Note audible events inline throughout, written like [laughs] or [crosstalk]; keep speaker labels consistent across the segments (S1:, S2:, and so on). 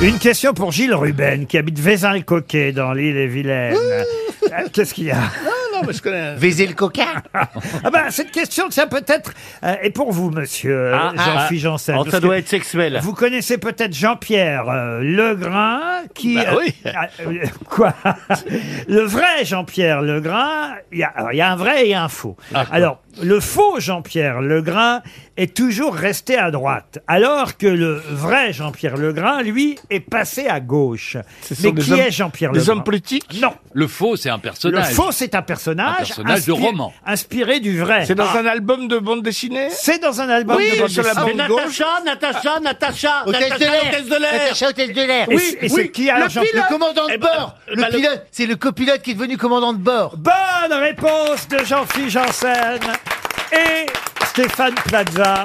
S1: Une question pour Gilles Ruben, qui habite Vézin-le-Coquet, dans l'île et Vilaine. Euh, Qu'est-ce qu'il y a
S2: Non, mais je connais.
S3: Baiser le coquin
S1: [laughs] Ah ben, cette question, tiens, peut-être, euh, et pour vous, monsieur euh, Jean-Philippe Janssen.
S4: Ah, Oh,
S1: parce
S4: ça
S1: que
S4: doit être sexuel.
S1: Vous connaissez peut-être Jean-Pierre euh, Legrain, qui...
S2: Bah
S1: euh,
S2: oui.
S1: ah, euh, quoi Le vrai Jean-Pierre Legrain, il y, a- alors, il y a un vrai et un faux.
S5: Ah,
S1: alors, le faux Jean-Pierre Legrain est toujours resté à droite, alors que le vrai Jean-Pierre Legrain, lui, est passé à gauche.
S4: Ce sont
S1: Mais
S4: des
S1: qui
S4: hommes-
S1: est Jean-Pierre Legrain
S4: Les hommes politiques
S1: Non.
S5: Le faux, c'est un
S1: Le
S5: personnage.
S1: faux, c'est un personnage,
S5: Un personnage de roman.
S1: inspiré du vrai. Ah.
S4: C'est dans un album de bande dessinée
S1: C'est dans un album
S4: Oui,
S1: de Ah, bande
S4: sur la
S1: dessinée.
S4: bande-
S6: Mais Natacha, Natacha, Natacha,
S3: Hôtesse de
S6: Natacha,
S3: l'air
S6: l'hôtesse de l'air.
S3: Attaché à l'hôtesse de l'air
S1: Et c'est- et c'est qui alors
S3: Le,
S1: Jean-Pierre
S3: commandant de
S6: Eh ben,
S3: bord
S6: euh,
S3: Le
S6: bah, le-
S3: pilote, c'est le copilote qui est devenu commandant de bord
S1: Bonne réponse de Jean-Philippe Janssen et Stéphane Plaza.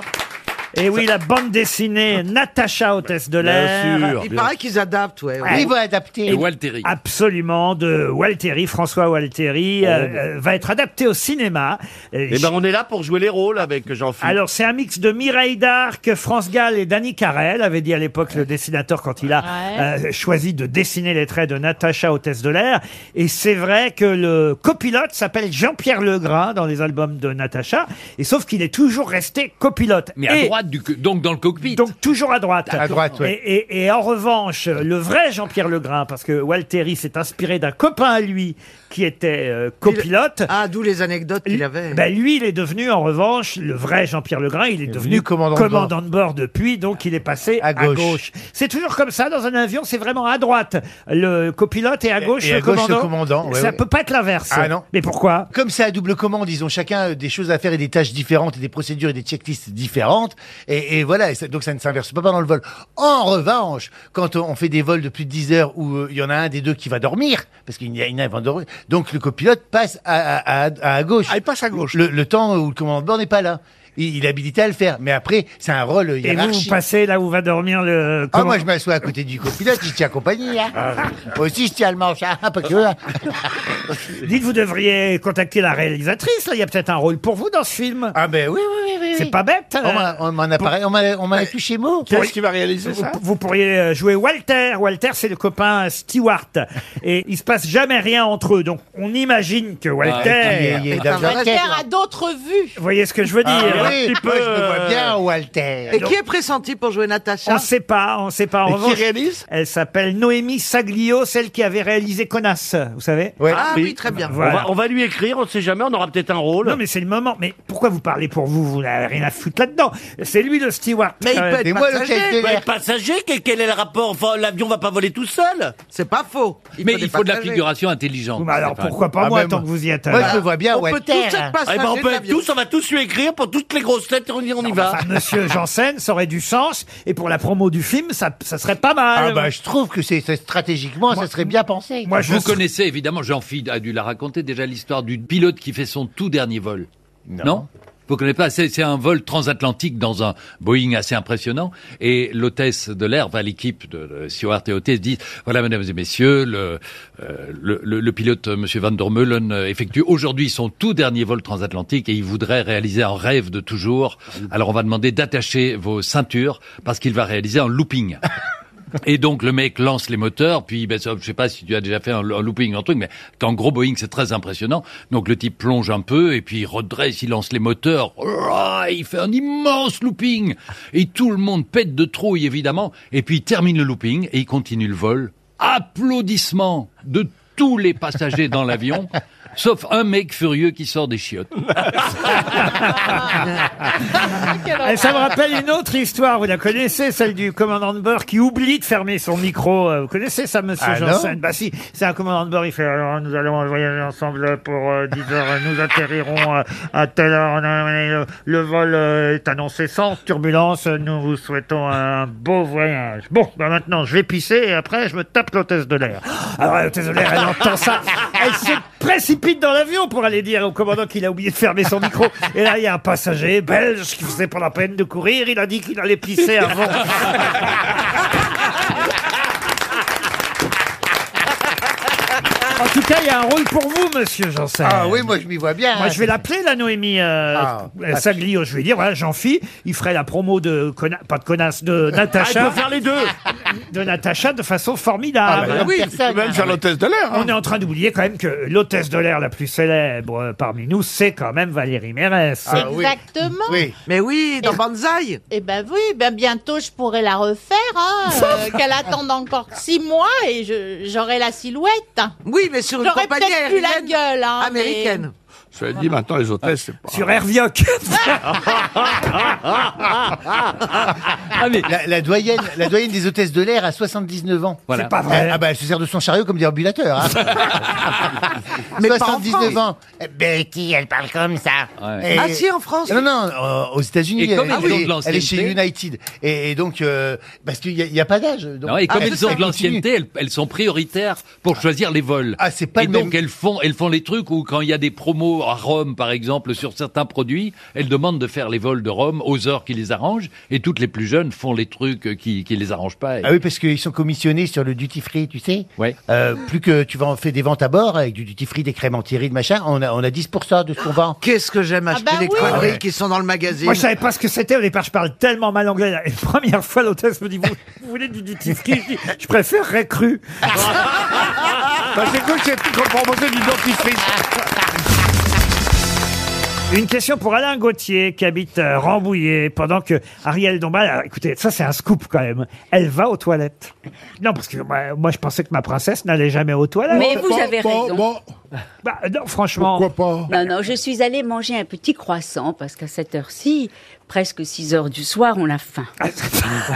S1: Et oui, la bande dessinée Natacha Hôtesse de
S4: Bien
S1: l'air.
S4: sûr.
S7: Il paraît qu'ils adaptent, ouais. ouais.
S3: Il va adapter
S5: Et Walteri.
S1: Absolument, de Walteri, François Walteri, euh, euh, va être adapté au cinéma. Euh,
S4: Oh. Eh ben, on est là pour jouer les rôles avec Jean-Philippe.
S1: Alors, c'est un mix de Mireille Darc, France Gall et Danny Carrel, avait dit à l'époque le dessinateur quand il a euh, choisi de dessiner les traits de Natacha Hôtesse de l'air. Et c'est vrai que le copilote s'appelle Jean-Pierre Legras dans les albums de Natacha. Et sauf qu'il est toujours resté copilote.
S5: Mais à
S1: Et
S5: droite, du, co- donc dans le cockpit.
S1: donc toujours à droite.
S3: À droite, ouais.
S1: et, et- et en revanche, le vrai Jean-Pierre Legrain, parce que Walteri s'est inspiré d'un copain à lui qui était euh, copilote,
S7: Ah, d'où les anecdotes qu'il avait.
S1: ben lui, il est devenu, en revanche, le vrai Jean-Pierre Legrain, il est devenu commandant, de bord depuis, donc il est passé à
S3: À
S1: gauche.
S3: gauche.
S1: C'est toujours comme ça dans un avion, c'est vraiment à droite le copilote et à gauche,
S3: et
S1: le,
S3: à gauche, le
S1: commandant.
S3: commandant, ouais,
S1: ça
S3: ouais.
S1: peut pas être l'inverse.
S3: Ah, non.
S1: Mais pourquoi
S3: comme c'est à double commande, ils ont chacun euh, des choses à faire et des tâches différentes et des procédures et des checklists différentes. Et, et voilà, et ça- donc ça ne s'inverse pas dans le vol. En revanche, quand on on fait des vols de plus de 10 heures où euh, il y en a un des deux qui va dormir, parce qu'il y en a une qui va dormir, donc le copilote passe à, à, à, à gauche.
S4: Ah, il passe à gauche.
S3: Le, le temps où le commandant de bord n'est pas là. Il, il est habilité à le faire. Mais après, c'est un rôle euh,
S1: Et vous, vous
S3: hiérarchique.
S1: passez là où va dormir le
S3: Ah,
S1: commandant.
S3: moi, je m'assois à côté du copilote, je tiens compagnie. Hein. Moi aussi, je tiens le manche. Hein, pas
S5: [laughs]
S3: que, hein.
S1: Dites, vous devriez contacter la réalisatrice, là, il y a peut-être un rôle pour vous dans ce film.
S3: Ah ben oui, oui, oui. oui,
S1: C'est
S3: oui.
S1: pas bête.
S3: On
S1: hein.
S3: m'a- on m'en a, parlé- on m'a- on m'a plus chez moi.
S4: Qu'est-ce qui va réaliser
S1: Vous,
S4: ça
S1: vous pourriez euh, jouer Walter. Walter, c'est le copain euh,
S3: [laughs]
S1: Stewart. Et il se passe jamais rien entre eux. Donc, on imagine que Walter.
S3: Ah, Il est- il est
S7: Putain,
S3: dans un
S7: Walter
S3: tête,
S8: Faire à d'autres vues.
S1: Vous voyez ce que je veux dire
S3: Ah
S4: un
S3: oui,
S4: petit
S3: moi,
S4: peu,
S3: je le vois
S4: euh,
S3: bien, Walter.
S7: Et qui est pressenti pour jouer
S1: On
S7: Natacha
S1: ne sait pas, on ne sait pas. En
S4: Et qui
S1: revanche,
S4: réalise
S1: elle s'appelle Noémie Saglio, celle qui avait réalisé Connasse, vous savez
S3: Ouais.
S7: Ah
S4: Mais-
S7: oui, très bien.
S1: Voilà.
S4: on, va, on va lui écrire, on ne sait jamais, on aura peut-être un rôle.
S1: Non, mais c'est le moment. Mais pourquoi vous parlez pour vous Vous n'avez rien à foutre là-dedans. C'est lui le steward.
S7: Mais il
S1: Euh,
S7: peut
S3: Et
S7: être
S3: moi, le
S7: passager.
S3: chef de
S6: Ouais,
S3: l'air.
S6: passager, quel, quel est le rapport Enfin, L'avion va pas voler tout seul.
S7: C'est pas faux.
S5: mais
S7: peut
S5: il faut de la
S7: dépassager.
S5: figuration intelligente.
S1: Mais alors
S5: Stéphane.
S1: pourquoi pas
S3: Ah,
S1: moi
S3: même-
S1: tant que vous y êtes
S3: Moi,
S1: alors
S3: je le vois bien,
S7: On peut tous
S3: Walter.
S7: être
S6: Eh ben, on
S7: passager de
S6: peut être
S7: l'avion.
S6: tous, on va tous lui écrire pour toutes les grosses têtes et on y, on y va.
S1: Enfin, Monsieur Janssen, ça aurait du sens. Et pour la promo du film, ça, ça serait pas mal.
S3: Ah bah, je trouve que c'est c'est- stratégiquement, ça serait bien pensé.
S1: Moi, je
S5: Vous connaissez évidemment, Jean-Philippe a dû la raconter déjà, l'histoire du pilote qui fait son tout dernier vol. Non. vous connaissez pas, c'est c'est un vol transatlantique dans un Boeing assez impressionnant. Et l'hôtesse de l'air, enfin, l'équipe de, de Stewart et hôtesse dit, voilà, mesdames et messieurs, le, euh, le, le- le pilote, euh, monsieur Van der Meulen, euh, effectue aujourd'hui son tout dernier vol transatlantique et il voudrait réaliser un rêve de toujours. Alors, on va demander d'attacher vos ceintures parce qu'il va réaliser un looping.
S1: [laughs]
S5: Et donc le mec lance les moteurs, puis ben, ça, je sais pas si tu as déjà fait un, un looping, un truc, mais en gros Boeing c'est très impressionnant. Donc le type plonge un peu et puis il redresse, il lance les moteurs, Ouah, il fait un immense looping et tout le monde pète de trouille évidemment. Et puis il termine le looping et il continue le vol. Applaudissements de tous les passagers dans l'avion, [laughs] sauf un mec furieux qui sort des chiottes.
S2: Ah.
S1: Et Eh, ça me rappelle une autre histoire, vous la connaissez, celle du commandant de bord qui oublie de fermer son micro. Euh, Vous connaissez ça, monsieur
S3: Ah non
S1: Janssen Bah si, c'est un commandant de bord, il fait Alors, nous allons voyager ensemble pour euh, 10 heures, nous atterrirons euh, à telle heure, le, le vol euh, est annoncé sans turbulence, nous vous souhaitons un beau voyage. Bon, bah maintenant, je vais pisser et après, je me tape l'hôtesse de l'air. Ah, Alors, l'hôtesse de l'air, elle entend ça, elle se précipite dans l'avion pour aller dire au commandant qu'il a oublié de fermer son micro. Et là, il y a un passager belge qui faisait pas la peine de courir, il a dit qu'il allait pisser avant. En tout cas, il y a un rôle pour vous, monsieur Janssen.
S3: Ah oui, moi je m'y vois bien.
S1: Moi,
S3: hein.
S1: je vais l'appeler, la Noémie euh,
S3: Ah.
S1: euh, Saglio. Je vais dire, voilà, jean phi il ferait la promo de conna- pas de connasse,
S3: Ah,
S1: de
S5: Ah,
S9: On
S1: Natacha,
S9: peut faire les
S3: [laughs]
S9: deux.
S1: de Natacha de façon formidable.
S3: Ah, bah,
S9: oui, tu
S3: personne.
S9: peux même faire l'hôtesse de l'air. hein.
S1: On est en train d'oublier quand même que l'hôtesse de l'air la plus célèbre euh, parmi nous, c'est quand même Valérie Mérès.
S3: Ah, oui.
S10: Exactement.
S3: Oui.
S2: Mais oui, dans Banzai.
S10: Eh ben oui, ben bientôt je pourrai la refaire,
S2: [laughs]
S10: hein, euh, qu'elle attende encore six mois et je- j'aurai la silhouette.
S2: Oui, mais sur une
S10: J'aurais
S2: compagnie
S10: peut-être plus la
S2: aérienne
S10: gueule. Hein, mais-
S2: américaine.
S9: Cela dit, maintenant, les hôtesses, c'est pas...
S1: Sur
S3: [laughs]
S1: Hervioc.
S3: Ah.
S5: Ah,
S3: La, la doyenne, la doyenne des hôtesses de l'air à 79 ans.
S5: Voilà.
S1: C'est pas vrai.
S3: Ah bah elle se sert de son chariot comme déambulateur. Hein.
S2: Mais pas en
S3: 79
S2: France.
S3: ans. Eh, Betty, elle parle comme ça.
S5: Ouais.
S3: Et-
S2: Ah si, en France.
S3: Non, non, euh, aux États-Unis,
S5: Et
S3: elle,
S5: comme ils
S3: elle
S5: ont de
S3: est- elle est chez
S5: l'ancienneté-
S3: United. Et, et donc, euh, parce qu'il n'y a, pas d'âge. donc-
S5: Non, et comme
S3: Ah,
S5: elles ont
S3: ça
S5: de
S3: continue.
S5: l'ancienneté, elles, elles sont prioritaires pour choisir les vols.
S3: Ah, c'est pas
S5: et
S3: le
S5: donc
S3: même-
S5: elles font, elles font les trucs où quand il y a des promos à Rome, par exemple, sur certains produits, elles demandent de faire les vols de Rome aux heures qui les arrangent, et toutes les plus jeunes font les trucs qui, qui les arrangent pas. Et-
S3: Ah oui, parce qu'ils sont commissionnés sur le duty free, tu sais.
S5: Ouais.
S3: Euh, plus que tu vas en faire des ventes à bord avec du duty free, des crèmes anti-rides, machin, on a, on a 10% de ce qu'on vend. Ah
S2: Qu'est-ce que
S1: Ah
S2: j'aime acheter
S10: bah
S2: les
S10: oui.
S2: conneries qui sont dans le magazine.
S1: Moi, je savais pas ce que c'était. Au départ, je parle tellement mal anglais. La première fois, l'hôtesse me
S9: [laughs]
S1: dit, vous, vous voulez du duty free? Je dis,
S6: [laughs]
S1: je préférerais cru.
S9: Bah, c'est cool, c'est qu'on proposait du dentifrice.
S1: Une question pour Alain Gauthier qui habite euh, Rambouillet pendant que Ariel Dombal, alors, écoutez, ça c'est un scoop quand même. Elle va aux toilettes. Non parce que moi, moi, je pensais que ma princesse n'allait jamais aux toilettes.
S11: Mais vous avez raison.
S1: Bah, non franchement.
S11: Non, non, je suis allée manger un petit croissant parce qu'à cette heure-ci, presque 6 heures du soir, on a faim.
S12: Ah,
S2: Ah,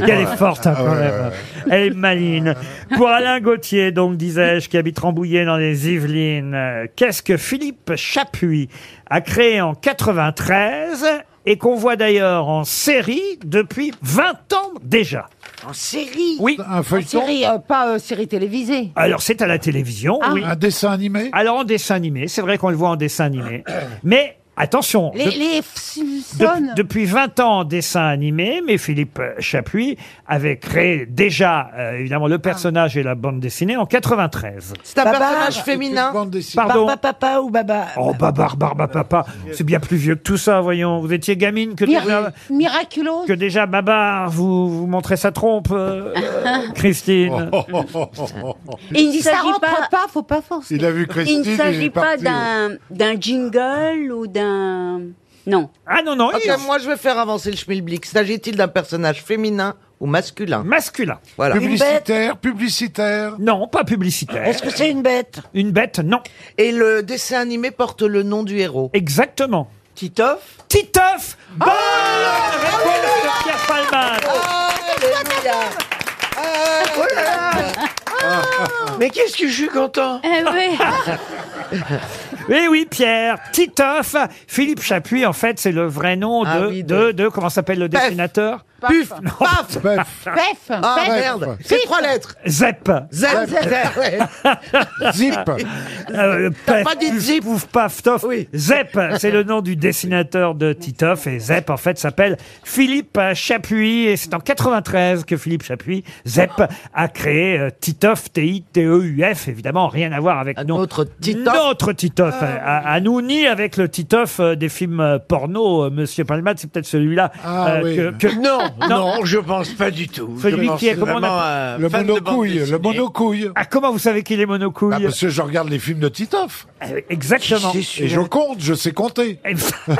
S1: Elle est forte hein, quand même. Elle est maligne. Pour Alain Gauthier, donc disais-je, qui habite Rambouillet dans les Yvelines, euh, qu'est-ce que Philippe Chapuis a créé en 93 et qu'on voit d'ailleurs en série depuis 20 ans déjà
S2: En série.
S1: Oui.
S13: Un feuilleton
S12: Série, euh, pas euh, série télévisée.
S1: Alors c'est à la télévision, oui.
S13: Ah. Un dessin animé
S1: Alors en dessin animé, c'est vrai qu'on le voit en
S13: [coughs]
S1: dessin animé, mais attention.
S12: Les,
S1: de-
S12: les
S1: de-
S12: Simpsons.
S1: depuis 20 ans en dessin animé, mais Philippe euh, Chapuis avait créé déjà, euh, évidemment, le personnage et la bande dessinée en 93.
S2: C'est un personnage féminin.
S13: Bande dessinée.
S1: Pardon
S2: papa ou baba
S1: Oh, babar, barba, papa, c'est bien plus vieux que tout ça, voyons. Vous étiez gamine que déjà,
S12: Miraculous.
S1: que déjà babar vous, vous montrait sa trompe, euh, Christine.
S11: Il ne
S12: Ça
S11: s'agit
S12: rentre
S11: pas,
S12: pas, faut pas forcer.
S13: Il a vu
S11: il
S13: Christine.
S11: ne s'agit pas d'un d'un jingle ou d'un non.
S1: Ah non, non, il
S2: Ok, moi je vais faire avancer le schmilblick. S'agit-il d'un personnage féminin ou masculin
S1: masculin.
S2: Voilà.
S13: Publicitaire, publicitaire.
S1: Non, pas publicitaire.
S2: que c'est une bête
S1: Une bête, non.
S2: Et le dessin animé porte le nom du héros. Ah
S1: Exactement.
S2: Titoff
S1: Titoff Bonne réponse de Pierre Palmade
S2: Ah.
S6: Mais qu'est-ce que je suis content
S11: Eh oui.
S1: Eh oui, Pierre Titoff Philippe Chapuis, en fait, c'est le vrai nom de...
S2: Ah oui,
S1: de...
S2: de-
S1: de- comment s'appelle le dessinateur
S2: Puff Paf
S13: Bref,
S12: Pef.
S2: Ah
S12: Pef.
S2: merde C'est trois lettres
S1: Zep
S2: Zep Ah, Zep, [laughs] ouais.
S13: zip.
S1: Euh, Pef,
S2: pas dit
S1: Puff,
S2: Zip
S1: Pouf, Paf, Toff
S2: Oui.
S1: Zep, c'est le nom du dessinateur de Titoff, et Zep, en fait, s'appelle Philippe Chapuis, et c'est en 93 que Philippe Chapuis, Zep, a créé euh, Titoff, T-I-T-E-U-F, E évidemment, rien à voir avec
S2: Un
S1: nom-
S2: autre Titoff.
S1: Notre Titoff euh, à, à nous, ni avec le Titoff euh, des films euh, porno, euh, Monsieur Palmade, c'est peut-être celui-là euh,
S13: Ah oui.
S1: que, que-
S6: Non,
S1: Non.
S6: non, je pense pas du tout. Je
S1: Celui
S6: pense
S1: qui est- comment on
S6: vraiment à
S13: Le
S6: fan de bande
S13: monocouille, le
S6: dessinée.
S13: monocouille.
S1: Ah, comment vous savez qu'il est
S13: Ah,
S1: monocouille
S13: parce que je regarde les films de Titoff.
S1: Euh, Exactement. Eh ben,
S13: Et je compte, je sais compter.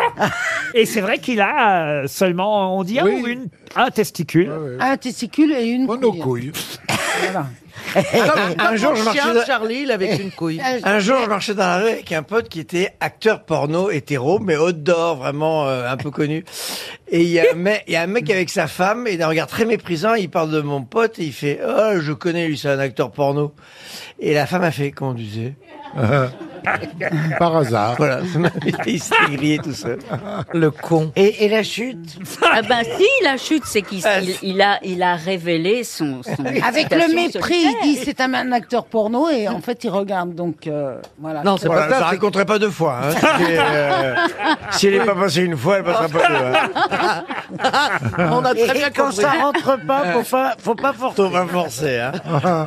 S1: [laughs] Et c'est vrai qu'il a euh, seulement, on dit, un
S13: Oui.
S1: ou une, un testicule.
S12: Un testicule et une. couille.
S13: Monocouille.
S2: Comme,
S6: Ah,
S12: [laughs]
S2: un jour, je
S6: marchais
S2: chien,
S6: dans-
S2: Charlie, il avait une couille.
S6: Eh. [laughs] Un jour, je marchais dans la rue avec un pote qui était acteur porno hétéro, mais haute d'or, vraiment euh, un peu connu. Et il y, a un mec- il y a un mec avec sa femme, et d'un regard très méprisant, il parle de mon pote, et il fait « Oh, je connais, lui, c'est un acteur porno. » Et la femme a fait « Comment tu sais ?»
S2: [laughs] Par hasard.
S13: Voilà, il s'est grillé tout seul. Le con.
S11: Et, la chute Ah
S12: [laughs]
S11: ben si, la chute, c'est qu'il il- il a, il a révélé son... son
S12: Euh, Avec
S11: excitation
S12: le mépris, il
S11: solitaire.
S12: dit c'est un, un acteur porno et en fait il regarde donc euh, voilà.
S13: Voilà, Je la raconterai pas deux fois. hein. Si, euh, si elle n'est pas passée une fois, elle passera pas deux. hein.
S9: hein.
S6: [laughs] On a très
S13: Et-
S6: bien
S13: et quand
S6: compris. Euh.
S13: ça rentre pas, faut
S6: pas, faut pas forcer.
S13: Faut pas forcer, hein.
S6: [laughs]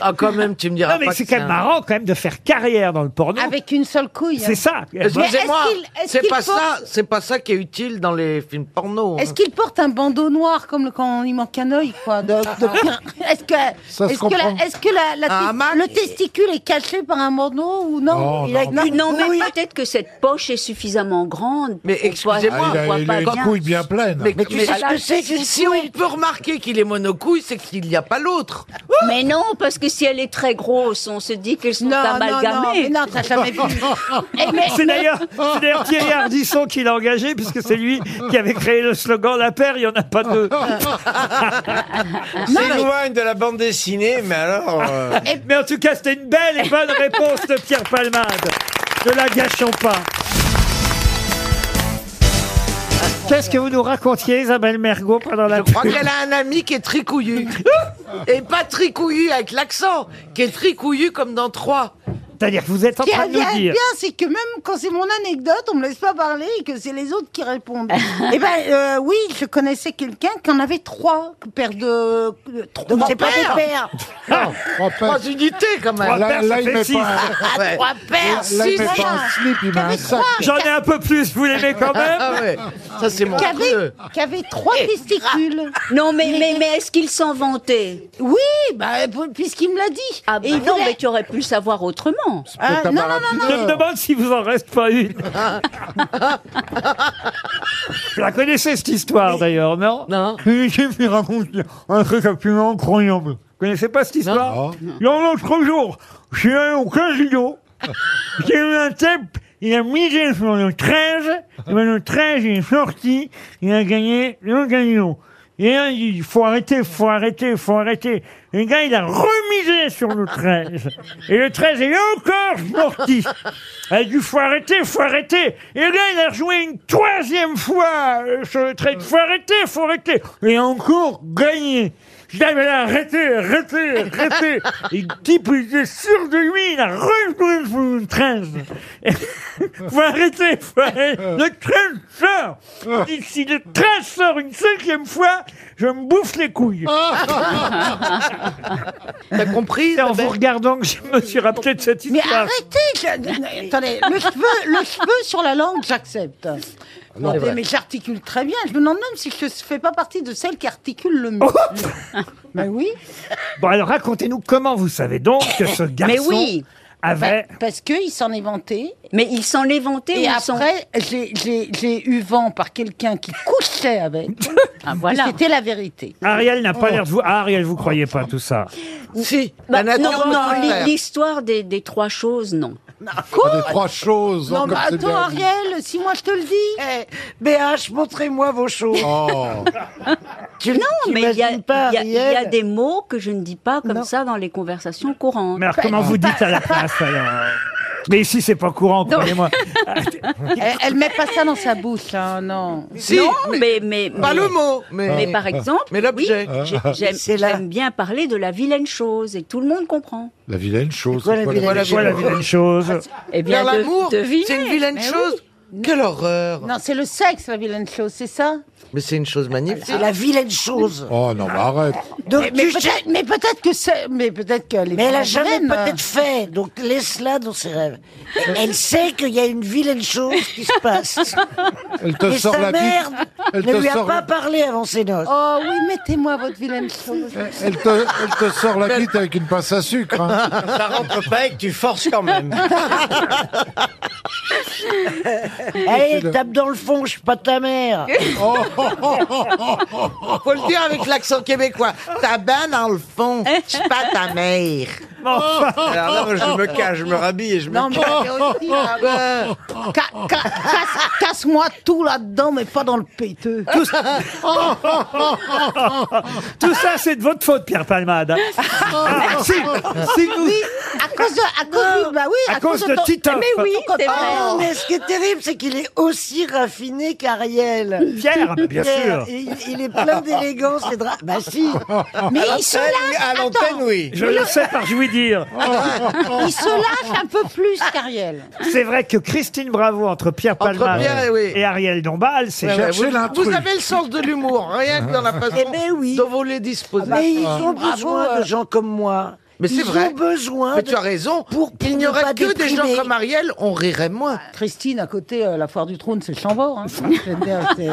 S6: Ah, quand même, tu me diras
S1: Non, mais
S6: pas
S1: c'est
S6: que
S1: quand même
S6: un-
S1: marrant quand même de faire carrière dans le porno.
S12: Avec une seule couille.
S1: C'est ça. Mais est-ce
S6: Excusez-moi,
S12: qu'il- est-ce
S6: c'est
S12: qu'il
S6: pas
S12: porte-
S6: ça, c'est pas ça qui est utile dans les films porno. hein.
S12: Est-ce qu'il porte un bandeau noir comme le- quand il manque un œil quoi de- de- [laughs] Est-ce que
S6: Ça se
S12: est-ce que, la-
S6: comprend.
S12: est-ce que la- la
S6: Un
S12: tes- le testicule est caché par un bandeau ou non
S11: Il a- non, mais peut-être que cette poche est suffisamment grande. Mais
S6: excusez-moi,
S2: Ah, il a- il a une couille bien pleine.
S6: Mais, tu sais ce que c'est que si on peut remarquer qu'il est monocouille, c'est qu'il n'y a pas l'autre.
S11: Mais non, parce que si elle est très grosse, on se dit qu'elles sont
S6: Non, non,
S11: amalgamées.
S12: non, mais non, t'as jamais vu.
S11: Et mais-
S1: C'est d'ailleurs c'est d'ailleurs Thierry Ardisson qui l'a engagé, puisque c'est lui qui avait créé le slogan La paire, il n'y en a pas deux.
S6: [laughs]
S3: Ah
S1: Ah.
S13: C'est loin de la bande dessinée, mais alors. euh,
S1: Eh, Mais en tout cas, c'était une belle et bonne réponse de Pierre Palmade. Ne la gâchons pas. Qu'est-ce que vous nous racontiez, Isabelle Mergot, pendant la
S6: Je crois qu'elle a un ami qui est tricouillu. Et pas tricouillu avec l'accent, qui est tricouillu comme dans Trois.
S1: C'est-à-dire que vous êtes en
S12: Ce qui
S1: train de nous
S12: est bien,
S1: dire.
S12: c'est que même quand c'est mon anecdote, on me laisse pas parler et que c'est les autres
S1: [laughs]
S12: qui répondent. eh ben euh, oui, je connaissais quelqu'un qui en avait trois paires de, de- trois
S6: Trois
S12: c'est pas des
S6: paires
S12: paires.
S6: Non,
S2: trois,
S6: unités quand même.
S1: Trois paires, ça fait six.
S6: Ouais.
S12: Trois paires,
S6: Là, il
S12: six,
S6: met pas
S12: voilà.
S6: un slip, il met un sac.
S1: J'en ai un peu plus, vous l'aimez quand
S6: Ah
S1: même
S6: ouais, ça c'est mon Eh, ah.
S12: Qui avait, qui avait trois testicules.
S11: Non, mais, mais, mais est-ce qu'il s'en vantait
S12: Oui, bah, pour- puisqu'il me l'a dit.
S11: Ah, bah
S12: il
S11: non,
S12: voulait-
S11: mais tu aurais pu le savoir autrement.
S12: Ah, non, non, non,
S1: Je me
S12: non.
S1: demande s'il vous en reste pas une.
S6: Ah.
S1: Vous la connaissez cette histoire d'ailleurs, non
S6: Non.
S1: Philippe, il raconte un truc absolument incroyable. Vous connaissez pas cette histoire Il y a un autre jour, je suis allé au casino, [laughs] j'ai eu un type, il a misé sur le 13, et ben le 13 il est sorti, il a gagné le gagnant. Et là, il dit, faut arrêter, faut arrêter, faut arrêter. Et le gars, il a remisé sur le 13. Et le 13 est encore sorti. Il a dit, faut arrêter, faut arrêter. Et le gars, il a rejoué une troisième fois euh, sur le 13. Faut arrêter, faut arrêter. Et encore gagné. Je dis, ah, mais là, arrêtez, arrêtez, arrêtez. [laughs] Et le type, il était sûr de lui, il a rejoué sur le 13. Et- [laughs] faut arrêter, faut arrêter. Le 13
S2: [laughs]
S1: sort. Il dit, Si le 13 sort une cinquième fois, je me bouffe
S2: [laughs]
S1: les couilles.
S6: T'as compris
S1: C'est en vous regardant que je me suis rappelé de cette
S12: Mais
S1: histoire. [laughs]
S12: arrêtez je- euh, Attendez, le cheveu, le cheveu sur la langue, j'accepte.
S6: Non,
S12: mais,
S6: ouais.
S12: mais j'articule très bien. Je me demande même si je ne fais pas partie de celles qui articulent le mieux. [laughs] ben oui.
S1: Oh Bon, alors racontez-nous comment vous savez donc que ce garçon
S11: Mais oui.
S1: avait.
S12: Pa- Parce qu'il s'en est vanté.
S11: Mais il s'en est vanté ou
S12: Et
S11: il s'en-
S12: après, j'ai- j'ai j'ai eu vent par quelqu'un qui couchait avec.
S11: Ah, voilà.
S12: C'était la vérité.
S1: Ariel n'a
S2: Oh.
S1: pas l'air de vous. Ah, Ariel, vous croyez pas à tout ça.
S6: Si,
S11: Bah,
S6: la
S11: non,
S6: nature au
S11: non,
S6: contraire.
S11: l'hi- l'histoire des, des trois choses, non.
S2: Ah, Des trois choses. hein,
S12: Non, bah, mais
S2: comme c'est
S12: attends,
S2: bien dit.
S12: Ariel, si moi je te le dis.
S13: Eh, BH, montrez-moi vos choses.
S12: [laughs]
S2: Oh.
S13: Tu
S11: Non, mais il y, a-
S13: t'imagines pas,
S11: il y a- il y a
S13: Ariel
S11: des mots que je ne dis pas comme
S12: Non. Bah,
S11: ça dans les conversations courantes.
S1: Mais alors, comment vous dites à la place alors Mais ici, c'est pas courant, croyez-moi.
S12: [laughs] Elle, elle met pas ça dans sa bouche, hein, non.
S6: Si,
S11: non,
S6: mais,
S11: mais, mais,
S6: pas
S11: mais-
S6: le mot, mais,
S11: Mais par exemple,
S6: mais Ah. l'objet.
S11: oui, j'ai-
S2: Ah.
S11: j'aime
S13: C'est la-
S11: j'aime bien parler de la vilaine chose et tout le monde comprend.
S2: La vilaine chose.
S13: quoi, la
S2: c'est
S13: vilaine
S1: Quoi la vilaine chose
S11: Eh bien,
S6: Vers
S11: de-
S6: l'amour,
S11: devinez.
S6: c'est une vilaine
S12: Mais
S6: chose. Quelle horreur.
S12: Non, c'est le sexe, la vilaine chose, c'est ça
S6: Mais c'est une chose magnifique.
S13: C'est la vilaine chose.
S2: Oh non, mais arrête.
S13: Donc,
S12: Mais
S13: tu
S12: peut-être, mais peut-être que c'est, mais peut-être qu'elle est.
S13: Mais elle a
S12: pas
S13: jamais
S12: vilaine, hein.
S13: peut-être fait, donc laisse-la dans ses rêves. Elle sait qu'il y a une vilaine chose qui se passe.
S2: Elle te
S13: Et
S2: sort
S13: sa
S2: la
S13: mère
S2: bite. Elle
S13: ne
S2: te
S13: lui a
S2: sort.
S13: pas parlé avant ses noces.
S12: Oh oui, mettez-moi votre vilaine chose.
S2: Elle te, elle te sort la bite avec une pince à sucre. hein.
S13: [laughs] Ça rentre pas et que tu forces quand
S2: [laughs]
S13: même. Allez, tape dans le fond, je suis pas ta
S11: [laughs]
S13: mère.
S6: Ah. Faut le dire avec l'accent québécois. Ta balle dans le fond, c'est pas ta mère.
S13: Alors là, moi, je me cache, je me rhabille et je me
S12: Non, mais c'est aussi, là,
S6: [laughs]
S12: bon. Ca- ca- casse- casse-moi tout là-dedans, mais pas dans le péteux.
S1: Tout ça, Ah, c'est de votre faute, Pierre Palmade. Ah, si, si vous,
S12: à cause de, à cause du- bah oui,
S1: À cause de
S12: ton-
S1: Titoff. Mais oui,
S12: ton
S1: c'est
S12: copain.
S1: vrai.
S13: Oh, mais ce qui est terrible, c'est qu'il est aussi raffiné qu'Ariel.
S1: Pierre, mais bien
S13: Pierre,
S1: sûr.
S13: et Il, il est plein d'élégance et de... ra- Bah si
S1: Ah,
S12: Mais il se lâche,
S13: À l'antenne, oui.
S1: Je le sais par lui dire.
S12: Il se lâche un peu plus qu'Ariel.
S1: C'est vrai que Christine Bravo, entre Pierre
S13: Entre
S1: Palmade
S13: Pierre et- oui.
S1: et Ariel Dombal, c'est
S13: Ouais, ouais,
S1: chercher
S13: vous,
S1: l'intrus.
S13: vous avez le sens de l'humour, rien que dans la façon dont vous les disposez.
S6: Eh ben Mais
S1: Ah,
S6: ils ont
S13: Bravo,
S6: besoin de
S13: euh, gens comme moi. Mais
S6: Ils
S13: c'est vrai.
S6: ont besoin
S13: Mais
S6: de-
S13: tu as raison. Pour
S6: pour
S13: qu'il n'y
S6: ne
S13: aurait
S6: pas
S13: que des gens
S6: déprimer.
S13: comme Ariel, on rirait moins.
S12: Bah, Christine, à côté, euh, la foire du trône, c'est le
S13: [laughs]
S12: chambord. Hein. Je veux dire, c'est-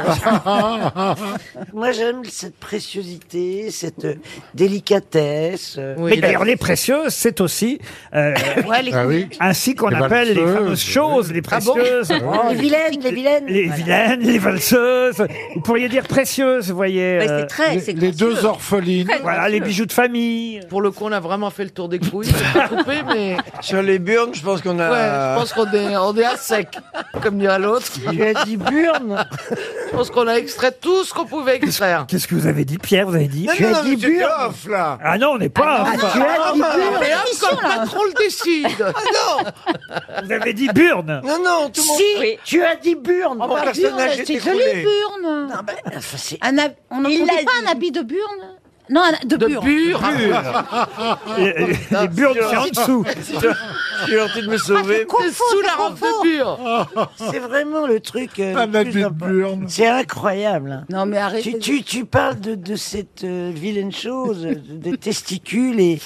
S13: Moi, j'aime cette préciosité, cette euh, délicatesse. euh.
S1: Mais d'ailleurs, les précieuses, c'est aussi euh,
S12: [laughs] Ouais, les- Ah oui.
S1: ainsi qu'on
S12: Les
S1: appelle les
S12: valseuses,
S1: fameuses choses, les
S12: Ah bon
S1: précieuses.
S12: [laughs] Les vilaines, les vilaines.
S1: Les
S12: Voilà.
S1: vilaines, les valseuses. Vous pourriez dire précieuses, vous voyez.
S6: Mais c'est
S1: euh,
S6: très- Les- c'est les gracieux. deux orphelines. Très
S1: Voilà,
S6: gracieux.
S1: les bijoux de famille.
S6: Pour le coup, on a vraiment fait le tour des [laughs] couilles. C'est pas coupé, mais ouais,
S2: Sur les burnes, je pense qu'on a.
S13: Euh.
S6: je pense qu'on est, on est à sec, comme dirait l'autre.
S2: Tu as dit
S6: burne. Je pense qu'on a extrait tout ce qu'on pouvait extraire.
S1: Qu'est-ce que vous avez dit, Pierre Vous avez dit.
S6: Non,
S1: Tu
S6: non,
S1: as
S6: non,
S1: dit
S6: mais c'était
S1: burne.
S6: off, là.
S1: Ah non, on n'est pas.
S6: Ah,
S1: off.
S6: tu as dit burne. Mais off,
S13: quand le
S6: patron le décide.
S1: Vous avez dit burne.
S13: Non, non, tout le monde.
S12: Si,
S13: tu as dit burne.
S12: Burne, c'est joli, burne. Un hab- on n'en dit pas un habit de burne Non, un- de, burne.
S1: Les, les- les burnes, c'est en dessous.
S2: Je suis gentil de me sauver.
S13: C'est sous la robe de burne. [laughs] C'est vraiment le truc.
S14: Ah,
S13: euh, le plus important. C'est incroyable. hein.
S12: Non, mais arrêtez.
S13: Tu, tu, tu parles de, de cette euh, vilaine chose, euh, des testicules, et,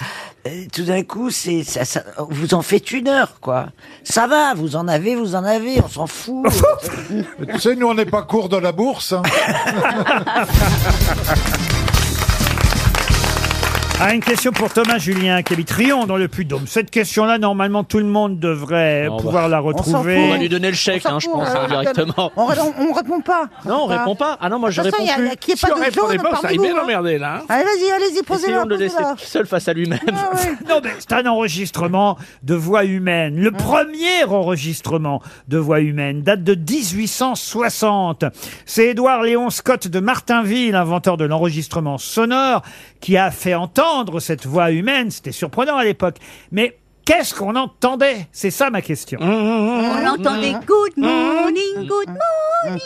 S13: et tout d'un coup, c'est ça, ça- vous en faites une heure, quoi. Ça va, vous en avez, vous en avez, on s'en fout.
S14: [laughs] Tu sais, nous, on n'est pas court de la bourse.
S13: [laughs]
S14: hein.
S1: Ah, une question pour Thomas Julien qui habite Rion dans le Puy-de-Dôme. Cette question-là, normalement, tout le monde devrait
S4: On va-
S1: pouvoir la
S4: bah, on s'en fout.
S1: retrouver.
S4: On va lui donner le chèque,
S12: On s'en
S4: hein, je
S12: fout,
S4: pense,
S12: hein,
S4: hein, directement.
S12: On, on, on répond pas.
S4: Non, on répond pas. Ah non, moi je
S12: De toute
S4: réponds
S12: façon, il y a-
S4: plus.
S12: qu'il y ait pas
S4: Si on
S12: de
S4: répondait
S12: jaune
S4: pas, on
S12: parmi
S4: serait bien
S12: nous, hein.
S4: emmerdé là.
S12: Allez, vas-y, allez-y, posez-le.
S4: Essayons de le laisser
S12: posez-le.
S4: seul face à lui-même.
S12: Ah,
S1: [laughs] Non, mais c'est un enregistrement de voix humaine.
S12: Hum.
S1: Le premier enregistrement de voix humaine date de 1860. C'est Édouard Léon Scott de Martinville, inventeur de l'enregistrement sonore, qui a fait entendre cette voix humaine. C'était surprenant à l'époque. Mais qu'est-ce qu'on entendait C'est ça ma question.
S12: Hum,
S11: On
S12: Hein
S11: entendait Good morning, good morning.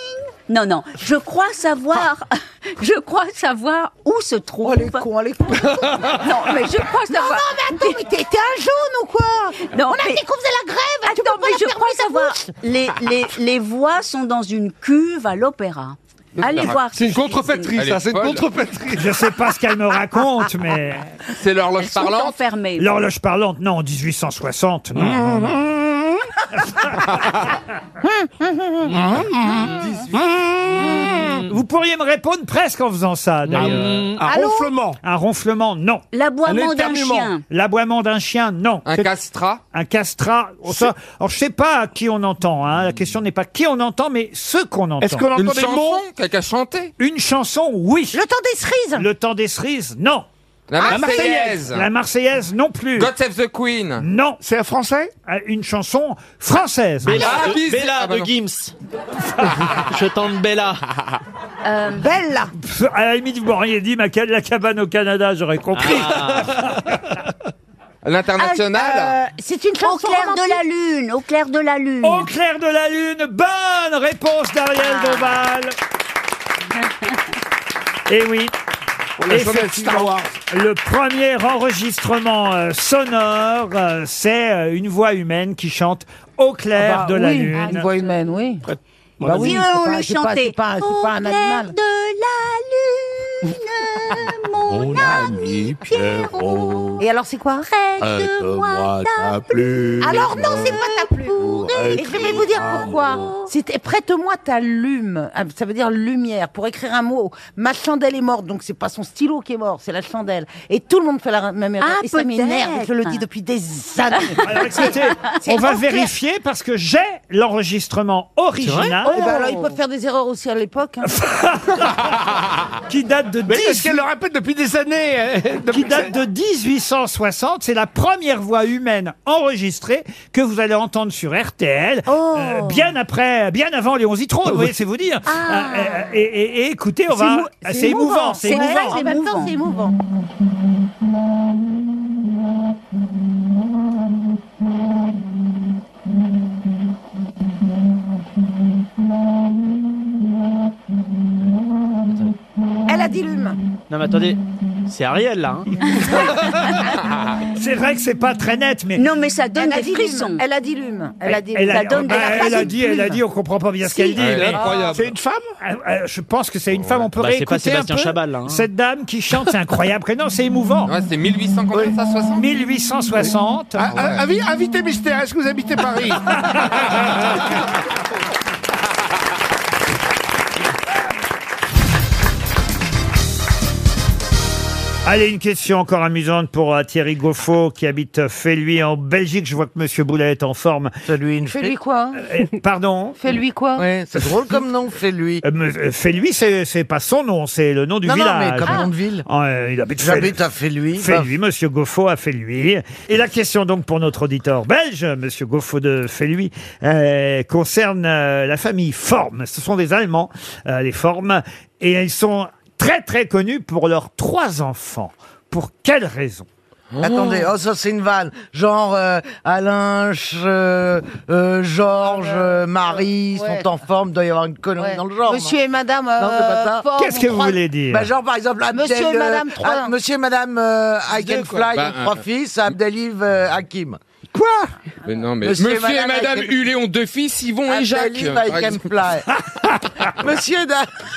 S11: Non, non, je crois savoir, [laughs] je crois savoir où se trouve. Oh, les cons,
S12: Ah. les cons.
S11: [laughs] Non, mais je crois
S12: Non,
S11: savoir.
S12: non, mais attends, mais t'es t'es un jaune ou quoi
S11: Non,
S12: On a
S11: mais-
S12: dit qu'on faisait la grève. tu
S11: Attends,
S12: peux pas
S11: mais
S12: la
S11: je
S12: fermer,
S11: crois
S12: ta
S11: savoir.
S12: bouche.
S11: Les, les, les voix sont dans une cuve à l'opéra. Allez voir.
S9: C'est une contrefaiterie,
S11: Elle
S9: ça,
S11: est
S9: c'est une
S11: folle.
S9: contrefaiterie.
S1: Je sais pas ce qu'elle me raconte, mais
S9: [laughs] C'est l'horloge
S11: Elles sont
S9: parlante.
S11: enfermées.
S1: l'horloge parlante, non, en 1860, non, non, non.
S11: Ah,
S1: Vous pourriez me répondre presque en faisant ça, d'ailleurs.
S9: un Allô ronflement.
S1: Un ronflement, non.
S11: L'aboiement Un d'un éternuement. chien.
S1: L'aboiement d'un chien, non.
S9: Un
S1: C'est-
S9: castrat.
S1: Un castrat. Oh, ça- Alors, je sais pas à qui on entend. hein. La question n'est pas qui on entend, mais ce qu'on entend.
S9: Est-ce qu'on entend Une des chanson mots Quelqu'un chanter
S1: Une chanson, oui.
S12: Le temps des cerises.
S1: Le temps des cerises, non.
S9: La
S1: Ah,
S9: Marseillaise.
S1: La Marseillaise, non plus.
S9: God Save the Queen.
S1: Non. C'est français Une chanson française.
S4: Bella,
S9: Ah, bis-
S4: de, Bella
S9: ah, bah
S4: de
S9: non.
S1: [laughs]
S4: Gims. je tente Bella.
S11: Euh,
S12: Belle.
S1: Pff, À la limite, vous m'auriez dit ma ca- la cabane au Canada, j'aurais compris.
S9: Ah.
S1: [laughs]
S9: L'international.
S12: Euh, C'est une
S11: au
S12: chanson
S11: clair de
S12: romantique.
S11: la lune, au clair de la lune.
S1: Au clair de la lune, bonne réponse d'Ariel
S12: Ah.
S1: Dombal. Et oui.
S9: On l'a jamais fait,
S1: Effectivement,
S9: Star Wars.
S1: Le premier enregistrement euh, sonore, euh, c'est euh, une voix humaine qui chante Au clair
S12: Ah bah
S1: de la
S12: oui, Une
S1: lune.
S12: voix humaine, oui. Bah
S11: Si
S12: oui,
S11: on
S12: c'est pas-
S11: le
S12: c'est pas-
S11: chantait.
S12: c'est pas- c'est pas un
S11: Au clair
S12: animal.
S11: de la lune, mon ami Pierrot.
S12: Et alors, c'est quoi
S11: Près de moi, ta
S12: Alors non, c'est pas ta plume. Et je vais vous dire pourquoi. C'était prête-moi ta lume. Ah, Ça veut dire lumière pour écrire un mot. Ma chandelle est morte, donc c'est pas son stylo qui est mort, c'est la chandelle. Et tout le monde fait la même erreur.
S11: Ah,
S12: et ça m'énerve.
S11: peut-être.
S12: Je le dis depuis des années.
S1: Alors écoutez,
S12: [laughs] C'est
S1: on va
S12: au clair.
S1: vérifier parce que j'ai l'enregistrement original
S12: Oh, bah alors, ils peuvent faire des erreurs aussi à l'époque. hein.
S1: [laughs] qui date de
S4: Mais parce
S1: 18...
S4: qu'elle le répète depuis des années. euh, depuis-
S1: qui date de 1860. C'est la première voix humaine enregistrée que vous allez entendre sur RTL, euh, bien après, bien avant Léon Zitrone, vous voyez, c'est vous dire. Euh, euh, et, et- et écoutez, on va, c'est émouvant, c'est
S12: vrai,
S1: émouvant.
S12: En même temps, c'est émouvant. dilume.
S4: Non, mais attendez, c'est Ariel là.
S1: hein. [laughs] c'est vrai que c'est pas très net, mais.
S15: Non, mais ça donne
S12: a
S15: des
S12: dit
S15: frissons.
S12: lume, Elle a dit lume. Elle a dit
S1: Elle a,
S12: ça donne
S1: bah,
S12: des frissons.
S1: elle a dit, elle a dit, on comprend pas bien ce qu'elle dit.
S4: Elle est
S1: mais-
S4: incroyable.
S1: C'est une femme
S6: Ah,
S1: Euh, euh, Je pense que c'est une femme. On peut
S4: Bah, c'est
S1: réécouter
S4: pas Sébastien
S1: un peu
S4: Chabal, là, hein.
S1: Cette dame qui chante, c'est incroyable. non, c'est émouvant.
S16: c'est 1800 ça, 60
S1: 1860.
S9: Ah, ah, invi- Invité mystère, est-ce que vous habitez Paris
S1: [laughs] Allez, une question encore amusante pour euh, Thierry Goffo qui habite Féluy en Belgique. Je vois que Monsieur Boulet est en forme. Celui une Euh,
S6: Fais-lui quoi
S12: hein.
S1: Pardon
S6: Fais-lui quoi Ouais, c'est drôle comme nom, fais-lui.
S1: Euh, mais, euh, Félui, c'est c'est pas son nom, c'est le nom du
S6: Non, non,
S1: village.
S6: mais comme nom de
S1: ville. il habite
S6: J'habite
S1: à Félui. Félui, monsieur Goffo à Félui. Et la question donc pour notre auditeur belge, monsieur Goffo de Félui, euh, concerne euh, la famille Forme. Ce sont des Allemands, euh, les Formes, et ils sont très très connus pour leurs trois enfants. Pour quelle raison
S6: Attendez, oh ça c'est une vanne. Genre euh, Alain, Ch- euh, euh, Georges, euh, Marie
S12: ouais.
S6: sont en forme, doit y avoir une connerie
S12: Ouais.
S6: dans le genre.
S12: Monsieur
S6: non
S12: et Madame.
S6: Non, c'est pas ça.
S12: euh, Ford,
S1: Qu'est-ce que
S12: on
S1: vous
S12: croit-
S1: voulez dire
S6: Bah, genre par exemple Abdel,
S12: Monsieur et
S6: euh,
S12: Madame trois.
S6: Ah, Monsieur et Madame euh,
S16: quoi.
S6: Eigenfly
S16: Bah,
S6: ont trois
S16: euh,
S6: fils, Abdeliv euh, Hakim.
S1: Quoi
S16: Mais non, mais...
S6: Monsieur
S16: Monsieur,
S6: et
S16: et
S6: madame
S16: Madame Hulé ont deux fils, Yvon et Jacques.
S6: Abdeliv
S16: par exemple.
S6: Hakenfly. [laughs] Monsieur da...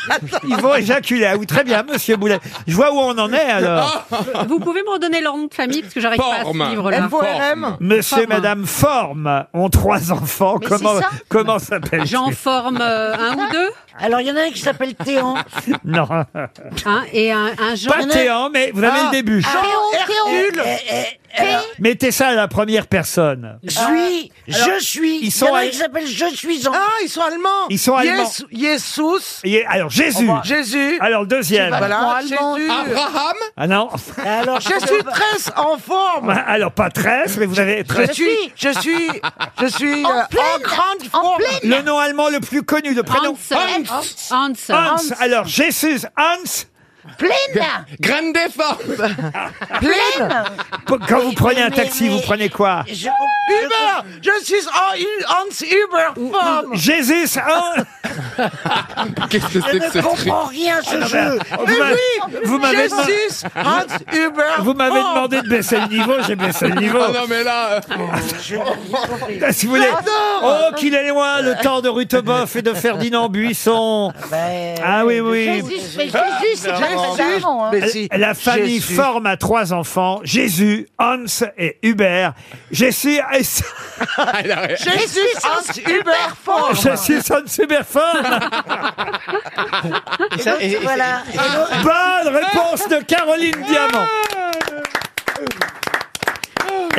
S6: Attends.
S1: [laughs] Ils vont éjaculer. Ah oui, très bien, monsieur Boulet. Je vois où on en est
S6: [laughs]
S1: alors.
S11: [laughs] Vous pouvez me redonner leur nom de famille parce que j'arrive pas à
S1: Forme.
S11: suivre là.
S1: Monsieur et
S11: Forme.
S1: madame Forme ont trois enfants.
S11: Mais
S1: comment
S11: c'est ça
S1: comment s'appelle
S11: J'en forme euh, un ou deux.
S2: Alors, il y en a un qui s'appelle Théon.
S1: [laughs] Non.
S11: Hein, et un, un Jean.
S1: Pas Théan, mais vous
S11: Ah.
S1: avez le début.
S2: Hercule. Eh,
S1: Mettez ça à la première
S11: Ah.
S1: personne.
S2: Je suis, je suis.
S1: ils sont
S2: Il y en a un
S1: allés-
S2: qui s'appelle Je suis en. Ah, ils sont allemands.
S1: Ils sont allemands.
S2: Jesus.
S1: Et alors Jésus.
S2: Jésus.
S1: Alors le deuxième.
S2: Voilà, Jésus.
S16: Abraham.
S1: Ah non.
S2: Alors, je suis très en forme.
S1: Alors pas 13, mais vous avez
S2: Je
S1: 13.
S2: suis, je suis, je suis euh, en grande forme.
S1: Le nom allemand le plus connu, le prénom.
S11: Hans. Hans.
S1: Hans. Alors Jésus, Hans.
S12: Pleine
S16: Grande forme.
S2: [laughs] Pleine.
S1: Quand vous prenez un
S2: mais-
S1: taxi, vous
S2: mais-
S1: prenez quoi
S2: Je- Uber. Je suis en U- Hans Uber forme.
S1: Jésus, Hans.
S2: [laughs]
S16: Qu'est-ce que
S2: Je
S16: c'est que ce truc
S2: ne comprends rien à
S1: Ah
S2: ce
S1: non,
S2: jeu.
S1: mais-
S2: Mais
S1: vous m'avez-
S2: oui,
S1: vous m'avez demandé-
S2: Jesus, Hans Uber.
S1: Vous m'avez
S2: forme.
S1: demandé de baisser le niveau, j'ai baissé le niveau.
S16: Ah non, mais là...
S2: Oh,
S16: euh,
S1: Ah, Si vous voulez. Oh,
S2: J'adore.
S1: qu'il est loin le temps de Ruteboeuf et de Ferdinand Buisson. Ah oui, oui.
S12: bah,
S1: Ah,
S12: euh, Jésus, mais Jésus, c'est pas
S2: Jésus.
S12: ça, avant, hein.
S2: Mais si.
S1: La famille
S2: Jésus.
S1: forme à trois enfants, Jésus, Hans et Hubert. Jésus,
S16: ah, il a ré-
S2: Jésus, Hans Uber forme.
S1: Jésus, Hans, Hubert forme.
S4: Et ça, et- et-
S2: Voilà. Et l'autre-
S1: Bonne réponse de Caroline
S16: [laughs]
S2: Ah.
S1: Diamant.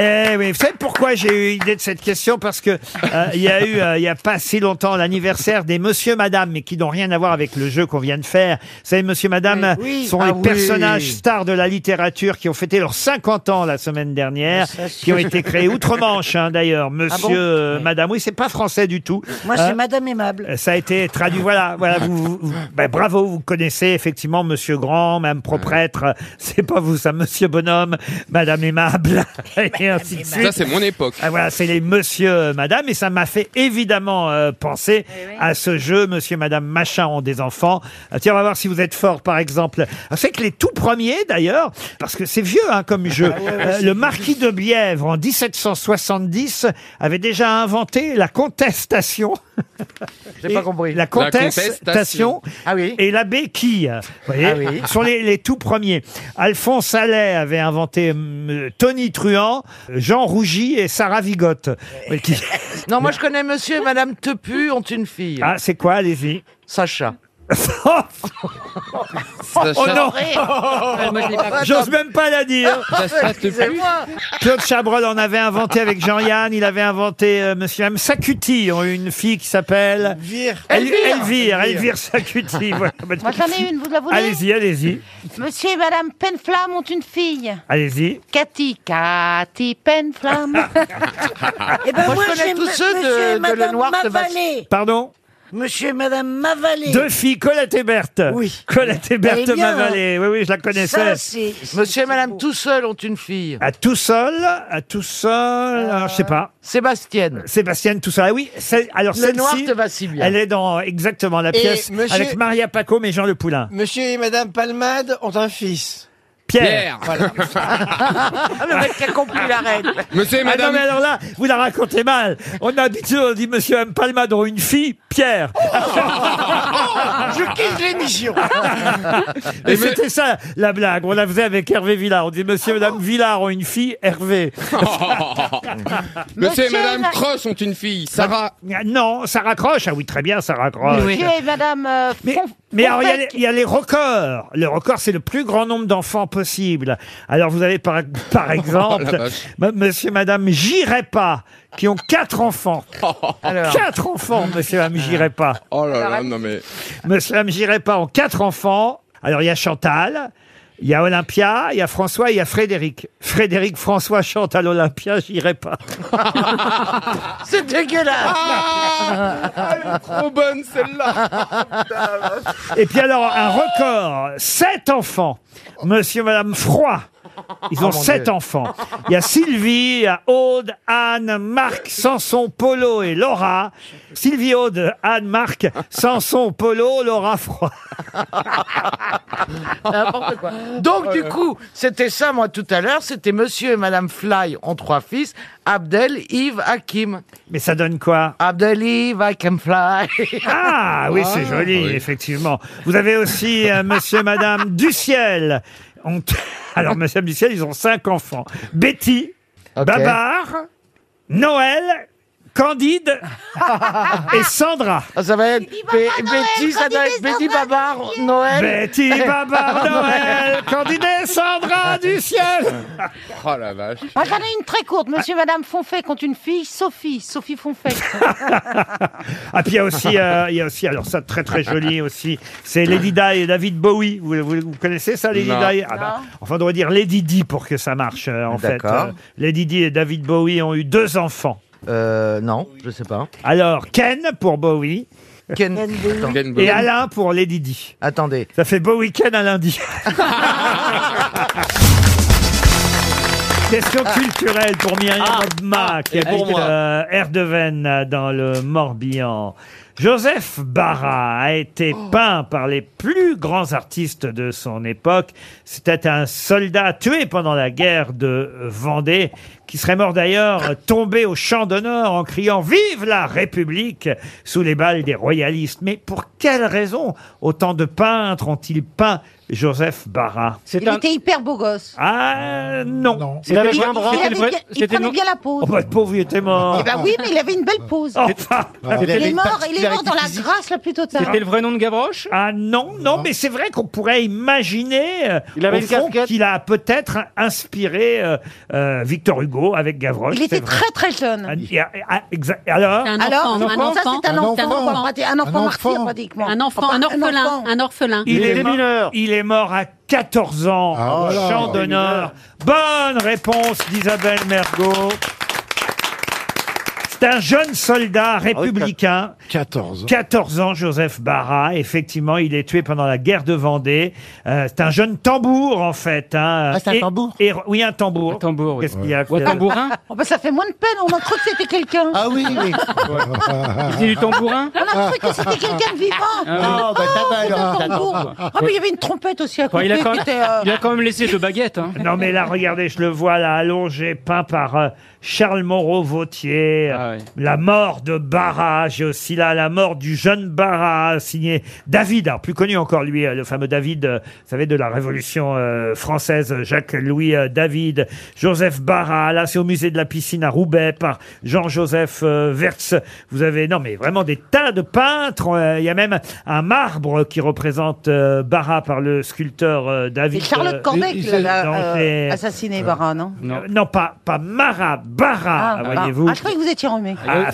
S1: Eh oui, vous savez pourquoi j'ai eu idée de cette question Parce que euh, il y a eu, euh, il y a pas si longtemps, l'anniversaire des Monsieur Madame, mais qui n'ont rien à voir avec le jeu qu'on vient de faire. Vous savez, Monsieur Madame
S2: Oui.
S1: sont
S2: Ah
S1: les
S2: oui.
S1: personnages stars de la littérature qui ont fêté leurs 50 ans la semaine dernière,
S2: Mais ça, c'est-
S1: qui ont été créés outre-Manche, hein, d'ailleurs. Monsieur,
S2: bon
S1: euh, Madame, oui, c'est pas français du tout.
S2: Moi,
S1: Hein
S2: c'est Madame Aimable.
S1: ça a été traduit. Voilà, voilà. Vous, vous- vous- ben, bravo, vous connaissez effectivement Monsieur Grand, Madame Proprêtre. euh, C'est pas vous, ça, Monsieur Bonhomme, Madame Aimable, [laughs] et ainsi de
S16: Ça,
S1: suite.
S16: c'est mon époque.
S1: Ah, voilà, c'est les Monsieur, euh, Madame, et ça m'a fait évidemment euh, penser à ce jeu. Monsieur, Madame, machin ont des enfants. Ah, tiens, on va voir si vous êtes fort, par exemple. Ah, C'est que les tout premiers, d'ailleurs, parce que c'est vieux hein, comme jeu. Euh, le marquis de Bièvre en 1770 avait déjà inventé la contestation. [laughs]
S6: J'ai pas compris.
S1: La contestation.
S6: Ah oui.
S1: Et la béquille. Vous voyez
S6: Ah oui.
S1: Ce sont les, les tout premiers. Alphonse Allais avait inventé hum, Tony Truant, Jean Rougy et Sarah Vigotte. Mais qui-
S6: Non, moi je connais Monsieur et Madame Tepu ont une fille.
S1: Ah, c'est quoi, allez-y
S6: Sacha.
S1: Oh,
S16: Sacha-
S1: oh non
S11: [laughs] Ouais, moi, je l'ai pas compris.
S1: Oh, J'ose même pas la dire
S16: Sacha te pue.
S6: Excusez-moi.
S1: Claude Chabrol en avait inventé avec Jean-Yann, il avait inventé euh, Monsieur M. Sacuti, ont eu une fille qui s'appelle...
S17: Vire.
S1: El- Elvire, Elvire Sacuti. voilà.
S12: Moi j'en ai une, vous la voulez
S1: Allez-y, allez-y,
S12: Monsieur et Madame Penflam ont une fille.
S1: allez-y.
S12: Cathy, Cathy Penflam.
S1: [laughs] Ah,
S2: Eh ben, moi,
S6: connais
S2: j'ai
S6: tous
S2: ma-
S6: ceux de-
S2: monsieur et
S6: de
S2: madame
S6: Lenoir de Vas-
S2: Mavalé.
S1: Pardon
S18: Monsieur et Madame Mavalé.
S1: Deux filles, Colette et Berthe. Oui.
S6: Eh
S1: Colette et Berthe
S18: Elle est bien, hein.
S1: Mavalé. Oui, oui, je la connaissais.
S6: Monsieur et Madame tout seuls ont une fille.
S1: À tout seul, à tout seul, euh, je sais pas. Sébastienne. Sébastienne, tout seul. Ah oui, c'est- alors
S6: Le
S1: celle-ci,
S6: noir te va si bien.
S1: Elle est dans exactement la
S19: Et
S1: pièce
S19: monsieur-
S1: avec Maria Paco et Jean Le Poulain.
S19: Monsieur et Madame Palmade ont
S18: [laughs]
S19: un fils.
S1: Pierre.
S19: Voilà.
S6: [laughs]
S18: Ah,
S6: Le mec qui a compris la règle.
S1: Ah non, mais alors là, vous la racontez mal. On a habitué, on dit Monsieur M. Palmade ont une fille, Pierre.
S19: [laughs] Je quitte l'émission.
S1: Et c'était ça, la blague. On la faisait avec Hervé Villard. On dit Monsieur
S2: Ah
S1: et Madame Villard ont une fille, Hervé.
S2: [laughs] Monsieur et Madame Cross ont une fille, Sarah.
S1: Ah, Non, ça raccroche. Ah oui, très bien, ça raccroche.
S12: Monsieur et Madame. euh, Fon-
S1: Mais alors, il y a
S12: Fonfec.
S1: les- il y, a les records. Le record, c'est le plus grand nombre d'enfants possible. Alors, vous avez par,
S2: [laughs]
S1: par exemple,
S2: Oh, la vache.
S1: m- monsieur et madame J'irai pas, qui ont quatre enfants.
S2: Alors.
S1: Quatre enfants, monsieur et madame J'irai pas.
S2: Oh là là, non mais.
S1: Monsieur et madame J'irai pas ont quatre enfants. Alors, il y a Chantal. Il y a Olympia, il y a François, il y a Frédéric. Frédéric, François, Chantal, Olympia, j'irai pas.
S6: C'est dégueulasse.
S16: Ah,
S2: trop bonne [laughs] celle-là.
S1: [laughs] Et puis alors, un record, sept enfants. Monsieur et Madame Froid. Ils ont
S2: Oh mon
S1: sept
S2: Dieu.
S1: enfants. Il y a Sylvie, il y a Aude, Anne, Marc, Samson, Polo et Laura. Sylvie, Aude, Anne, Marc, Samson, Polo,
S2: [laughs]
S1: Laura Froid.
S6: [laughs] N'importe quoi. Donc, du coup, c'était ça, moi, tout à l'heure. C'était monsieur et madame Fly ont trois fils. Abdel, Yves, Hakim.
S1: Mais ça donne quoi
S6: Abdel, Yves, Hakim, Fly.
S1: Ah oui, c'est joli, effectivement. Vous avez aussi euh, monsieur et madame Duciel. Ont- [laughs] Alors, monsieur et madame Duciel, ils ont cinq enfants. Betty, Babar, Noël, Candide et Sandra.
S3: Ah,
S6: Ça va être Bé- Betty, ça doit être Betty Babar,
S3: [laughs]
S6: Noël.
S1: Betty, Babar, Noël, Candide et Sandra
S3: Ah,
S1: du ciel.
S2: Oh la vache.
S12: Moi, Ah, j'en ai une très courte. Monsieur et Madame Fonfay ont une fille, Sophie. Sophie Fonfay.
S1: [laughs] Ah, puis il y a aussi, euh, il y a aussi, alors ça, très très joli aussi, c'est Lady Di et David Bowie. Vous, vous- vous connaissez ça, Lady
S6: Non.
S1: Di Ah bah, Enfin, on doit dire Lady Di pour que ça marche, euh, en fait.
S6: D'accord.
S1: Euh, Lady Di et David Bowie ont eu deux enfants.
S6: Euh, non, je sais pas.
S1: Alors, Ken pour Bowie.
S6: Ken, Attends. Ken Bowie.
S1: et Alain pour Lady Di.
S6: Attendez.
S1: Ça fait beau week-end à
S6: [laughs]
S1: lundi. Question culturelle pour Myriam Obma, qui
S6: et pour
S1: habite
S6: moi.
S1: euh, Erdeven, dans le Morbihan. Joseph Barra a été
S12: Oh.
S1: peint par les plus grands artistes de son époque. C'était un soldat tué pendant la guerre de Vendée, qui serait mort d'ailleurs euh, tombé au champ d'honneur en criant Vive la République sous les balles des royalistes. Mais pour quelle raison autant de peintres ont-ils peint Joseph Barra
S12: Il était hyper beau gosse.
S1: ah non.
S12: C'était Il- Rembrandt. il avait bien- il prenait bien la pause.
S1: Oh, bah, le pauvre, il était mort.
S12: Eh ben oui, mais il avait une belle pose.
S1: Enfin.
S12: Il est mort, il est mort dans la grâce la plus totale.
S1: vrai nom de Gavroche Ah non, non, mais c'est vrai qu'on pourrait imaginer euh,
S6: Il avait
S1: au
S6: une
S1: fond, qu'il a peut-être inspiré euh, euh, Victor Hugo avec Gavroche.
S12: Il était
S1: c'est vrai.
S12: très très jeune.
S1: Ah, et- ah, exa- et Alors
S11: Un
S12: Alors,
S11: enfant, hein.
S12: non,
S11: un
S12: ça,
S11: enfant,
S12: c'est un enfant, un enfant, un enfant
S11: Un
S12: martyr,
S11: enfant.
S12: pratiquement.
S11: Un enfant,
S12: Enfin,
S11: un
S12: un
S11: orphelin,
S12: enfant.
S11: un orphelin.
S1: il, est mort, il est mort à 14 ans
S6: Ah,
S1: au
S6: voilà.
S1: champ
S6: Il est
S1: d'honneur. Bonne réponse d'Isabelle Mergot. C'est un jeune soldat républicain.
S3: 14.
S1: 14 ans, Joseph Barra. Effectivement, il est tué pendant la guerre de Vendée. Euh, c'est un jeune tambour, en fait. Hein.
S12: Ah, c'est un
S1: Et-
S12: tambour
S1: et- Oui, un tambour. Qu'est-ce qu'il y a Pierre
S4: hein.
S12: Oh, bah, ça fait moins de peine, on a cru que c'était quelqu'un. Ah oui, oui.
S4: C'est du hein. tambourin
S12: On a cru que c'était quelqu'un de vivant.
S4: Ah oui. bah, t'as
S12: Oh,
S4: mal,
S12: c'est un
S4: hein.
S12: tambour. Ah, mais il y avait une trompette aussi à
S4: Enfin,
S12: côté
S4: il, a quand
S12: qui était... euh,
S4: même, il a quand même laissé deux baguettes. Hein.
S1: Non, mais là, regardez, je le vois là, allongé, peint par euh, Charles Moreau-Vautier.
S4: Ah
S1: La mort de Barra. J'ai aussi là la mort du jeune Barra, signé David. Alors, plus connu encore, lui, euh, le fameux David, euh, vous savez, de la Révolution euh, française, euh, Jacques-Louis euh, David. Joseph Barra, là, c'est au musée de la piscine à Roubaix, par Jean-Joseph euh, Wertz. Vous avez, non, mais vraiment des tas de peintres. Euh, Il y a même un marbre qui représente euh, Barra par le sculpteur euh, David.
S12: C'est Charlotte
S1: euh,
S12: Corday qui
S1: non,
S12: l'a euh,
S1: c'est-
S12: assassiné, Barra, non
S1: non. Euh, non, pas, pas Marat, Barra, euh,
S12: Ah,
S1: voyez-vous.
S12: Ah, je croyais que vous étiez remis.
S1: Ah.
S12: [laughs]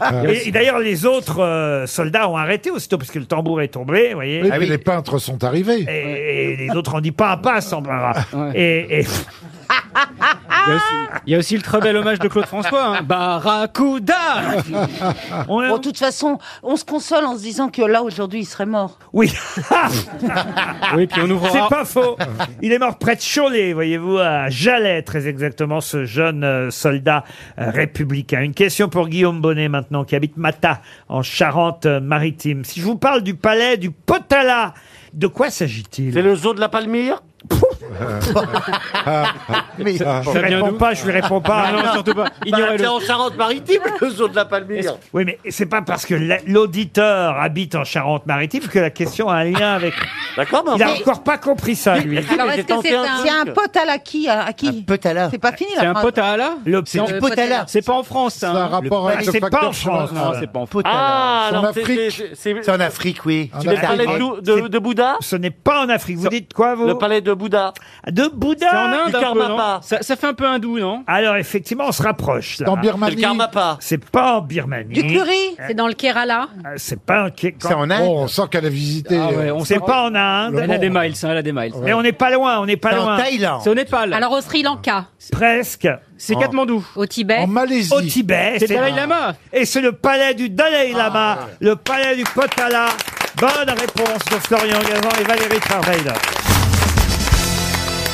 S12: Ah,
S1: et et d'ailleurs, les autres euh, soldats ont arrêté aussitôt parce que le tambour est tombé, vous voyez.
S3: Oui, mais les peintres sont arrivés.
S1: Et, et les autres ont dit pas à pas sans Barra. Et, et-
S3: [laughs] Il y a aussi- Il y a aussi le très bel hommage de Claude François. Hein. Barracuda
S12: Bon, de toute façon, on se console en se disant que là, aujourd'hui, il serait mort. [laughs]
S1: Oui.
S3: [laughs] Oui, puis on ouvrira-
S1: C'est pas faux. Il est mort près de Cholet, voyez-vous, à Jalais, très exactement, ce jeune euh, soldat euh, républicain. Une question pour Guillaume Bonnet maintenant, qui habite Mata, en Charente-Maritime. Si je vous parle du palais du Potala, de quoi s'agit-il C'est le zoo de la [laughs] Palmyre mais
S20: Ça
S1: je lui
S20: vient
S1: réponds
S20: d'où
S1: pas, je lui réponds pas. Bah,
S20: Non, non, surtout pas. Ignorez-le.
S1: c'est
S20: Charente-Maritime, le zoo de la Palmyre.
S1: Oui, mais c'est pas parce que la- l'auditeur habite en Charente-Maritime que la question a un
S4: [laughs]
S1: lien avec. D'accord,
S12: mais
S1: Il a
S12: enfin-
S1: encore pas compris ça, lui.
S12: C'est un pote à la qui à, à qui Un pote à la. C'est pas fini la
S3: C'est un
S12: phrase.
S3: pot à Allah
S1: Le
S12: C'est du pot à la.
S3: C'est pas en France, ça. C'est un
S12: rapport avec le
S3: C'est pas en
S12: facteur
S3: France.
S12: chance.
S3: Non, c'est pas en France.
S12: Pot à la.
S4: Ah, alors c'est- c'est- c'est-
S21: C'est en Afrique, oui.
S4: Tu veux parler de, tout- de- de Bouddha
S1: Ce n'est pas en Afrique. Vous dites quoi, vous
S4: Le palais de Bouddha.
S1: De Bouddha
S3: C'est en Inde,
S4: Du
S3: un peu,
S4: Karmapa.
S3: non ça, ça fait un peu hindou, non
S1: Alors, effectivement, on se rapproche. là.
S3: C'est en Birmanie. C'est le Karmapa.
S1: C'est pas en Birmanie.
S11: C'est dans le Kerala.
S1: Euh, C'est pas en Ke-
S22: C'est en Inde. Oh, on sent qu'elle a visité.
S3: Ah ouais, on
S1: C'est
S3: sent-
S1: pas en Inde. Oh.
S3: Elle a des miles, hein, elle a des miles.
S1: Mais on n'est pas loin, on n'est pas
S3: C'est en
S1: loin.
S3: Thaïlande. C'est au Népal.
S11: Alors au Sri Lanka.
S1: Presque.
S3: C'est Katmandou.
S11: Au Tibet. En
S22: Malaisie.
S1: Au Tibet.
S3: C'est le Dalai Lama.
S1: Eh, Et c'est le palais du Dalai Lama,
S22: Ah.
S1: le palais du Potala. Bonne réponse de Florian Gazan et Valérie Travail.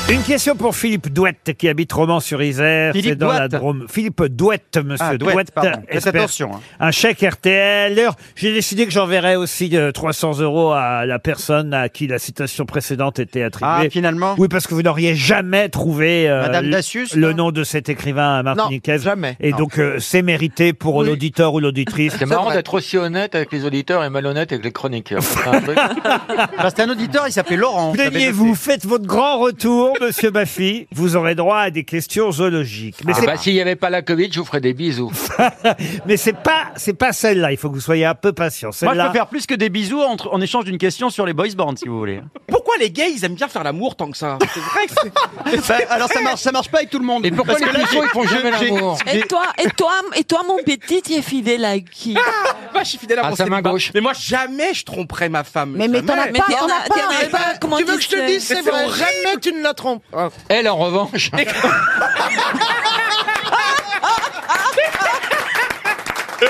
S1: Une question pour Philippe Douette qui habite Romans-sur-Isère.
S6: Philippe
S1: c'est dans la
S6: Douette.
S1: Drôme. Philippe Douette, monsieur
S6: Ah, Douette,
S1: Douette.
S6: pardon. Faites
S1: espère
S6: attention, hein.
S1: Un chèque RTL. D'ailleurs, J'ai décidé que j'enverrais aussi euh, 300 euros à la personne à qui la citation précédente était attribuée.
S6: Ah, finalement
S1: Oui, parce que vous n'auriez jamais trouvé euh,
S6: Madame
S1: le-
S6: Dacius,
S1: le nom de cet écrivain martiniquais. jamais. Et donc, euh, c'est mérité pour l'auditeur ou l'auditrice.
S23: C'est marrant d'être aussi honnête avec les auditeurs et malhonnête avec les chroniqueurs. C'est un
S6: [laughs]
S23: truc.
S6: C'est un auditeur, il s'appelle Laurent.
S1: Plaignez-vous, faites votre grand retour, monsieur Baffy. Vous aurez droit à des questions zoologiques. Mais
S23: Ah
S1: c'est
S23: bah, s'il n'y avait pas la Covid, je vous ferais des
S6: [laughs]
S23: bisous.
S1: [laughs] mais c'est pas, c'est pas celle-là. Il faut que vous soyez un peu patient.
S6: Moi, je peux
S1: Celle-là.
S6: faire plus que des bisous en, en échange d'une question sur les boys bands, si vous voulez.
S4: Pourquoi les gays, ils aiment bien faire l'amour tant que
S6: [laughs]
S4: ça C'est vrai que [laughs] c'est-
S6: Bah, alors, ça marche, ça marche pas avec tout le monde.
S4: Et pourquoi les
S6: j'ai-
S4: bisous, ils font jamais
S6: j'ai-
S4: l'amour
S6: j'ai-
S16: Et toi, et toi, et toi, mon petit, tu es fidèle à qui
S4: Moi, je suis fidèle à
S16: Ah,
S4: mon
S16: sa main
S4: célibat. Mais moi, jamais je tromperais ma femme.
S16: Mais- mais t'en as
S4: Jamais.
S16: Mais pas, t'en t'en as- as pas, t'en as hein. pas, comment
S2: tu veux que
S16: tu
S2: je te le
S16: sais
S2: dise, c'est
S16: Mais
S2: vrai.
S16: c'est
S2: Jamais tu ne la trompes.
S23: Eh, Elle, en
S6: [laughs]
S4: Eh,
S23: revanche.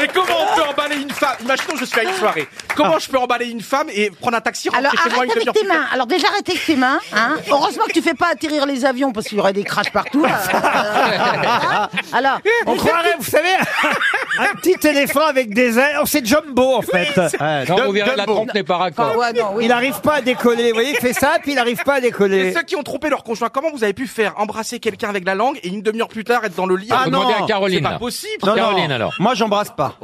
S4: Et comment on peut emballer une femme Imaginons, je suis à une soirée. Comment je peux emballer une femme et prendre un taxi, rentrer
S12: Alors
S4: chez moi
S12: arrête
S4: une
S12: avec
S4: demi-heure
S12: tes
S4: plus tard
S12: mains. Alors déjà arrête avec tes mains. Hein. Heureusement que tu fais pas atterrir les avions parce qu'il y aurait des crashs partout.
S1: [laughs]
S2: Ah,
S12: hein. Alors
S1: On croirait, vous savez, un petit téléphone avec des ailes. Oh, c'est Jumbo, en fait.
S23: non, vous verrez, la trompe n'est pas raccord.
S1: Il n'arrive pas à décoller. Vous voyez, il fait ça, puis il n'arrive pas à
S4: Et
S1: décoller.
S4: ceux qui ont trompé leur conjoint, comment vous avez pu faire embrasser quelqu'un avec la langue et une demi-heure plus tard être dans le lit
S6: Ah non,
S4: C'est pas possible.
S6: Moi, j'embrasse pas.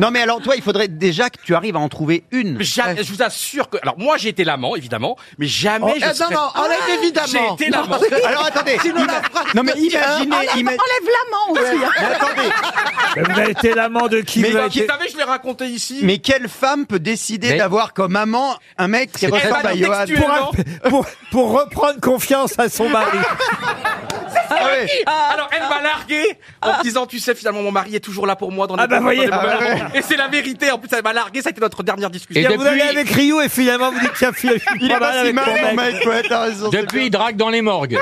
S6: non, mais alors toi, il faudrait déjà que tu arrives à en trouver une.
S4: Mais jamais- je vous assure que. Alors moi j'ai été l'amant évidemment, mais jamais
S6: Oh,
S4: je.
S6: eh, non,
S4: serais-
S6: non, enlève évidemment.
S4: J'ai été
S6: Non,
S4: l'amant.
S6: oui. Alors, attendez, Sinon, la ima- phrase- non, mais imaginez-
S4: hein.
S12: enlève,
S1: Ah,
S6: ima-
S12: enlève la main aussi. hein.
S1: Mais Vous avez été l'amant de qui
S6: Mais
S1: vous avez
S6: qui
S1: été-
S4: Vous savez, je l'ai raconté ici.
S6: Mais quelle femme peut décider d'avoir comme amant un mec qui
S1: Eh ben,
S6: ressemble à Johan
S1: pour, un- pour- pour reprendre confiance à son
S6: [laughs]
S1: mari.
S4: Ah ouais. Alors elle m'a largué en me disant tu sais finalement mon mari est toujours là pour moi dans les
S1: Ah bah,
S4: bons moments,
S1: voyez.
S4: dans les mauvais
S1: Ah ouais.
S4: moments. et c'est la vérité en plus elle m'a largué ça a été notre dernière discussion
S1: Vous allez avec Rio et finalement vous dites tiens,
S6: [laughs]
S1: Phil, je suis
S4: Il
S1: pas
S4: est pas
S1: mal
S4: si
S1: avec
S4: mal,
S1: mon
S4: mon
S1: mec.
S4: mec, ouais, t'as raison, c'est
S23: Depuis, il drague dans les morgues.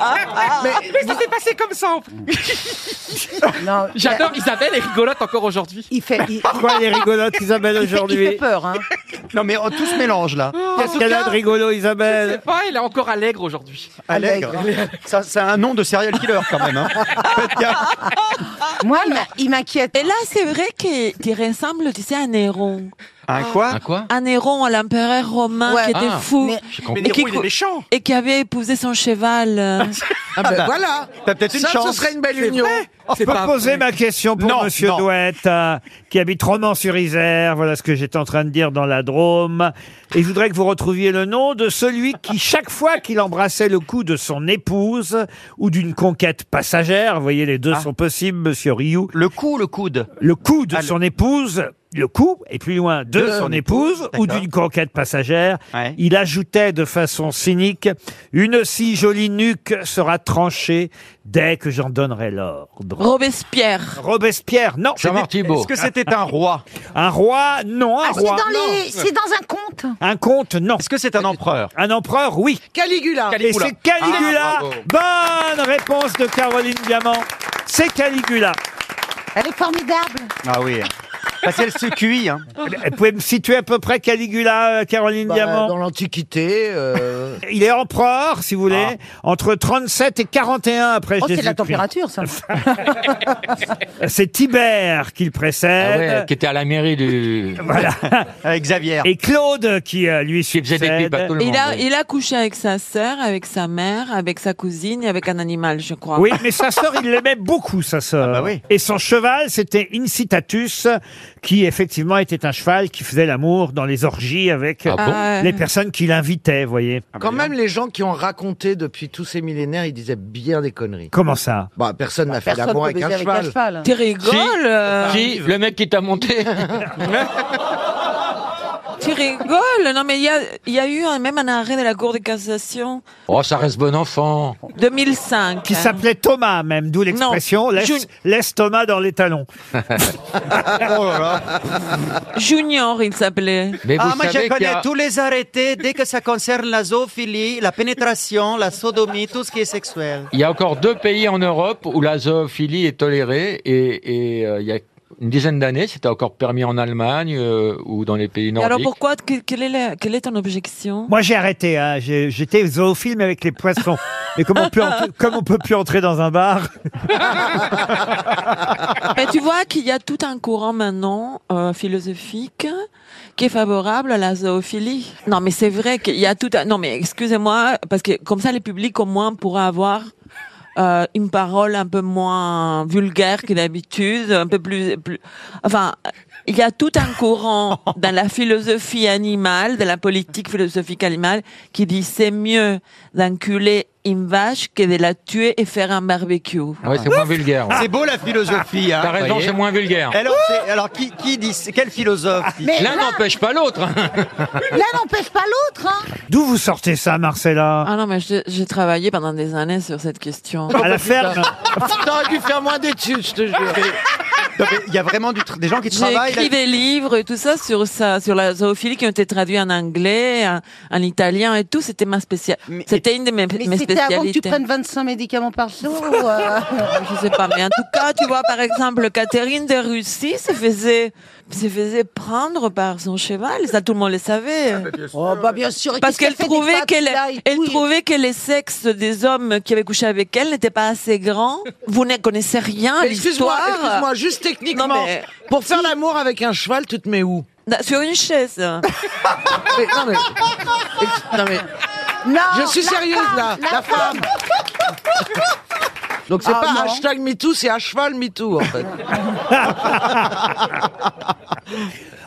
S1: Ah,
S4: mais ça s'est passé comme ça en plus
S6: [laughs]
S4: j'adore Isabelle est rigolote encore aujourd'hui
S12: il fait il-
S1: Pourquoi elle est rigolote, [laughs] Isabelle,
S12: il fait-
S1: aujourd'hui
S12: Il fait peur. Hein.
S6: [laughs] Non, mais on- tout se mélange là.
S1: Qu'est-ce qu'elle a de rigolo, Isabelle
S4: pas elle est encore allègre aujourd'hui
S6: Allègre. [laughs] Ça, c'est un nom de serial killer quand même. hein.
S12: Ah, Moi, il m'a- il m'inquiète.
S16: Ah, Et là, c'est vrai que tu ressembles, tu sais, à Néron.
S6: Un quoi Un quoi
S16: À Néron, à l'empereur romain
S12: Ouais.
S16: qui était
S12: Ah,
S16: fou.
S12: mais-
S6: Je comprends.
S16: Et
S6: Mais Néron,
S16: qui
S6: il est
S16: cou-
S6: méchant.
S16: Et qui avait épousé son [laughs] cheval. euh.
S6: Ah bah, T'as peut-être une
S16: Ça, ce
S6: chance.
S16: serait une belle C'est union. Oh, vrai
S1: Je peux poser ma question pour
S6: Non,
S1: Monsieur
S6: non.
S1: Douette, euh, qui habite Romans-sur-Isère. Voilà ce que j'étais en train de dire dans la Drôme. Et je voudrais que vous retrouviez le nom de celui qui, chaque fois qu'il embrassait le cou de son épouse ou d'une conquête
S6: Ah.
S1: passagère, vous voyez, les deux sont possibles, Monsieur Rioux.
S6: Le cou, le coude.
S1: Le cou de son épouse le coup, et plus loin de,
S24: De
S1: son,
S24: son
S1: épouse, ou d'une conquête passagère, il ajoutait de façon cynique Une si jolie nuque sera tranchée dès que j'en donnerai l'ordre.
S16: Robespierre.
S1: Robespierre, non.
S16: Jean-Marc Thibault.
S1: Est-ce que c'était un roi [laughs] Un roi, non, un
S12: Ah, c'est
S1: roi.
S12: dans, les-
S1: non.
S12: c'est dans un conte.
S1: Un comte, non. Est-ce que c'est un empereur Un empereur, oui.
S12: Caligula.
S1: Et c'est Caligula. Ah, Bonne réponse de Caroline Diamant. C'est Caligula.
S12: Elle est formidable.
S1: Ah oui. [laughs] Parce qu'elle se cuit. Hein. Vous pouvez me situer à peu près Caligula, euh, Caroline
S6: Bah,
S1: Diamant
S6: dans euh.
S1: l'Antiquité. Il est empereur, si vous voulez,
S6: Ah.
S1: entre 37 et 41 après
S12: Oh, c'est de la
S1: Jésus-Christ.
S12: température, ça.
S1: [laughs] C'est Tibère qu'il précède.
S5: Ah ouais, qui était à la mairie du.
S1: Voilà.
S5: Avec Xavier.
S1: Et Claude qui euh, lui succède.
S5: faisait des clips à tout
S16: Il a, il a couché avec sa sœur, avec sa mère, avec sa cousine, et avec un animal, je crois.
S1: Oui,
S12: [laughs]
S1: mais sa sœur, il l'aimait beaucoup, sa sœur. Et son cheval, c'était Incitatus, qui effectivement était un cheval qui faisait l'amour dans les orgies avec
S6: Ah bon
S1: euh, les personnes qu'il invitait, voyez.
S6: Quand même, les gens qui ont raconté depuis tous ces millénaires, ils disaient bien des conneries.
S1: Comment ça
S6: Bah, personne n'a fait
S5: personne
S6: l'amour
S5: peut
S6: avec, un
S5: baiser avec un
S6: cheval.
S5: cheval. T'es rigolo, Si. euh. Si, le mec qui t'a
S1: [laughs]
S5: monté.
S16: Tu rigoles Non, mais il y a, il y a eu un- même un arrêt de la Cour de cassation
S5: Oh, ça reste bon
S6: Oh.
S5: enfant.
S16: 2005.
S1: Qui s'appelait Thomas, même, d'où l'expression laisse,
S16: Jun-
S1: laisse Thomas dans les talons.
S24: Oh
S16: Junior, il s'appelait.
S24: ah, moi je connais tous les arrêtés dès que ça concerne la zoophilie, la pénétration, la sodomie, tout ce qui est sexuel.
S5: Il y a encore deux pays en Europe où la zoophilie est tolérée et, et, euh, il y a une dizaine d'années, c'était encore permis en Allemagne euh, ou dans les pays
S16: Et
S5: nordiques.
S16: alors pourquoi que- quelle est, la- quelle est ton objection
S1: Moi, j'ai arrêté. hein. J'ai- J'étais zoophile, mais avec les poissons. Et comme on, peut en- comme on peut plus entrer dans un bar.
S16: [laughs] Mais tu vois qu'il y a tout un courant maintenant euh, philosophique qui est favorable à la zoophilie. Non, mais c'est vrai qu'il y a tout un. Non, mais excusez-moi, parce que comme ça, le public au moins pourra avoir euh, une parole un peu moins vulgaire que d'habitude, un peu plus, plus. Enfin, il y a tout un courant dans la philosophie animale, de la politique philosophique animale, qui dit c'est mieux d'enculer une vache que de la tuer et faire un barbecue.
S5: Ouais, c'est moins vulgaire. Ah ouais.
S24: C'est beau la philosophie. Hein,
S5: T'as raison,
S24: voyez.
S5: c'est moins vulgaire.
S24: Alors, c'est- alors, qui, qui dit, quel philosophe dit-
S12: Mais
S5: L'un
S12: là-
S5: n'empêche pas l'autre.
S12: L'un n'empêche pas l'autre. Hein.
S1: D'où vous sortez ça, Marcella
S16: Ah non, mais je- j'ai travaillé pendant des années sur cette question.
S1: À la ferme
S6: T'aurais dû faire moins d'études, je te jure.
S25: Non, mais Il y a vraiment du tr- des gens qui
S16: J'ai
S25: travaillent.
S16: écrit
S25: là-
S16: des livres et tout ça sur ça, sur la zoophilie qui ont été traduits en anglais, en, en italien et tout. C'était ma spécial. C'était une de mes,
S12: Mais
S16: mes
S12: c'était avant que tu
S16: spécialités.
S12: prennes 25 médicaments par jour. ou,
S4: [laughs]
S12: euh,
S16: Je sais pas, mais en tout cas, tu vois, par exemple, Catherine de Russie se faisait, se faisait prendre par son cheval. Ça, tout le monde le savait.
S12: Oh, bah, bien sûr.
S16: Parce
S12: qu'est-ce
S16: qu'elle
S12: fait des
S16: trouvait
S12: pattes,
S16: qu'elle,
S12: là, et
S16: elle
S12: tout, et-
S16: trouvait que les sexes des hommes qui avaient couché avec elle n'étaient pas assez grands. Vous ne connaissez rien à
S6: Mais Excuse-moi,
S16: l'histoire.
S6: excuse-moi, juste techniquement.
S16: Non, mais- Bah,
S6: Pour faire l'amour avec un cheval, tu te mets où
S16: Sur une chaise.
S6: [laughs] Mais- non, mais, ex- non, mais- je suis
S12: la
S6: sérieuse
S12: femme,
S6: là,
S12: la
S6: la, femme. Donc c'est
S12: Ah,
S6: pas
S12: non.
S6: hashtag MeToo, c'est à cheval MeToo
S25: [laughs]
S6: en fait.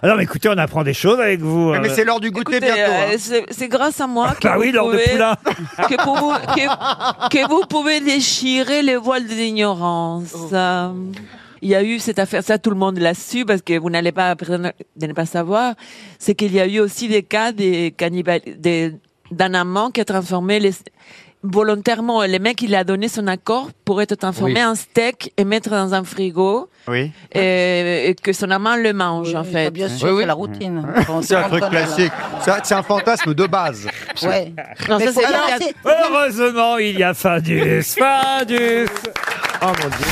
S1: Alors, écoutez, on apprend des choses avec vous.
S16: Eh,
S25: Mais
S1: euh.
S25: c'est l'heure du goûter
S16: Écoutez,
S25: bientôt.
S16: euh,
S25: hein.
S16: c'est- C'est grâce à moi que,
S1: Bah
S16: vous
S1: oui, Laure de
S16: pouvez,
S1: Poulain.
S16: [laughs] que, pour vous, que- que vous pouvez déchirer les voiles de l'ignorance.
S25: Oh.
S16: Euh, Il y a eu cette affaire, ça tout le monde l'a su parce que vous n'allez pas prétendre de ne pas savoir, c'est qu'il y a eu aussi des cas des cannibales, des- d'un amant qui a transformé les, volontairement le mec il a donné son accord pour être transformé
S5: Oui.
S16: en steak et mettre dans un frigo
S5: Oui.
S16: Euh, et, et que son amant le mange en fait.
S12: Bien sûr, c'est la
S6: Mmh.
S12: routine.
S25: Mmh. C'est un truc classique. Ça, C'est un fantasme de base.
S12: Ouais.
S16: Non,
S12: Mais
S16: ça,
S12: faut
S16: c'est-
S12: dire,
S16: alors,
S12: c'est-
S1: Heureusement, il y a Fadus. Fadus. Oh mon dieu.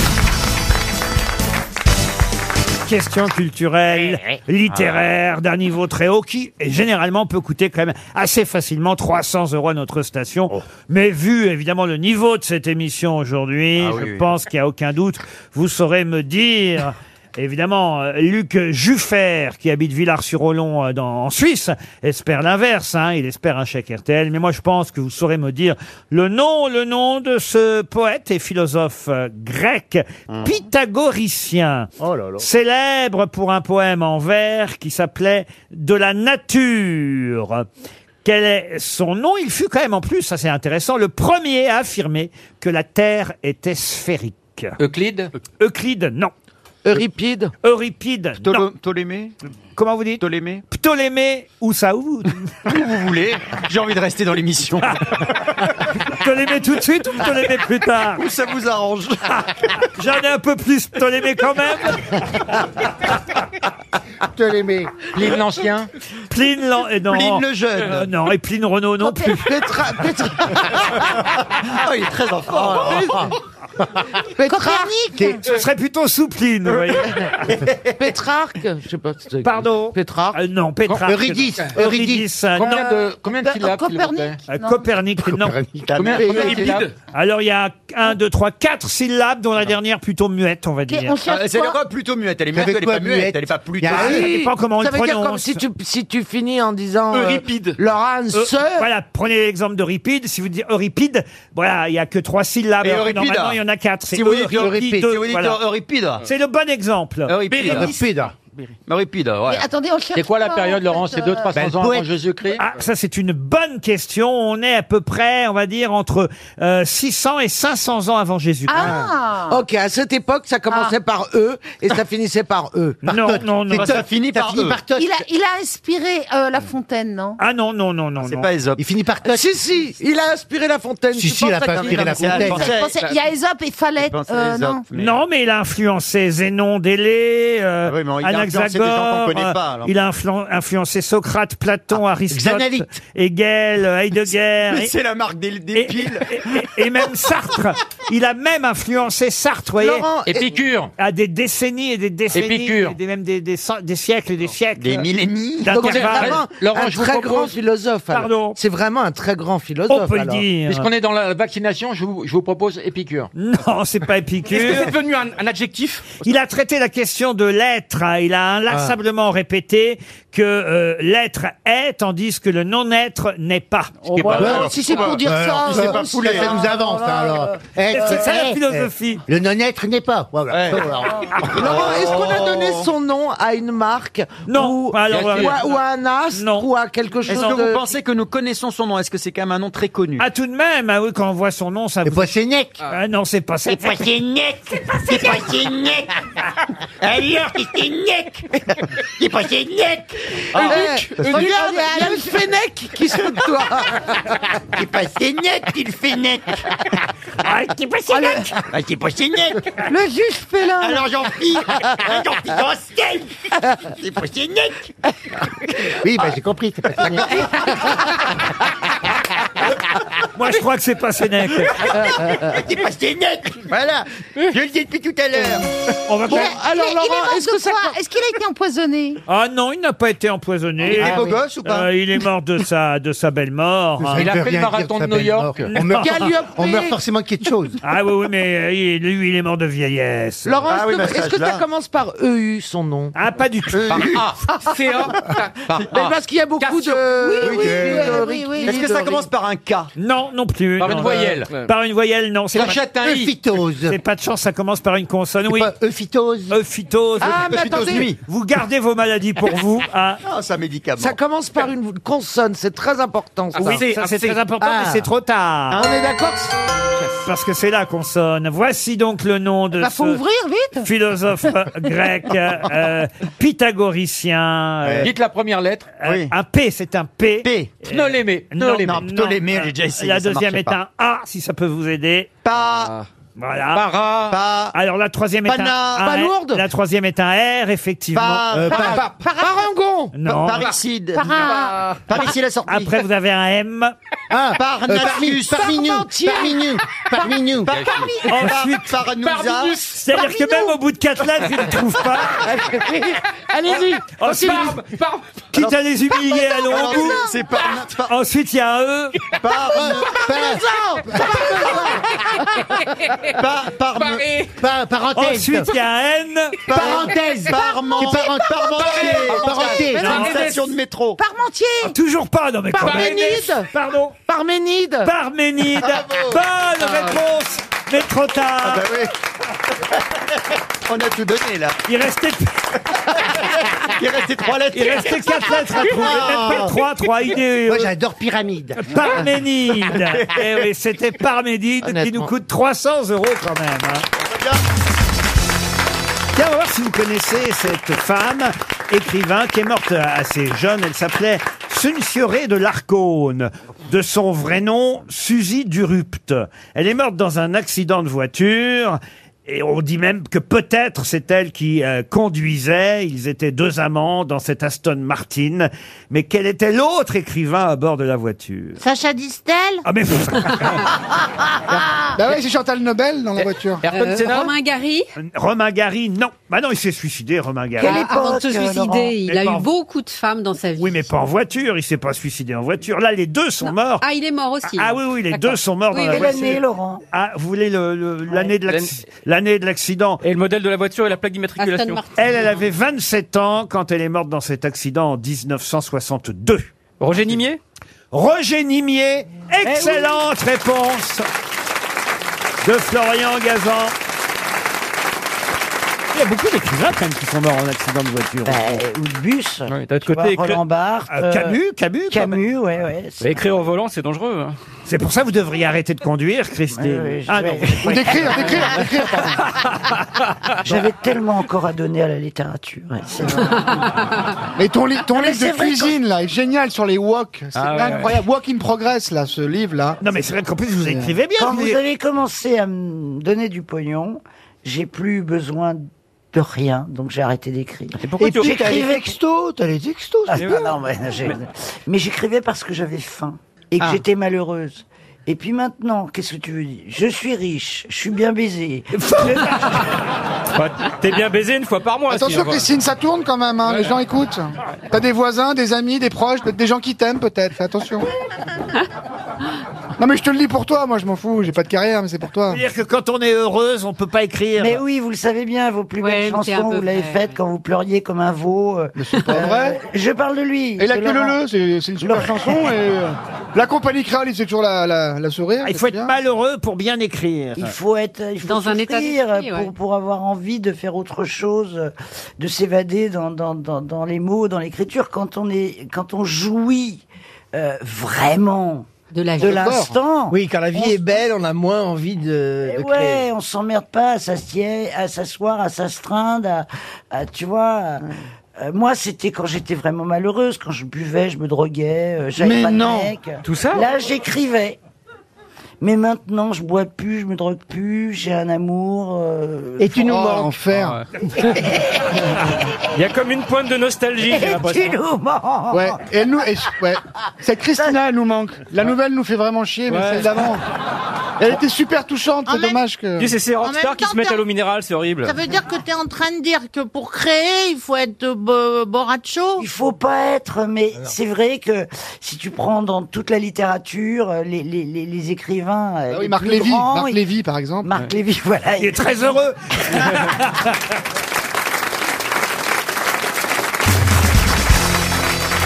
S1: Question culturelle,
S24: Eh,
S1: littéraire, d'un niveau très haut qui, et généralement, peut coûter quand même assez facilement 300 euros à notre station.
S24: Oh.
S1: Mais vu, évidemment, le niveau de cette émission aujourd'hui,
S24: Ah oui,
S1: je
S24: oui.
S1: pense qu'il n'y a aucun doute, vous saurez me
S24: [laughs]
S1: dire... Évidemment, euh, Luc Juffer, qui habite Villars-sur-Olon euh, dans- en Suisse, espère l'inverse. hein, il espère un chèque RTL. Mais moi, je pense que vous saurez me dire le nom, le nom de ce poète et philosophe euh, grec
S24: Mmh.
S1: pythagoricien,
S26: Oh
S1: célèbre pour un poème en vers qui s'appelait De la nature. Quel est son nom Il fut quand même en plus, ça c'est intéressant, le premier à affirmer que la Terre était sphérique.
S5: Euclide
S1: Euclide, non.
S6: Euripide
S1: Euripide.
S26: Ptolémée
S1: Comment vous dites
S26: Ptolémée
S1: Ptolémée, ou ça, ou vous
S26: Où vous voulez. J'ai envie de rester dans l'émission.
S1: [laughs] Ptolémée tout de suite ou Ptolémée plus tard Ah,
S26: Où ça vous arrange
S1: J'en ai un peu plus Ptolémée quand même.
S27: Ptolémée.
S12: Mmh.
S4: Pline l'Ancien
S1: Pline l'an- eh non.
S4: Pline le Jeune.
S1: Euh, non, et Pline Renault non plus. Oh,
S26: il est très en
S1: Copernic. Ce serait plutôt Soupline, vous voyez.
S6: [laughs] Pétrarque Je sais pas. c'est-
S1: Pardon
S6: Pétrarque
S1: Euh, Non, Pétrarque.
S6: Eurydice, Eurydice.
S1: euh,
S6: Combien
S1: non.
S6: de- combien de Euh, syllabes, s'il vous plaît Copernic,
S1: Euh,
S6: non
S1: Copernic, non.
S4: Combien- Et- combien de syllabes Euripide.
S1: Alors, il y a 1, 2, 3, 4 syllabes, dont la dernière plutôt muette, on va dire.
S26: Ah, C'est quoi plutôt muette Elle est muette,
S1: Avec
S26: elle est
S1: quoi,
S26: pas muette,
S1: muette
S26: elle est pas plutôt.
S1: Ah, ça dépend comment on le
S6: Ça veut dire comme
S1: prononce.
S6: si tu, si tu finis en disant. euh,
S1: Euripide.
S6: Laurence.
S1: Euh, voilà, prenez l'exemple d'Euripide. Si vous dites Euripide, voilà, il y a que trois syllabes.
S26: Et
S1: Alors que
S26: Euripide,
S1: Normalement,
S26: hein.
S1: il y en a quatre.
S26: Si
S1: C'est
S26: vous dites
S1: Euripide,
S26: Euripide, si vous dites
S1: voilà.
S26: Euripide.
S1: C'est le bon exemple.
S26: Euripide.
S1: Euripide.
S26: Euripide, ouais.
S12: attendez, on cherche
S4: C'est quoi la
S12: pas,
S4: période,
S12: en
S4: Laurent
S12: fait,
S4: C'est 2
S12: euh,
S4: 300
S1: Ben,
S4: ans avant
S1: poète.
S4: Jésus-Christ
S1: Ah, ça c'est une bonne question. On est à peu près, on va dire, entre euh, 600 et 500 ans avant Jésus.
S12: Ah
S6: Ok, à cette époque, ça commençait par E et ça finissait par E.
S1: Non, non, non.
S6: Ça finit par E.
S12: Il a, il a inspiré euh, La Fontaine, non
S1: Ah non, non, non, non.
S26: C'est pas Aesop.
S3: Il finit par
S6: Si, si, il a inspiré La Fontaine.
S3: Si,
S6: tu
S3: si, il
S6: penses
S3: a
S6: pas
S3: pas
S6: qu'il-
S3: inspiré La
S12: Je
S3: Fontaine.
S12: pensais- Il y a Aesop et Phalette. euh, non.
S1: Non, mais il a influencé Zénon, Délé, euh,
S26: Ah oui, mais il a influencé des gens qu'on
S1: Anaxagore.
S26: connaît
S1: euh,
S26: pas, alors.
S1: il a influ- influencé Socrate, Platon, Aristote,
S26: Xanalyte.
S1: Hegel, euh, Heidegger.
S26: Mais [laughs]
S1: et-
S26: C'est la marque des, des piles.
S1: et même Sartre. Il a même influencé Sartre, vous voyez.
S4: Laurent, Épicure.
S1: À des décennies et des décennies.
S4: Épicure.
S1: et des- même des, des, cent- des siècles et des siècles. euh,
S26: Des millénies.
S6: Donc c'est
S1: d'intervalle.
S6: vraiment
S4: Laurent,
S6: un
S4: je vous
S6: très
S4: propose-
S6: grand philosophe. alors.
S1: Pardon.
S6: C'est vraiment un très grand philosophe.
S1: On peut le
S6: alors.
S1: dire.
S4: Puisqu'on est dans la vaccination, je vous, je vous propose Épicure.
S1: Non, c'est pas Épicure.
S28: Est-ce que c'est devenu un, un adjectif
S1: Il a traité la question de l'être. hein. Il a inlassablement répété que euh, l'être est, tandis que le non-être n'est pas.
S12: bah, Ouais, alors, si c'est pour dire ça,
S3: alors,
S12: euh,
S3: si c'est pas
S12: aussi,
S3: foulé, ça
S12: hein,
S3: nous avance, hein,
S12: voilà,
S3: alors.
S12: euh,
S3: Eh,
S1: C'est ça
S3: eh,
S1: la
S3: eh,
S1: philosophie.
S3: Le non-être n'est pas. Voilà.
S26: Ouais.
S3: Alors,
S6: Laurent, est-ce qu'on a donné son nom à une marque
S1: Non.
S6: Ou,
S1: Alors,
S6: ou à-
S1: euh,
S6: ou à un astre
S1: Non.
S6: Ou à quelque chose
S26: Est-ce que
S6: de...
S3: euh,
S26: vous pensez que nous connaissons son nom Est-ce que c'est quand même un nom très connu
S1: Ah, tout de même, ah oui, quand on voit son nom, ça
S3: Et
S1: vous...
S3: Poissennec.
S1: Ah non, c'est pas ça.
S2: C'est pas ses nec Alors, c'est ses nec C'est pas ses nec
S6: Ah, Eunuque Regarde, eh, il y a une Fennec qui se
S2: [laughs]
S6: fout de toi
S2: C'est pas ses nec, il fait nec Ah, c'est pas ses nec Ah, c'est pas ses nec
S6: Le juge félin
S2: Alors, j'en pis J'en pis dans ce game. C'est pas ses nec
S3: Oui,
S6: ben,
S3: bah, j'ai compris. C'est Poissennec.
S1: Moi, je crois que c'est pas
S3: [laughs]
S1: Sénèque.
S2: C'est pas ses nec
S3: Voilà. Je le dis depuis tout à l'heure.
S1: On va
S12: Il
S1: pas-
S12: a-
S6: alors,
S12: il est- il est
S6: Laurent,
S12: mort
S6: est-ce
S12: de
S6: que ça
S12: quoi Est-ce qu'il a été empoisonné
S1: Ah non, il n'a pas été empoisonné.
S26: Il est beau
S1: Euh,
S26: gosse ou pas
S1: il est mort de sa, de sa belle mort. hein.
S4: Il a fait le marathon de New York.
S3: On meurt,
S6: Calliope.
S3: on meurt forcément de quelque chose.
S1: Ah oui, oui, mais euh, il- lui, il est mort de vieillesse.
S6: Laurent,
S26: Ah oui,
S6: est-ce
S26: mais
S6: que,
S26: ça,
S6: est-ce que
S26: je
S6: ça
S26: l'ai.
S6: commence par EU, son nom
S1: Ah, pas du tout.
S28: E
S26: Ah,
S4: Ah,
S28: CA.
S6: Mais Ben, Parce qu'il y a beaucoup de...
S12: Oui, oui, euh, oui, oui.
S26: Est-ce que ça commence par un K
S1: Non, non plus.
S4: Par
S1: non.
S4: une voyelle.
S1: Euh, Par une voyelle, non. C'est
S4: La
S1: pas,
S4: chatte, un I.
S3: Euphytose.
S1: c'est pas de chance, ça commence par une consonne. Oui.
S3: Pas Euphytose.
S1: Euphytose.
S6: Ah, mais
S26: Euphytose
S6: attendez
S26: nuit.
S1: Vous gardez vos maladies pour vous. hein.
S26: Ah, c'est un médicament.
S6: Ça commence par une consonne, c'est très important. ça.
S1: Oui,
S28: c'est-
S1: ça
S28: ah,
S1: c'est
S28: c'est-
S1: très important,
S6: Ah.
S1: mais c'est trop tard.
S6: On est d'accord que c'est-
S1: Parce que c'est la consonne. Voici donc le nom de
S6: Ah,
S12: Bah, faut
S1: ce
S12: ouvrir vite
S1: philosophe euh, grec, euh, pythagoricien. euh,
S4: Dites la première lettre.
S1: euh,
S26: Oui.
S1: Un P, c'est un P.
S26: P.
S4: Ptolémée.
S1: Non,
S26: Ptolémée.
S1: non,
S26: Non, Ptolémée, j'ai déjà essayé,
S1: La
S26: ça
S1: deuxième
S26: marchait
S1: est
S26: pas.
S1: un A, si ça peut vous aider.
S26: Pas.
S1: Voilà.
S26: Para. Pas.
S1: Alors la troisième est un,
S26: Pana-
S1: un
S6: Palourde.
S1: R. La troisième est un R, effectivement.
S26: Pas.
S3: Euh,
S26: pas-
S3: pas-
S26: pas-
S6: Parangon
S1: non.
S26: Parricide.
S12: Par
S2: Ah.
S12: un-
S26: Parricide la sortie.
S1: Après vous avez un M.
S3: Ah,
S26: euh, Parnassus.
S3: Parminou. Parminou. Parminou.
S1: Ensuite,
S26: Parnousa.
S1: c'est-à-dire que même au bout de quatre lettres, ils ne
S26: [laughs]
S1: trouvent pas.
S6: Allez-y
S1: Ensuite, quitte à les humilier à long
S26: Alors,
S1: bout.
S26: C'est par. par-
S1: Ensuite, il y a un E.
S26: Par. Par. Par. Par.
S3: Par- Parenthèse.
S1: Ensuite, il y a un N.
S3: Parenthèse.
S26: Parment.
S3: C'est parent- Parmentier. Parmentier.
S26: Une station de métro.
S12: Parmentier
S1: Ah, Toujours pas, non mais quand même.
S6: Parménide
S1: Pardon.
S6: Parménide
S1: Parménide.
S6: Ah,
S1: Bonne réponse. Mais trop tard.
S26: Ah oui. On a tout donné là.
S1: Il restait,
S26: Il restait trois lettres. Ah.
S1: il restait quatre lettres à trouver. Même pas trois, trois idées. euh,
S3: Moi, j'adore Pyramide.
S1: Parménide.
S26: Ah.
S1: Eh oui, c'était Parménide qui nous
S6: Honnêtement.
S1: coûte 300 euros quand même. hein. Tiens, on va voir si vous connaissez cette femme, écrivain, qui est morte assez jeune. Elle s'appelait Sunfiore de l'Arcône, de son vrai nom, Suzy Durupt. Elle est morte dans un accident de voiture. Et on dit même que peut-être c'est elle qui euh, conduisait. Ils étaient deux amants dans cette Aston Martin. Mais quel était l'autre écrivain à bord de la voiture
S10: Sacha Distel
S1: Ah mais...
S6: [laughs] Bah ouais, c'est Chantal Nobel dans la voiture.
S11: Euh, Romain Gary
S1: Romain Gary, non. Bah non, il s'est suicidé, Romain Gary.
S11: Ah, Avant de se suicider, il
S1: Mais
S11: a
S1: pas
S11: eu
S1: en-
S11: beaucoup de femmes dans sa vie.
S1: Oui, mais pas en voiture. Il s'est pas suicidé en voiture. Là, les deux sont morts.
S11: Ah, il est mort aussi.
S1: Ah oui, oui, les
S11: D'accord.
S1: deux sont morts
S11: Oui,
S1: dans la
S11: et
S1: voiture.
S11: l'année,
S12: Laurent
S1: Ah, vous voulez le- le- l'année de l'acc- l'année de l'accident
S4: Et le modèle de la voiture et la plaque d'immatriculation.
S1: Elle, elle avait 27 ans quand elle est morte dans cet accident en 1962.
S4: Roger Nimier
S1: Roger Nimier, excellente réponse de Florian Gazan. Il y a beaucoup d'écrivains quand même qui sont morts en accident de voiture.
S13: Ben, ou de bus.
S4: D'autre
S13: Tu vois,
S4: côté,
S13: Roland Barthes.
S1: Euh, Camus, Camus, quand même.
S13: Camus, ouais, ouais.
S4: Bah, Écrire au volant, c'est dangereux. hein.
S1: C'est pour ça que vous devriez arrêter de conduire, Christine. ah non.
S13: D'écrire, d'écrire, J'avais tellement encore à donner à la littérature. ouais, c'est
S14: [laughs]
S13: vrai.
S6: Mais ton, li- ton
S13: Ah, mais
S6: livre
S13: c'est
S6: de
S13: vrai
S6: cuisine, là, est génial sur les wok. C'est
S13: Ah ouais,
S6: incroyable. Wok in Progress, là, ce livre-là.
S1: Non, mais c'est vrai qu'en plus, vous écrivez bien.
S13: Quand
S6: vous
S13: vous
S6: dites-
S13: avez commencé à me donner du pognon, j'ai plus besoin de rien, donc j'ai arrêté d'écrire. Et,
S4: pourquoi tu-
S13: puis
S4: t'as les
S13: j'écrivais textos, t'as les textos. Ah,
S4: c'est
S13: bah
S4: bien.
S13: non, mais, j'ai- mais j'écrivais parce que j'avais faim et que j'étais malheureuse. Et puis maintenant, qu'est-ce que tu veux dire Je suis riche, je suis bien baisé.
S4: Bah, T'es bien baisé une fois par mois.
S6: Attention,
S4: sinon, quoi.
S6: Christine, ça tourne quand même, hein, les gens écoutent. T'as des voisins, des amis, des proches, peut-être des gens qui t'aiment, peut-être. Fais attention. non, mais je te le dis pour toi, moi, je m'en fous. J'ai pas de carrière, mais c'est pour toi.
S1: C'est-à-dire que quand on est heureuse, on peut pas écrire.
S13: Mais oui, vous le savez bien, vos plus
S6: Ouais,
S13: belles
S6: mais c'est un
S13: chansons,
S6: peu
S13: vous l'avez
S6: vrai,
S13: faites quand vous pleuriez comme un veau. euh, Mais c'est
S6: pas vrai.
S13: Je parle de lui.
S6: Et la
S13: de
S6: queue
S13: Laurent.
S6: leu c'est c'est une super chanson. Et euh, la compagnie créole, c'est toujours la, la, la sourire.
S1: Ah, Il faut être malheureux pour bien écrire.
S13: Il faut être, il faut
S11: Dans un
S13: souffrir
S11: état d'esprit,
S13: pour,
S11: ouais.
S13: pour avoir envie de faire autre chose, euh, de s'évader dans, dans, dans, dans les mots, dans l'écriture. Quand on est, quand on jouit euh, vraiment de
S3: la
S13: de l'instant.
S3: Oui, quand la vie
S13: on-
S3: est belle, on a moins envie de,
S13: Eh
S3: de créer.
S13: Ouais, on s'emmerde pas à s'assier, à s'asseoir, à s'astreindre, à, à- tu vois. à- euh, moi, c'était quand j'étais vraiment malheureuse, quand je buvais, je me droguais, euh, j'avais
S3: Mais
S13: pas
S3: non.
S13: de mec.
S3: Tout ça
S13: Là, j'écrivais. Mais maintenant, je bois plus, je me drogue plus, j'ai un amour. euh,
S6: Et tu nous
S13: fort.
S6: manques.
S13: Enfer.
S1: Ah
S13: [laughs]
S4: Il y a comme une pointe de nostalgie, j'ai
S1: Ah, bah,
S4: l'impression.
S6: Ouais, et elle nous, et- ouais. Cette Christina, elle nous manque. La nouvelle nous fait vraiment chier, mais
S4: Ouais.
S6: celle d'avant. Elle était super touchante, c'est dommage que.
S4: Tu sais, c'est
S10: En
S4: Rockstar
S10: même
S4: qui
S10: temps,
S4: se mettent
S10: t'as-
S4: à l'eau minérale, c'est horrible.
S10: Ça veut dire que tu es en train de dire que pour créer, il faut être bo- borracho
S13: Il faut pas être,
S1: Ah
S13: mais c'est vrai que si tu prends dans toute la littérature, euh, les, les, les, les écrivains. euh,
S6: Ah
S13: les
S6: oui, Marc
S13: plus
S6: Lévy,
S13: grands,
S6: Marc
S13: ils-
S6: Lévy, par exemple.
S13: Marc Lévy, [laughs] voilà.
S1: Il est très heureux.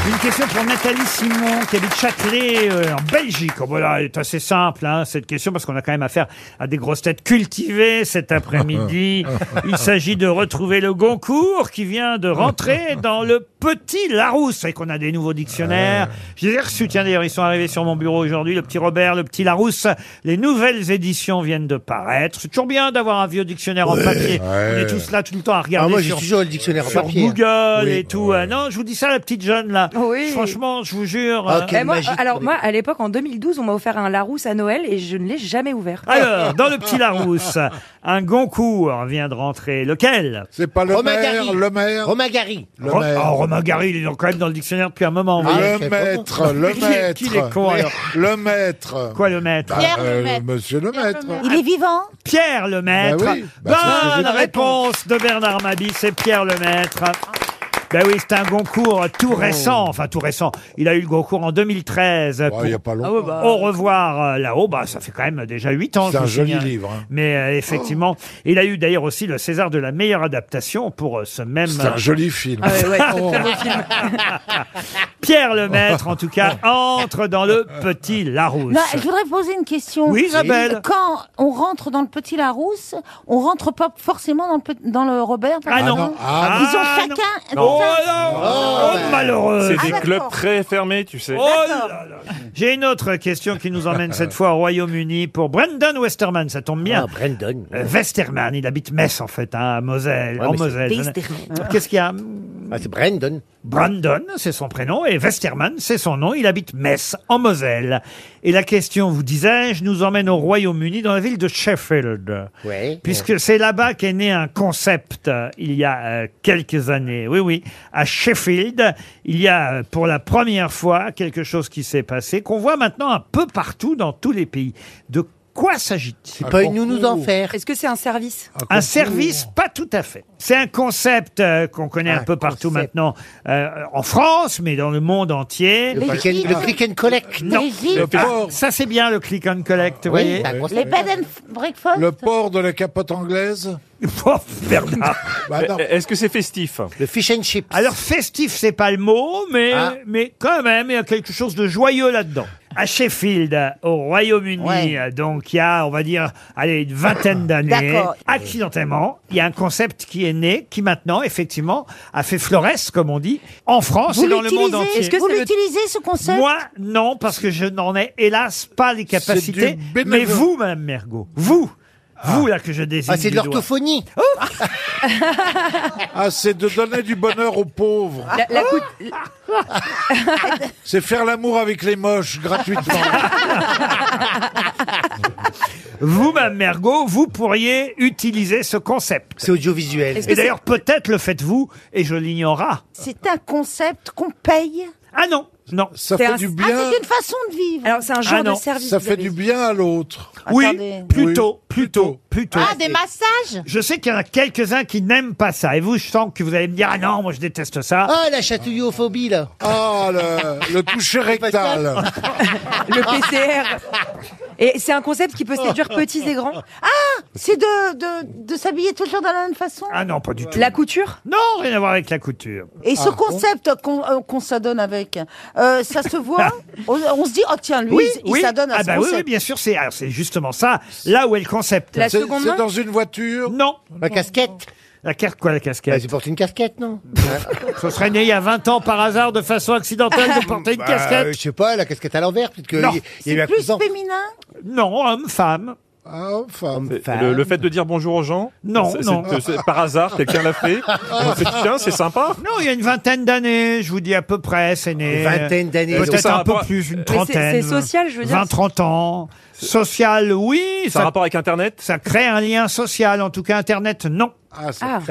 S1: Une question pour Nathalie Simon, qui habite Châtelet, euh, en Belgique. Oh, voilà, elle est assez simple, hein, cette question, parce qu'on a quand même affaire à des grosses têtes cultivées cet
S3: [laughs]
S1: après-midi. Il s'agit de retrouver le Goncourt, qui vient de rentrer dans le Petit Larousse. C'est qu'on a des nouveaux dictionnaires. Je les ai reçus, tiens, d'ailleurs, ils sont arrivés sur mon bureau aujourd'hui, le Petit Robert, le Petit Larousse. Les nouvelles éditions viennent de paraître. C'est toujours bien d'avoir un vieux dictionnaire en papier. On est tous là tout le temps à regarder
S3: Ah, moi, j'ai
S1: sur,
S3: toujours le dictionnaire en
S1: sur
S3: papier.
S1: Google
S3: Oui.
S1: et tout. Ah, Non, je vous dis ça, la petite jeune, là. Franchement, je vous jure.
S2: Oh,
S1: euh,
S29: Eh, moi, alors moi, à l'époque, en 2012, on m'a offert un Larousse à Noël et je ne l'ai jamais ouvert. [laughs]
S1: Alors, dans le petit Larousse, un Goncourt vient de rentrer. Lequel C'est pas
S2: le Romain maire, Gary. le maire. Romain Gary. Le maire.
S1: Oh, Romain Gary, il est quand même dans le dictionnaire depuis un moment. vous voyez.
S2: le maître,
S1: [laughs]
S2: le
S1: Qui est-
S2: maître.
S1: Qui est con, alors
S2: Le maître.
S1: Quoi, le maître
S2: Bah,
S1: Pierre le
S2: euh,
S1: maître.
S2: Monsieur le maître.
S12: Il est vivant
S1: Pierre le maître.
S2: Bah oui, bah c'est ce que
S1: Bonne
S2: j'ai dit.
S1: réponse de Bernard Mabi, c'est Pierre le maître. Ben oui, c'est un Goncourt tout
S2: Oh.
S1: récent, enfin tout récent. Il a eu le Goncourt en 2013. pour
S2: il y a pas longtemps. Ah ouais, bah.
S1: Au revoir euh, là-haut, bah, ça fait quand même déjà 8 ans.
S2: C'est
S1: je
S2: un
S1: vous
S2: joli
S1: signale.
S2: livre, hein.
S1: Mais euh, effectivement, il a eu d'ailleurs aussi le César de la meilleure adaptation pour euh, ce même...
S2: C'est un joli film. Ah [laughs] ouais, ouais, c'est un très beau film.
S1: Pierre le maître, en tout cas, entre dans le petit Larousse.
S12: Non, je voudrais poser une question.
S1: Oui, Isabelle.
S12: Quand on rentre dans le petit Larousse, on rentre pas forcément dans le, pe- dans le Robert. par
S1: Ah non.
S12: exemple
S1: Ah non.
S12: Ils ont
S1: Ah non.
S12: chacun. Ah,
S1: Non. Oh non Oh, malheureux
S30: C'est des clubs très fermés, tu sais.
S1: Oh là là. J'ai une autre question qui nous emmène cette fois au Royaume-Uni pour Brendan Westerman, ça tombe
S9: Ah,
S1: bien.
S9: Brandon.
S1: Euh, Westerman, il habite Metz en fait, hein, à Moselle,
S9: Ouais,
S1: en
S9: mais c'est-
S1: Moselle.
S9: Westerman.
S1: Hein. Qu'est-ce qu'il y a
S9: Ah, c'est Brandon.
S1: Brandon, c'est son prénom, et Westerman, c'est son nom. Il habite Metz, en Moselle. Et la question, vous disais-je, nous emmène au Royaume-Uni, dans la ville de Sheffield.
S9: Ouais.
S1: Puisque c'est là-bas qu'est né un concept euh, il y a euh, quelques années. Oui, oui, à Sheffield, il y a euh, pour la première fois quelque chose qui s'est passé, qu'on voit maintenant un peu partout dans tous les pays. De quoi s'agit-il C'est
S31: Est-ce que c'est un service
S1: un service, pas tout à fait. C'est un concept euh, qu'on connaît un, peu partout maintenant euh, en France, mais dans le monde entier.
S32: Le Les click and- gîtes. le click
S1: and collect. Non.
S32: Les gîtes. Le
S1: Ah,
S32: port.
S1: ça c'est bien le click and collect. vous voyez.
S32: Les bed and breakfast
S33: Le port de la capote anglaise
S30: Est-ce que c'est festif
S1: Le fish and chips. Alors festif, c'est pas le mot, mais mais quand même, il y a quelque chose de joyeux là-dedans. À Sheffield, au Royaume-Uni, euh, donc il y a, on va dire, allez, une vingtaine d'années,
S32: D'accord.
S1: accidentellement, il y a un concept qui est né, qui maintenant, effectivement, a fait florès, comme on dit, en France et Oh, dans le monde entier.
S32: Vous l'utilisez ce concept
S1: Moi, non, parce que je n'en ai, hélas, pas les capacités.
S32: du
S1: Mais
S32: bénévolat.
S1: vous, Madame Mergot, vous, vous là que je désigne.
S32: Ah, c'est de
S1: du doigt.
S32: l'orthophonie.
S33: Ah, c'est de donner du bonheur aux pauvres. C'est faire l'amour avec les moches gratuitement.
S1: [laughs] Vous, Madame Mergot, vous pourriez utiliser ce concept. C'est
S3: audiovisuel.
S12: Est-ce que
S1: Et d'ailleurs, peut-être le faites-vous, et je l'ignora.
S12: C'est un concept qu'on paye.
S1: Ah non, non. Ça
S12: C'est un- Ah, c'est une façon de vivre. Alors c'est un
S1: genre Ah non. de service,
S33: Ça
S1: vous
S33: fait
S1: avez
S33: du bien à l'autre.
S1: Oui,
S12: Attendez.
S1: plutôt, plutôt, plutôt.
S10: Ah, des massages
S1: Je sais qu'il y en a quelques-uns qui n'aiment pas ça. Et vous, je sens que vous allez me dire, ah non, moi je déteste ça.
S32: Ah, la chatouillophobie, là.
S33: Ah, le, le toucher rectal.
S31: [laughs] Le PCR. Et c'est un concept qui peut séduire petits et grands.
S12: Ah, c'est de, de, de s'habiller toujours de la même façon.
S1: Ah non, pas du tout.
S12: La couture
S1: Non, rien à voir avec la couture. Ah.
S12: Et ce concept qu'on euh, qu'on s'adonne avec, euh, ça se
S1: [laughs]
S12: voit on, on se dit, oh tiens, lui, il il s'adonne à
S1: ah
S12: ce
S1: bah oui,
S12: concept.
S1: oui, bien sûr, c'est alors, c'est justement ça, là où est le concept.
S12: La C'est- seconde c'est main dans
S1: une voiture Non. La casquette La carte quoi, la casquette
S3: Bah,
S1: Elle porte une casquette, non Ce serait né il y a 20 ans par hasard de façon accidentelle de porter une
S32: Bah,
S1: casquette.
S32: Je sais pas, la casquette à l'envers, peut-être qu'il
S1: Non.
S32: y a eu un
S12: Plus
S32: cousin.
S12: féminin
S1: Non, homme, femme.
S30: C'est- Euh, Le, le fait de dire bonjour aux gens
S1: Non,
S30: c'est-
S1: non.
S30: c'est- c'est- Par hasard, quelqu'un l'a fait. On s'est dit, tiens, c'est sympa.
S1: Non, il y a une vingtaine d'années, je vous dis à peu près, c'est né.
S32: Une vingtaine d'années.
S1: Peut-être
S30: Ça a
S1: un peu
S30: rapport-
S1: plus, une
S30: Mais c'est-
S1: trentaine.
S30: c'est social, je veux dire,
S1: 20, 30 ans. Social, oui.
S30: Ça a rapport avec Internet
S1: Ça crée un lien social. En tout cas, Internet, non.
S31: Ah, c'est pas,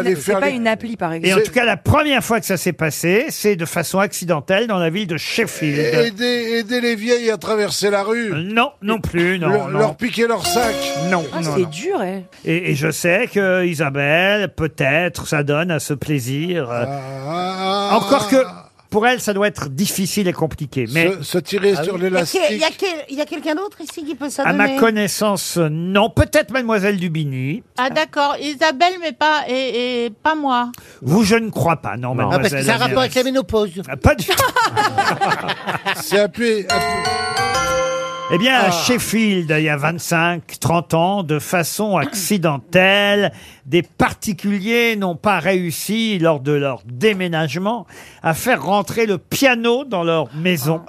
S31: une, c'est pas une appli par
S1: Et
S31: exemple.
S1: en tout cas, la première fois que ça s'est passé, c'est de façon accidentelle dans la ville de
S33: Et
S1: Sheffield.
S33: Aider, aider les vieilles à traverser la rue.
S1: Euh, Non, non plus, non.
S33: Leur-
S1: non.
S33: leur piquer leur sac.
S1: Non,
S6: Oh,
S31: Ah,
S1: non,
S31: c'est
S1: non.
S31: dur, eh.
S1: Et, et je sais que Isabelle, peut-être, ça donne à ce plaisir. euh,
S13: Ah.
S6: Ah.
S1: Ah, Encore que, pour elle, ça doit être difficile et compliqué. Mais
S33: Se- se tirer
S1: Ah
S33: sur
S1: oui.
S12: Il y a, quel- il y a quel- il y a quelqu'un d'autre ici qui peut
S1: À
S12: s'adonner
S1: Ah, ma connaissance, euh, non. Peut-être Mademoiselle Dubini.
S10: Ah d'accord, Isabelle, mais pas et, et pas moi.
S1: Vous, je ne crois pas, non,
S32: Ah, parce
S1: Mademoiselle.
S32: que ça a rapport avec la ménopause.
S1: Ah, Pas du tout.
S33: C'est appuyé.
S1: Eh bien,
S32: Ah.
S1: à Sheffield, il y a 25, 30 ans, de façon accidentelle, des particuliers n'ont pas réussi, lors de leur déménagement, à faire rentrer le piano dans leur maison.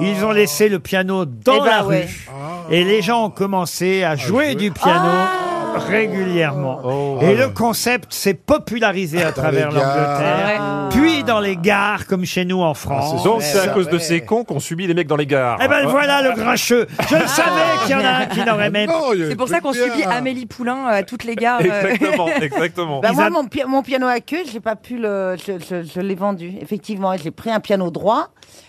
S1: Ils ont laissé le piano dans
S31: Eh ben
S1: la
S31: ouais.
S1: rue. Et les gens ont commencé à jouer, du piano
S31: Ah.
S1: régulièrement. Et le concept s'est popularisé à travers
S30: les gares.
S1: l'Angleterre,
S30: Ah
S1: puis dans les gares, comme chez nous en France.
S30: Donc c'est à cause de ces cons qu'on subit les mecs dans les gares.
S1: Eh ben voilà le grincheux. Je
S4: Ah.
S1: le savais qu'il Ah, y en a un qui n'aurait même.
S31: C'est pour ça qu'on subit Amélie Poulain à toutes les gares. euh. [laughs]
S30: Exactement, exactement.
S12: Bah, moi,
S31: Isa-
S12: mon, pi- mon piano à queue, j'ai pas pu le, je, je- je l'ai vendu. Effectivement, j'ai pris un piano droit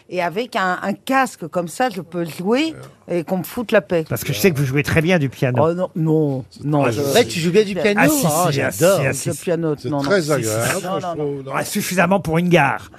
S12: et avec un, un casque comme ça, je peux jouer et qu'on me foute la paix.
S1: Parce que je sais que vous jouez très bien du piano.
S12: Oh non, non, non.
S1: Ah,
S12: je-
S1: ouais, tu joues bien du piano. Ah, si, si, ah, si, ah, si,
S12: Le
S1: si.
S12: piano, non, non.
S1: très agréable,
S12: Non, non, non. Ah.
S1: Ah, suffisamment pour une gare.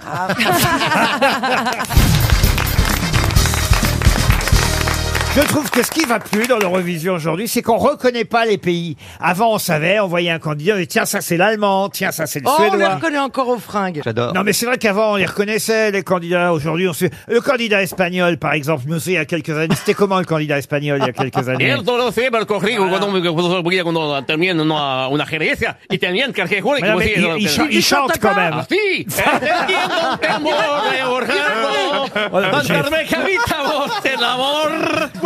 S1: Je trouve que ce qui va plus dans l'Eurovision aujourd'hui, c'est qu'on reconnaît pas les pays. Avant, on savait, on voyait un candidat, on disait, tiens, ça c'est l'allemand, tiens, ça c'est le
S6: Oh, on les
S1: suédois.
S6: reconnaît encore aux fringues.
S1: Non, mais c'est vrai qu'avant, on les reconnaissait, les candidats. Aujourd'hui, on se... Le candidat espagnol, par exemple, je me souviens, il y a quelques années. C'était comment le candidat espagnol, il y a quelques
S34: [laughs]
S1: années
S34: Esto lo sé, pero
S1: Ah.
S34: corrijo cuando, cuando, cuando termino una, una gerencia y tenían que rejurar.
S1: [laughs] Madame, il- il- il chante- il chante quand même.
S2: Ah,
S1: Ah,
S34: Así. Entendiendo el temor de Orlando. Mandarme cabita vos el
S33: Ah,
S34: amor.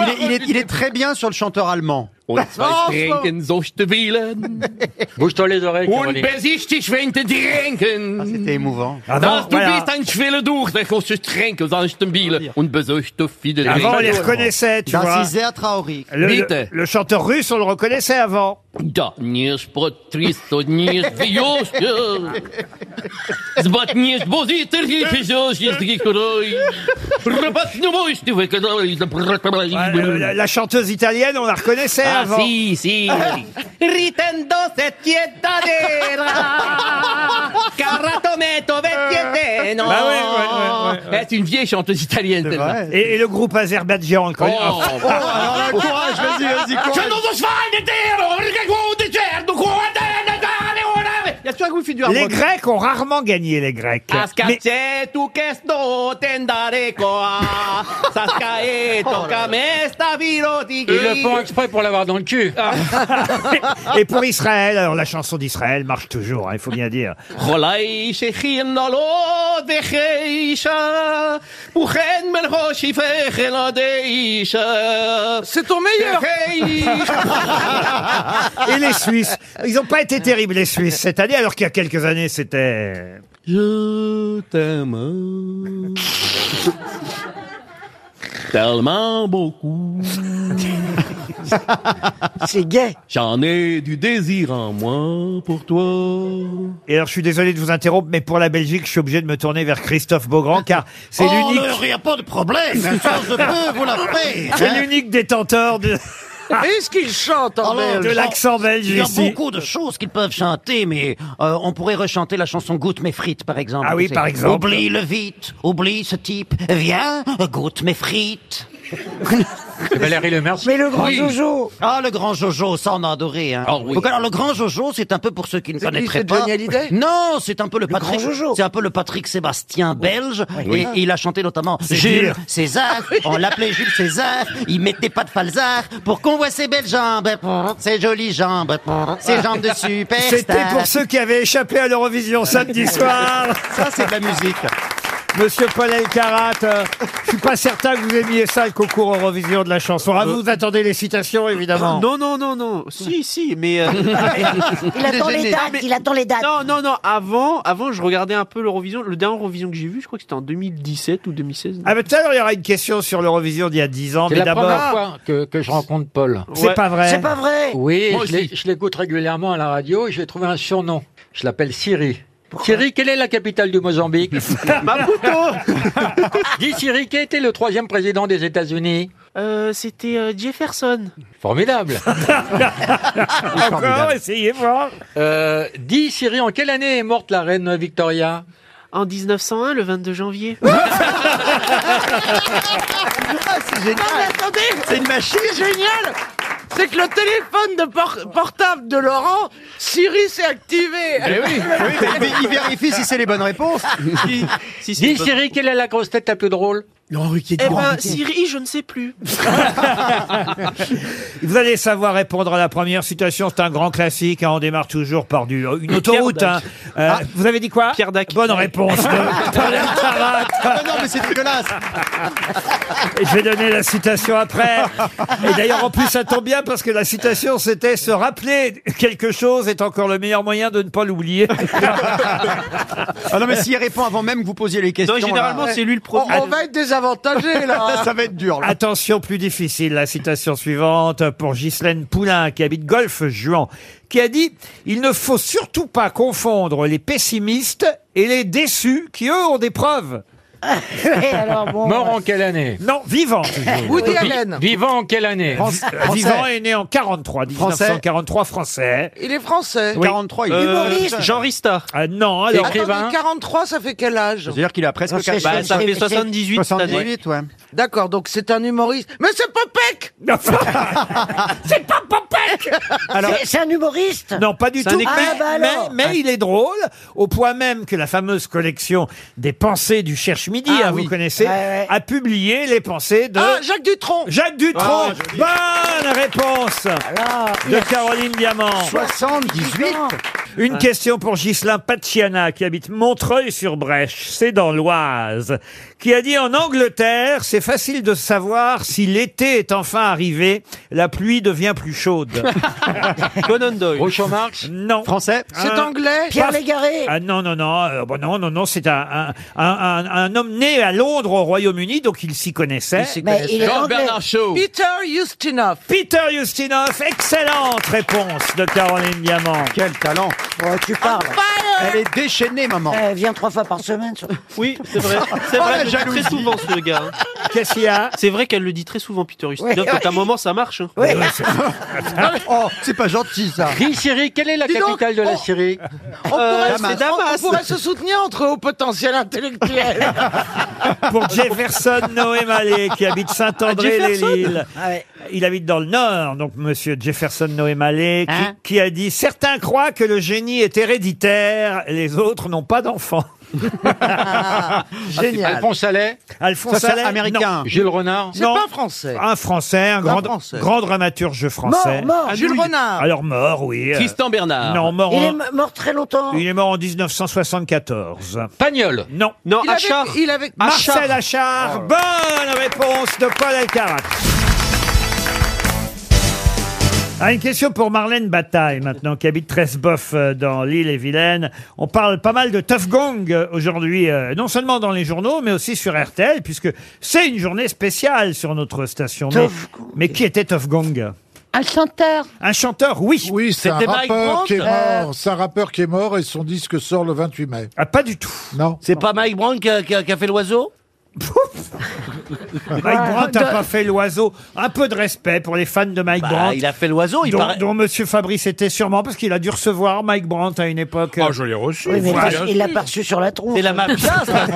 S35: Il est, il est- il est très bien sur le chanteur allemand.
S34: Und zwei
S6: Oh,
S34: Trinken so stillen. Bouge-toi les oreilles. Und
S35: Caroline.
S34: besichtig, wenn te
S6: Ah,
S34: trinken.
S35: C'était émouvant.
S1: Ah,
S34: Dass du bist ein schwerer Duch, der große Tränke, sonst im Biele. Und besuchte viele
S1: Avant, on les reconnaissait, tu vois. Le, le-
S34: Bitte.
S1: le chanteur russe, on le reconnaissait avant.
S34: Да, не смотри, что не смеешься. Сбатнешь бози, ты репезешь, если крой. Пропотнешь ты выкадай, да
S1: Euh, la, la chanteuse italienne, on la reconnaissait
S34: Ah,
S1: avant. Ah.
S34: si,
S1: [laughs]
S34: si.
S7: Ritendo se tientadera, carratometo vetieteno.
S34: Bah ouais, ouais, ouais, ouais. Eh, C'est une vieille chanteuse italienne. celle-là.
S1: Et, et le groupe Azerbaïdjan, le connaît. [laughs]
S34: Oh, oh, alors là, courage, vas-y, vas-y, courage. Il y a toujours un goût fait du
S1: Les Grecs ont rarement gagné, les Grecs.
S34: Ah,
S1: Mais-
S7: Askatzetu kesto tendarekoa, zaskaeto kamesta birotiki.
S5: Ils le font exprès pour l'avoir dans le cul.
S34: [laughs]
S1: Et pour Israël, alors la chanson d'Israël marche toujours, hein, il faut bien dire.
S34: Oh, חולי שכין נולוד וחישה, וכן מלחושי פחל דאישה.
S6: סתום meilleur.
S7: [laughs]
S1: Et les Suisses, ils n'ont pas été terribles, les Suisses, cette année, alors qu'il y a quelques années, c'était...
S34: Je t'aime. Tellement beaucoup. C'est gay. J'en ai du désir en moi pour toi.
S1: Et alors, je suis désolé de vous interrompre, mais pour la Belgique, je suis obligé de me tourner vers Christophe Beaugrand, car c'est
S34: Oh,
S1: l'unique...
S34: il y a pas de problème. Une chance de peu, vous la ferez,
S1: [laughs] C'est
S34: hein.
S1: l'unique détenteur de...
S6: Ah, Est-ce qu'il chante en
S1: Oh, de l'accent belge
S36: Il y a
S1: ici.
S36: beaucoup de choses qu'ils peuvent chanter, mais euh, on pourrait rechanter la chanson Goûte mes frites, par exemple.
S1: Ah oui,
S36: C'est-
S1: par exemple.
S36: Oublie le vite, oublie ce type, viens, goûte mes frites.
S5: Valérie Le Mercier.
S36: Mais le grand
S5: Oui.
S36: Jojo Ah, le grand Jojo, ça on a adoré.
S1: Ah
S36: Hein. Donc, alors, le grand Jojo, c'est un peu pour ceux qui ne
S6: C'est qui,
S36: connaîtraient
S6: c'est
S36: pas.
S6: Johnny Hallyday
S36: non, c'est un peu le,
S6: grand
S36: Patrick.
S6: Jojo.
S36: C'est un peu le Patrick Sébastien belge.
S6: Oui.
S36: Et il a chanté notamment
S6: C'est Ah
S36: Jules
S6: dur.
S36: César. On l'appelait Jules César. [laughs] Il mettait pas de falzar pour qu'on voit ses belles jambes, ses jolies jambes, ses jambes de superstar.
S1: C'était pour ceux qui avaient échappé à
S36: [laughs]
S1: l'Eurovision samedi soir.
S36: Ça, c'est de la musique.
S1: Monsieur Paul Elkarat, euh, je suis pas certain que vous aimiez ça, le concours Eurovision de la chanson.
S5: Euh.
S1: Ah, vous attendez les citations, évidemment.
S11: Non, non, non, non. Si, si,
S5: [laughs]
S11: mais. euh,
S1: Il attend
S11: Désolé.
S1: les dates,
S11: Non, mais-
S1: il attend les dates.
S11: Non, non, non. Avant, avant, je regardais un peu l'Eurovision. Le dernier Eurovision que j'ai vu, je crois que c'était en 2017 ou 2016.
S1: Ah, mais tout à l'heure, il y aura une question sur l'Eurovision d'il y a 10 ans,
S5: C'est
S1: mais
S5: la
S1: d'abord.
S5: première fois que, que je rencontre Paul.
S1: [laughs] C'est Ouais. pas vrai. C'est pas
S5: vrai. Oui,
S1: Moi
S5: je l'ai- je l'écoute régulièrement à la radio et je vais trouver un surnom. Je l'appelle Siri. Siri, quelle est la capitale du Mozambique [laughs] Maputo Bah, Dis Siri, qui était le troisième président des États-Unis
S11: Euh, c'était euh, Jefferson.
S5: Formidable
S11: [laughs] Encore,
S1: essayez voir.
S5: Euh, dis Siri, en quelle année est morte la reine Victoria
S11: En 1901, le 22 janvier.
S36: [laughs]
S6: c'est génial. C'est une machine. génial. C'est que le téléphone de por- portable de Laurent, Siri s'est activé.
S5: Eh oui, oui, mais il- il
S1: [laughs]
S5: vérifie si c'est les bonnes réponses. Dis Siri, quelle est la grosse tête la plus drôle
S11: Eh ben, Siri, je ne
S5: [laughs]
S11: sais plus.
S1: Vous allez savoir répondre à la première citation. C'est un grand classique. hein. On démarre toujours par du, euh, une autoroute.
S6: Pierre Dac. Ah.
S1: hein. Euh, Vous avez dit quoi Pierre Bonne réponse.
S6: [laughs]
S1: de Paul Elkarat.
S35: Ah,
S6: non, mais c'est dégueulasse.
S1: Et Je vais donner la citation après. Et d'ailleurs, en plus, ça tombe bien parce que la citation, c'était se rappeler quelque chose est encore le meilleur moyen de ne pas l'oublier.
S35: Ah non, mais s'il répond avant même que vous posiez les questions. là-
S6: On, on va être désavantagé
S5: [laughs]
S6: là.
S35: [laughs] Ça va être dur. Là.
S1: Attention, plus difficile, la citation suivante pour Ghislaine Poulain, qui habite Golfe Juan, qui a dit « Il ne faut surtout pas confondre les pessimistes [laughs] et les déçus qui, eux, ont des preuves. »
S13: Ouais, alors bon.
S5: Mort en quelle année
S1: [laughs] Non, vivant.
S5: Vi-
S1: [laughs] Woody Allen.
S5: Vivant en quelle année
S1: Vi- euh, Vivant est né en 43,
S5: Français.
S1: 1943, français.
S6: Il est français.
S1: Oui.
S11: Euh,
S6: Humoriste.
S1: Rista. Ah, non, alors.
S6: Attendez, 43, ça fait quel âge
S35: C'est-à-dire qu'il a presque
S6: Non, c'est-
S35: 40.
S6: c'est- c'est- c'est-
S35: ouais.
S6: D'accord, donc c'est un humoriste. Mais c'est
S5: [laughs]
S6: Popek [laughs]
S1: C'est pas Popek
S6: Alors-
S13: C'est- C'est un humoriste
S1: Non, pas du
S13: C'est un
S1: tout. Mais,
S13: écrivain. Ah, bah
S1: mais-
S13: alors.
S1: mais il est drôle, au point même que la fameuse collection des pensées du Cherche Midi,
S13: Ah
S1: hein,
S13: oui.
S1: vous connaissez,
S13: Ouais, ouais.
S1: a publié les pensées de.
S6: Ah, Jacques Dutronc
S1: Jacques
S6: Ah,
S1: Dutronc Bonne réponse de Caroline Diamant.
S3: 78
S1: Une question pour Ghislain Paciana, qui habite Montreuil-sur-Brèche, c'est dans l'Oise, qui a dit en Angleterre, c'est facile de savoir si l'été est enfin arrivé, la pluie devient plus chaude. [laughs] Conan Doyle.
S5: Groucho Marx
S1: Non.
S35: Français
S6: C'est anglais
S1: Pas- Ah non, non, non, euh, bon, non, non, non, c'est un, un, un, un- un homme né à Londres, au Royaume-Uni, donc il s'y connaissait.
S6: Peter Ustinov.
S1: Peter Ustinov, excellente réponse de Caroline Diamant.
S35: Quel talent
S6: Oh,
S13: Tu
S5: Ah,
S13: parles.
S35: Elle est déchaînée, maman.
S6: Eh,
S13: Elle vient trois fois par semaine. sur-
S11: Oui, c'est vrai. C'est
S13: Oh,
S11: vrai,
S13: la
S11: elle le dit
S13: jalousie.
S11: très souvent, ce gars. hein.
S1: Qu'est-ce qu'il y a
S11: C'est vrai qu'elle le dit très souvent, Peter Ustinov.
S13: Ouais,
S11: donc à un moment, ça marche. hein.
S13: Ouais.
S35: Oh, c'est pas gentil ça.
S5: Dis Syrie, quelle est la
S6: Dis donc,
S5: capitale de la
S6: on-
S5: Syrie
S6: On,
S11: Euh,
S6: pourrait,
S5: Eh, Damas.
S6: on- on pourrait se soutenir entre hauts
S5: [laughs]
S6: potentiels intellectuels.
S5: Ah,
S1: Pour Jefferson Noé Mallet, qui habite Saint-André-les-Lilles.
S31: Ah
S1: Il habite dans le Nord, donc monsieur Jefferson Noé Mallet, qui,
S13: Hein
S1: qui a dit « Certains croient que le génie est héréditaire, les autres n'ont pas d'enfants.
S5: Génial. Alphonse Allais.
S1: Alphonse
S5: Ça, c'est
S1: Allais,
S5: américain.
S1: non.
S5: Gilles Renard.
S1: Non. Un français, un grand, grand dramaturge français.
S13: Mort, mort. Jules
S1: Oui.
S13: Renard.
S1: Ah, Alors mort, oui.
S34: Tristan Bernard.
S1: Non, mort.
S13: Il est
S1: en-
S13: m- mort très longtemps.
S1: Il est mort en 1974.
S5: Pagnol.
S1: Non.
S11: Non,
S6: Il avait-
S11: Achard.
S6: il avait-
S1: Marcel Achard. Bonne réponse de Paul Alcarat. Ah, une question pour Marlène Bataille, maintenant, qui habite Tresboff euh, dans l'île et Vilaine. On parle pas mal de Tough Gong euh, aujourd'hui, euh, non seulement dans les journaux, mais aussi sur RTL, puisque c'est une journée spéciale sur notre station. Mais, mais qui était Tough Gong
S12: Un chanteur.
S1: Un chanteur, oui.
S33: Oui, c'est un
S12: C'était Mike
S33: rappeur
S12: Brandt
S33: qui est
S12: Euh.
S33: mort. C'est un rappeur qui est mort et son disque sort le 28 mai.
S1: Ah, pas du tout.
S33: Non.
S37: C'est pas Mike Brown qui a, qui a- qui a fait l'oiseau
S1: Mike Brandt n'a pas fait l'oiseau. Un peu de respect pour les fans de Mike Brandt.
S37: Bah, il a fait l'oiseau, il
S1: dont,
S37: paraît-
S1: dont Monsieur Fabrice était sûrement parce qu'il a dû recevoir Mike Brandt à une époque. Ah, je l'ai reçu.
S13: Oui, mais pas- il l'a pas reçu sur la tronche.
S37: C'est la mafia,
S6: [laughs]
S37: ça.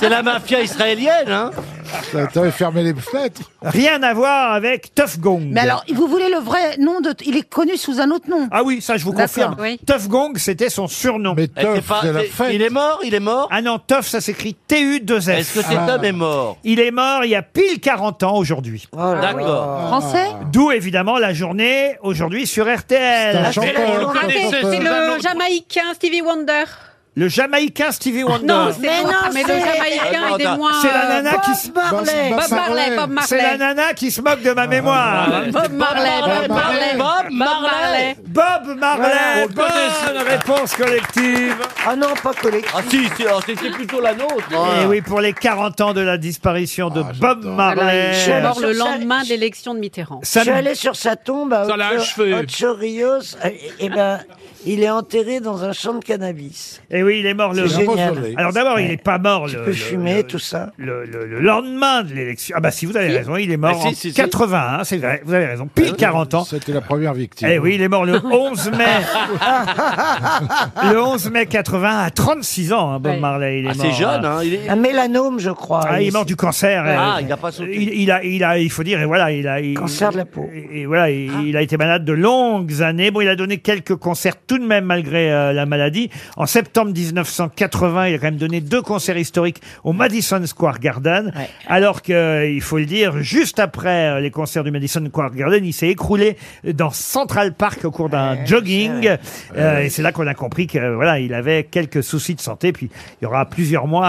S37: C'est la mafia israélienne, hein
S33: T'avais fermé les fenêtres.
S1: Rien à voir avec Tough Gong.
S12: Mais alors, vous voulez le vrai nom de. Il est connu sous un autre nom.
S1: Ah oui, ça je vous confirme.
S12: D'accord. Oui.
S1: Tough Gong, c'était son surnom. Mais
S37: Eh, c'est pas- c'est- Il est mort, il est mort
S1: Ah non, Tough, ça s'écrit T-U-2-F.
S37: Est-ce que cet
S33: Ah.
S37: homme est mort
S1: Il est mort il y a pile 40 ans aujourd'hui.
S37: D'accord.
S12: Oh Français
S1: D'où évidemment la journée aujourd'hui sur RTL.
S33: C'est un
S1: Avec
S33: chanteur.
S11: Ah,
S1: le-
S38: C'est le Jamaïcain Stevie Wonder.
S1: Le Jamaïcain Stevie Wonder.
S38: Non, c'est
S13: Mais non,
S38: mais le
S13: c'est-
S38: Jamaïcain,
S37: Attends,
S38: aidez-moi.
S1: C'est la nana qui se
S13: Bob Marley.
S38: Bob Marley, Bob
S1: C'est la
S38: Marley.
S1: nana qui se moque de ma mémoire.
S38: Bob Marley, Bob Marley.
S37: Bob Marley
S1: Bob Marley, bonne réponse collective.
S13: Ah non, pas collectif.
S37: Ah si, si, alors c'était plutôt la nôtre
S1: Et Eh oui, pour les 40 ans de la disparition
S13: Ah,
S1: de Bob
S38: Voilà,
S1: Marley.
S38: Ah il est mort le
S13: Sur sa-
S38: lendemain de l'élection de Mitterrand.
S13: Je suis
S1: Sam-
S13: allé sur sa tombe à Ocho, Ocho Rios. Et, et ben, il est enterré dans un champ de cannabis.
S1: Et Eh oui, il est mort le.
S13: C'est génial.
S1: Alors d'abord, il n'est pas mort
S13: Tu
S1: le,
S13: peux
S1: le-
S13: fumer, tout ça.
S1: le- le- le lendemain de l'élection. Ah bah si, vous avez raison, il est mort
S37: Ah, si, Ah
S1: en
S37: si, si.
S1: 81, c'est vrai, vous avez raison, pile 40 ans.
S33: C'était la première victime.
S1: Eh oui, il est
S37: [laughs]
S1: mort le 11 mai. le 11 mai 80 à 36 ans, hein, Bob
S38: Ouais.
S1: Marley. Il est
S37: Ah, c'est
S1: mort,
S37: jeune,
S1: hein.
S37: hein il est-
S13: Un mélanome, je crois.
S1: Ah, il est mort du cancer.
S37: Ah,
S1: euh,
S37: il n'a pas sauté.
S1: il, il a, il a, il faut dire, et voilà, il a, il-
S13: Cancer de la peau. Ah.
S1: Et, et voilà, il, il a été malade de longues années. Bon, il a donné quelques concerts tout de même malgré euh, la maladie. En septembre 1980, il a quand même donné deux concerts historiques au Madison Square Garden.
S13: Ouais.
S1: Alors que, euh, il faut le dire, juste après euh, les concerts du Madison Square Garden, il s'est écroulé dans Central Park au cours d'un jogging. Euh, et c'est là qu'on a compris que euh, voilà, il avait quelques soucis de santé. Puis il y aura plusieurs mois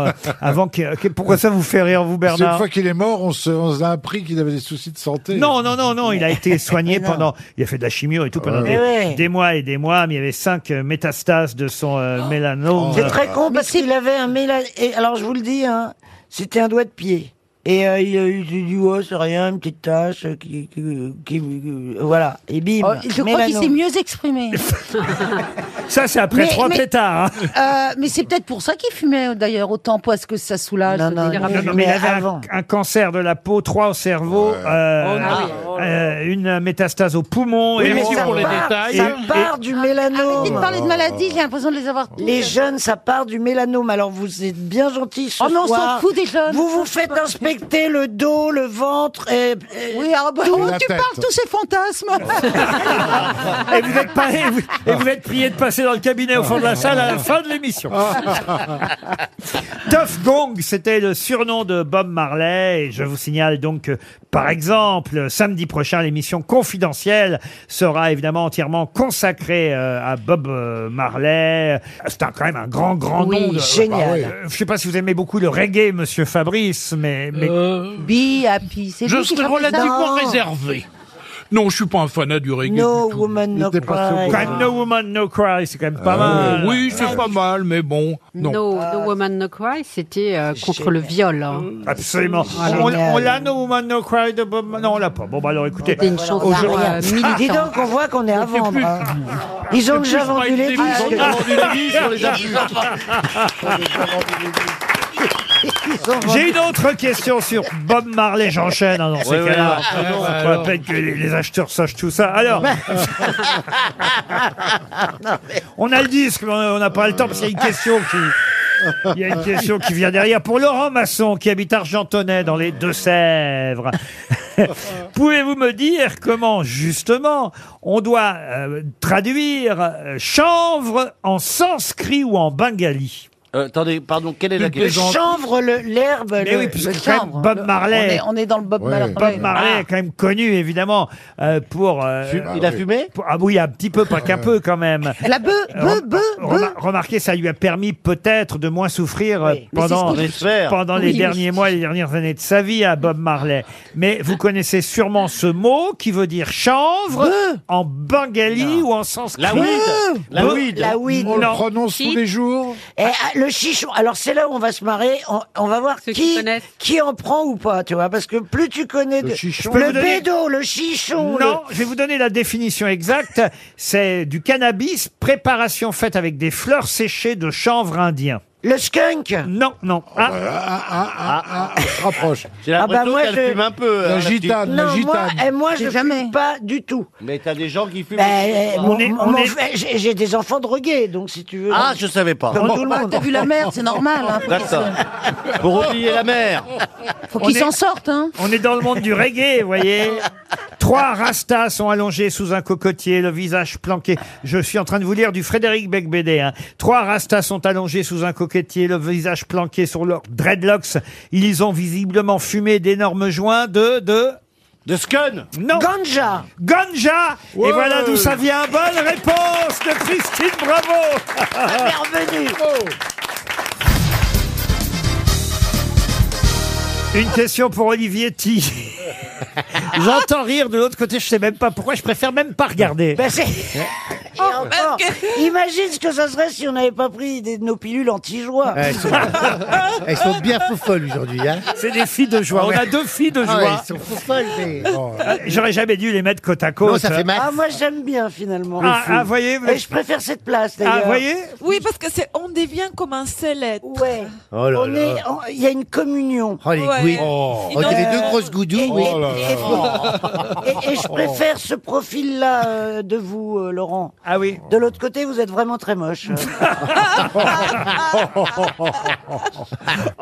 S13: [laughs]
S1: euh, avant que, que- pourquoi ça vous fait rire vous
S33: Parce qu'une
S1: Bernard
S33: fois qu'il est mort, on, se, on a appris qu'il avait des soucis de santé.
S1: non, non, non, non, il
S13: [laughs]
S1: a
S33: [laughs]
S1: été soigné
S13: Mais non.
S1: pendant, il a fait de la chimio et tout pendant
S33: ouais.
S1: des,
S13: Mais ouais.
S1: des mois et des mois, mais il y avait cinq euh, métastases de son euh, mélanome.
S13: Oh. C'est très con parce qu'il avait un mélanome. Et alors, je vous le dis, hein, c'était un doigt de pied. Et euh, il a eu du du- oh, c'est rien, une petite tache euh, qui, qui- qui- euh, voilà. Et bim.
S12: Oh, je crois qu'il
S13: mélanome. [laughs]
S12: s'est mieux exprimé.
S1: Ça, c'est après
S12: Mais-
S1: trois
S12: mais-
S1: pétards. hein.
S12: Euh, mais c'est peut-être pour ça qu'il fumait d'ailleurs autant, parce que ça soulage. Non, non,
S1: Non, non, mais il avait un, un cancer de la peau, trois au cerveau, euh,
S12: Oh non. Ah oui.
S1: euh, une métastase au poumon.
S13: Oui,
S1: et-
S13: mais ça part, ça part du mélanome.
S12: Arrêtez de parler
S1: Oh.
S12: de maladies, j'ai l'impression de les avoir toutes.
S13: Les jeunes, ça part du mélanome. Alors vous êtes bien gentils ce
S12: Oh, mais on s'en
S13: soir.
S12: fout des jeunes.
S13: Vous vous faites euh, inspecter le dos, le ventre. Et,
S12: Oui, ah bah, oh, tu parles tous ces
S13: [laughs]
S12: fantasmes.
S1: Et vous êtes pas- et vous, et vous êtes prié de passer dans le cabinet au fond de la salle
S13: Ah.
S1: à la
S33: Ah.
S1: fin de l'émission. Tough Gong, c'était le surnom de Bob Marley. Et je vous signale donc que, par exemple, samedi prochain, l'émission confidentielle sera évidemment entièrement consacrée euh, à Bob euh, Marley. Euh, C'est un- quand même un grand, [laughs] grand
S12: Oui,
S1: nom. De...
S33: Ah
S12: génial.
S1: Euh, Je sais pas si vous aimez beaucoup le reggae, monsieur Fabrice, mais. mais...
S12: Be happy, c'est
S2: Euh, Je
S12: lui qui
S2: serais
S12: chante ça.
S2: relativement réservé. Non, je suis pas un fanat du reggae.
S13: No
S2: du tout.
S13: woman, no cry.
S1: Quand même, no woman, no cry, c'est quand même pas
S2: Ah,
S1: mal.
S2: Oui, c'est pas mal, mais bon. Non.
S38: No,
S11: Ah,
S38: no Woman No Cry, c'était euh, contre le viol. hein.
S11: Mm.
S1: Absolument.
S13: Ah,
S38: Génial.
S1: On, on l'a, No Woman, No Cry de Bob Marley Non, on l'a pas. Bon, bah alors écoutez.
S38: C'était une chanson,
S1: aujourd'hui-
S38: euh, militante.
S13: Dis donc, on voit qu'on est à vendre. hein. [laughs] Ils ont déjà vendu les disques.
S1: J'ai une autre question sur Bob Marley. J'enchaîne hein, dans ces
S30: Ouais, ouais,
S1: cas-là.
S30: alors,
S13: Ah,
S30: alors,
S1: Faut pas
S30: alors.
S1: la peine que les, les acheteurs sachent tout ça. Alors, [laughs] on a le disque, mais on n'a pas le temps parce qu'il y a une question qui. Il y a une question qui vient derrière pour Laurent Masson qui habite Argentonnet dans les Deux-Sèvres. [laughs] Pouvez-vous me dire comment justement on doit euh, traduire euh, chanvre en sanskrit ou en bengali
S37: Euh, attendez, pardon, quelle est la
S13: Le
S37: question
S13: chanvre, le- l'herbe,
S1: mais
S13: le,
S1: oui,
S13: le
S1: puisque quand
S13: chanvre.
S1: même Bob Marley.
S12: On est, on est dans le Bob Marley.
S1: Bob Marley est quand même connu, évidemment, euh, pour. euh,
S37: Fume- il a
S1: oui.
S37: fumé
S1: pour- Ah oui, un petit peu, pas qu'un peu quand même.
S12: [laughs] La beu, beu, beu, beu.
S1: Remar- remarquez, ça lui a permis peut-être de moins souffrir euh,
S12: Mais c'est
S1: pendant,
S12: ce qu'il- J'espère.
S1: pendant
S12: Oui,
S1: les
S12: oui.
S1: derniers mois, les dernières années de sa vie à Bob Marley. Mais vous connaissez sûrement ce mot qui veut dire chanvre en bengali ou en sanskrit.
S37: La weed. La
S1: Beu-
S37: weed.
S13: La weed.
S1: Non.
S13: jours. ah, le chichon. Alors c'est là où on va se marrer. On, on va voir qui, qui en prend ou pas, tu vois. Parce que plus tu connais de...
S1: chichon. Je peux
S13: le
S1: vous donner-
S13: bédo, le chichon.
S1: Non,
S13: le-
S1: je vais vous donner la définition exacte. C'est du cannabis, préparation faite avec des fleurs séchées de chanvre indien.
S13: Le skunk
S1: Non, non.
S37: Oh,
S1: Ah,
S37: bah,
S33: rapproche.
S37: ah. J'ai l'impression
S13: Ah bah moi,
S37: qu'elle
S13: je-
S37: fume un peu.
S33: ah, La
S37: hein, petite-
S33: gitane, la
S13: Non, moi,
S33: gitane.
S13: eh, moi je jamais pas du tout.
S37: Mais t'as des gens qui fument.
S13: Ben,
S37: Ah.
S13: mon-
S37: est-
S13: mon-
S37: est-
S13: j'ai- J'ai des enfants drogués, donc si tu veux.
S37: Ah, je savais pas.
S13: Comme
S37: Bon,
S13: tout le
S37: bah,
S13: monde.
S12: T'as vu la merde, c'est normal. Hein, faut
S37: D'accord. Pour oublier la mer.
S12: faut
S1: On
S12: qu'ils
S1: est-
S12: s'en sortent. Hein.
S1: On est dans le monde du reggae, vous voyez. Trois rastas sont allongés sous un cocotier, le visage planqué. Je suis en train de vous lire du Frédéric Becbédé. Hein. Trois rastas sont allongés sous un cocotier, le visage planqué sur leurs dreadlocks. Ils ont visiblement fumé d'énormes joints de... de...
S37: De scone
S1: Non
S13: Ganja
S1: Ganja Et
S13: Ouais.
S1: voilà d'où ça vient. Bonne réponse de Christine Bravo
S13: Bienvenue
S1: Une question pour Olivier T. J'entends rire de l'autre côté, je sais même pas pourquoi, je préfère même pas regarder.
S13: Ben, c'est- Et encore, Imagine ce Oh, que ça serait si on n'avait pas pris des, nos pilules anti-joie.
S3: Ouais, ils sont- Elles sont bien fous-folles aujourd'hui. Hein
S1: C'est des filles de joie. [laughs] On a deux filles de
S3: Ah ouais,
S1: joie.
S3: ils sont fous-folles.
S1: [laughs]
S3: mais- Oh, hein.
S1: Ah, J'aurais jamais dû les mettre côte à côte. hein.
S3: Non, ça fait mal.
S13: Ah, moi j'aime bien finalement.
S1: Ah, ah, voyez, vous-
S13: Et je préfère cette place d'ailleurs.
S1: Ah, voyez
S39: Oui, parce que c'est on devient comme un squelette.
S13: Ouais.
S3: Oh là
S13: On
S3: là.
S13: est- on- Il y a une communion.
S3: Oh, les
S39: Ouais.
S3: gouilles.
S39: Oh.
S3: Oh, il y avait
S13: Euh,
S3: deux grosses goudouilles.
S13: Oh là là. Et, et je préfère ce profil-là euh, de vous, euh, Laurent.
S1: Ah oui.
S13: De l'autre côté, vous êtes vraiment très moche.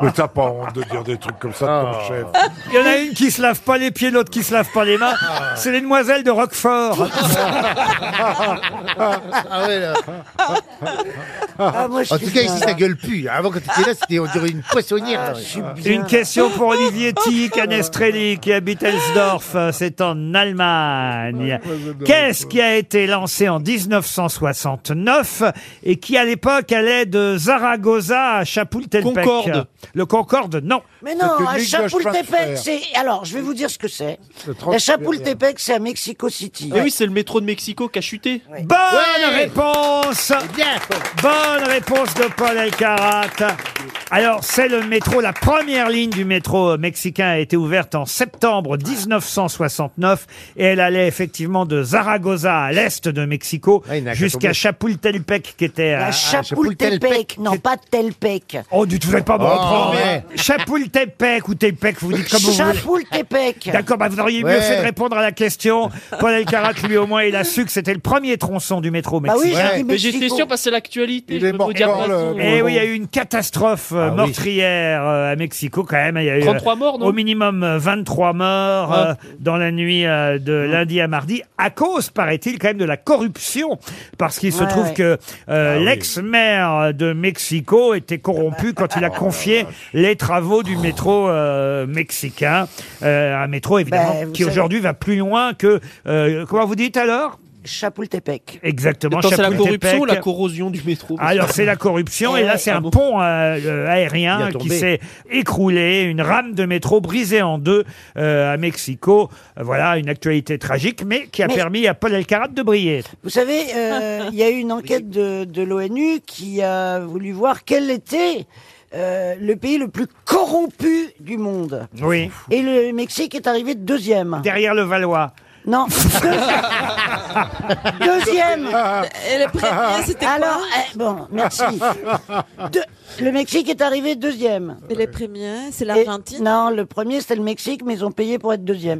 S33: Mais t'as pas honte de dire des trucs comme ça de ton chef.
S1: Il y en a une qui se lave pas les pieds, l'autre qui se lave pas les mains. C'est les demoiselles de
S3: [laughs]
S1: Roquefort.
S3: Ah ouais, là.
S13: Ah, moi, je
S3: en
S13: suis
S3: tout cas, ici,
S13: bien.
S3: ça gueule plus. Avant, quand t'étais là, c'était, on dirait une poissonnière.
S13: Ah,
S3: là.
S1: Une question
S13: [laughs]
S1: pour Olivier T. Canestrelli qui habite Elsdorf, euh, c'est en Allemagne. Qu'est-ce qui a été lancé en 1969 et qui à l'époque allait de Zaragoza à Chapultepec
S35: Concorde.
S1: Le Concorde, non.
S13: Mais non,
S35: Cette
S13: à
S35: ligue de
S13: Chapultepec,
S35: Schwarzfer.
S13: c'est. Alors, je vais vous dire ce que c'est.
S35: trans-
S13: La Chapultepec, c'est à Mexico City.
S11: Mais Eh oui, c'est le métro de Mexico Bah qui a chuté.
S1: Bonne réponse Bonne réponse de Paul Elkarat. Alors, c'est le métro. La première ligne du métro mexicain a été ouverte en septembre 1969 et elle allait effectivement de Zaragoza à l'est de Mexico
S13: Ah, qu'à
S1: jusqu'à
S13: tomber.
S1: Chapultepec qui était à,
S13: La Chapultepec, non pas Telpec.
S1: Oh, du tout, vous n'allez pas hein. me
S13: Oh,
S1: reprendre.
S13: ouais.
S1: Chapultepec ou Tepec, vous dites comme vous voulez.
S13: Chapultepec.
S1: D'accord, bah vous auriez mieux
S13: Ouais.
S1: fait de répondre à la question. Paul Elkarat, lui, au moins, il a su que c'était le premier tronçon du métro
S13: Bah oui,
S1: mexicain.
S13: j'ai dit Mais j'étais Mexico. sûr parce
S11: que c'est l'actualité.
S13: je peux vous dire pas tout.
S1: Eh oui, il y a eu une catastrophe euh,
S13: Ah oui.
S1: meurtrière euh, à Mexico quand même. Il y a eu, euh,
S11: 33 morts, non
S1: Au minimum euh, 23 morts
S13: Ah.
S11: Ouais.
S1: euh, dans la nuit euh, de lundi à mardi, à cause, paraît-il, quand même de la corruption. Parce qu'il se
S11: Ouais,
S1: trouve
S11: ouais.
S1: que
S13: Ah
S1: euh, l'ex-maire de Mexico était corrompu quand
S13: oh
S1: il a confié les travaux du métro euh, mexicain. Euh, un métro, évidemment,
S13: Ben, vous
S1: qui
S13: savez-
S1: aujourd'hui va plus loin que... euh, comment vous dites alors
S13: Chapultepec.
S1: Exactement.
S11: Attends, c'est la
S1: Chapultepec.
S11: corruption ou la corrosion du métro
S1: Ah,
S11: Eh,
S1: Alors c'est la
S35: Eh
S1: corruption et là
S35: ah
S1: c'est un pont euh, euh,
S11: Il
S1: aérien
S11: a
S1: qui
S11: tombé.
S1: s'est écroulé, une rame de métro brisée en deux euh, à Mexico. Euh, Voilà une actualité tragique mais qui a
S13: Mais-
S1: permis à Paul Elkarat de briller.
S13: Vous savez, euh, il y a eu une enquête de, de l'ONU qui a voulu voir quel était euh, le pays le plus corrompu du monde.
S1: Oui.
S13: Et le Mexique est arrivé deuxième.
S1: Derrière le Valois. [laughs]
S13: Non. deuxième.
S30: Et le premier, c'était quoi
S13: Alors, eh, bon, merci. De- le Mexique est arrivé deuxième. Et les premiers, c'est l'Argentine Non, le premier, c'était le Mexique, mais ils ont payé pour être
S1: [laughs]
S13: deuxième.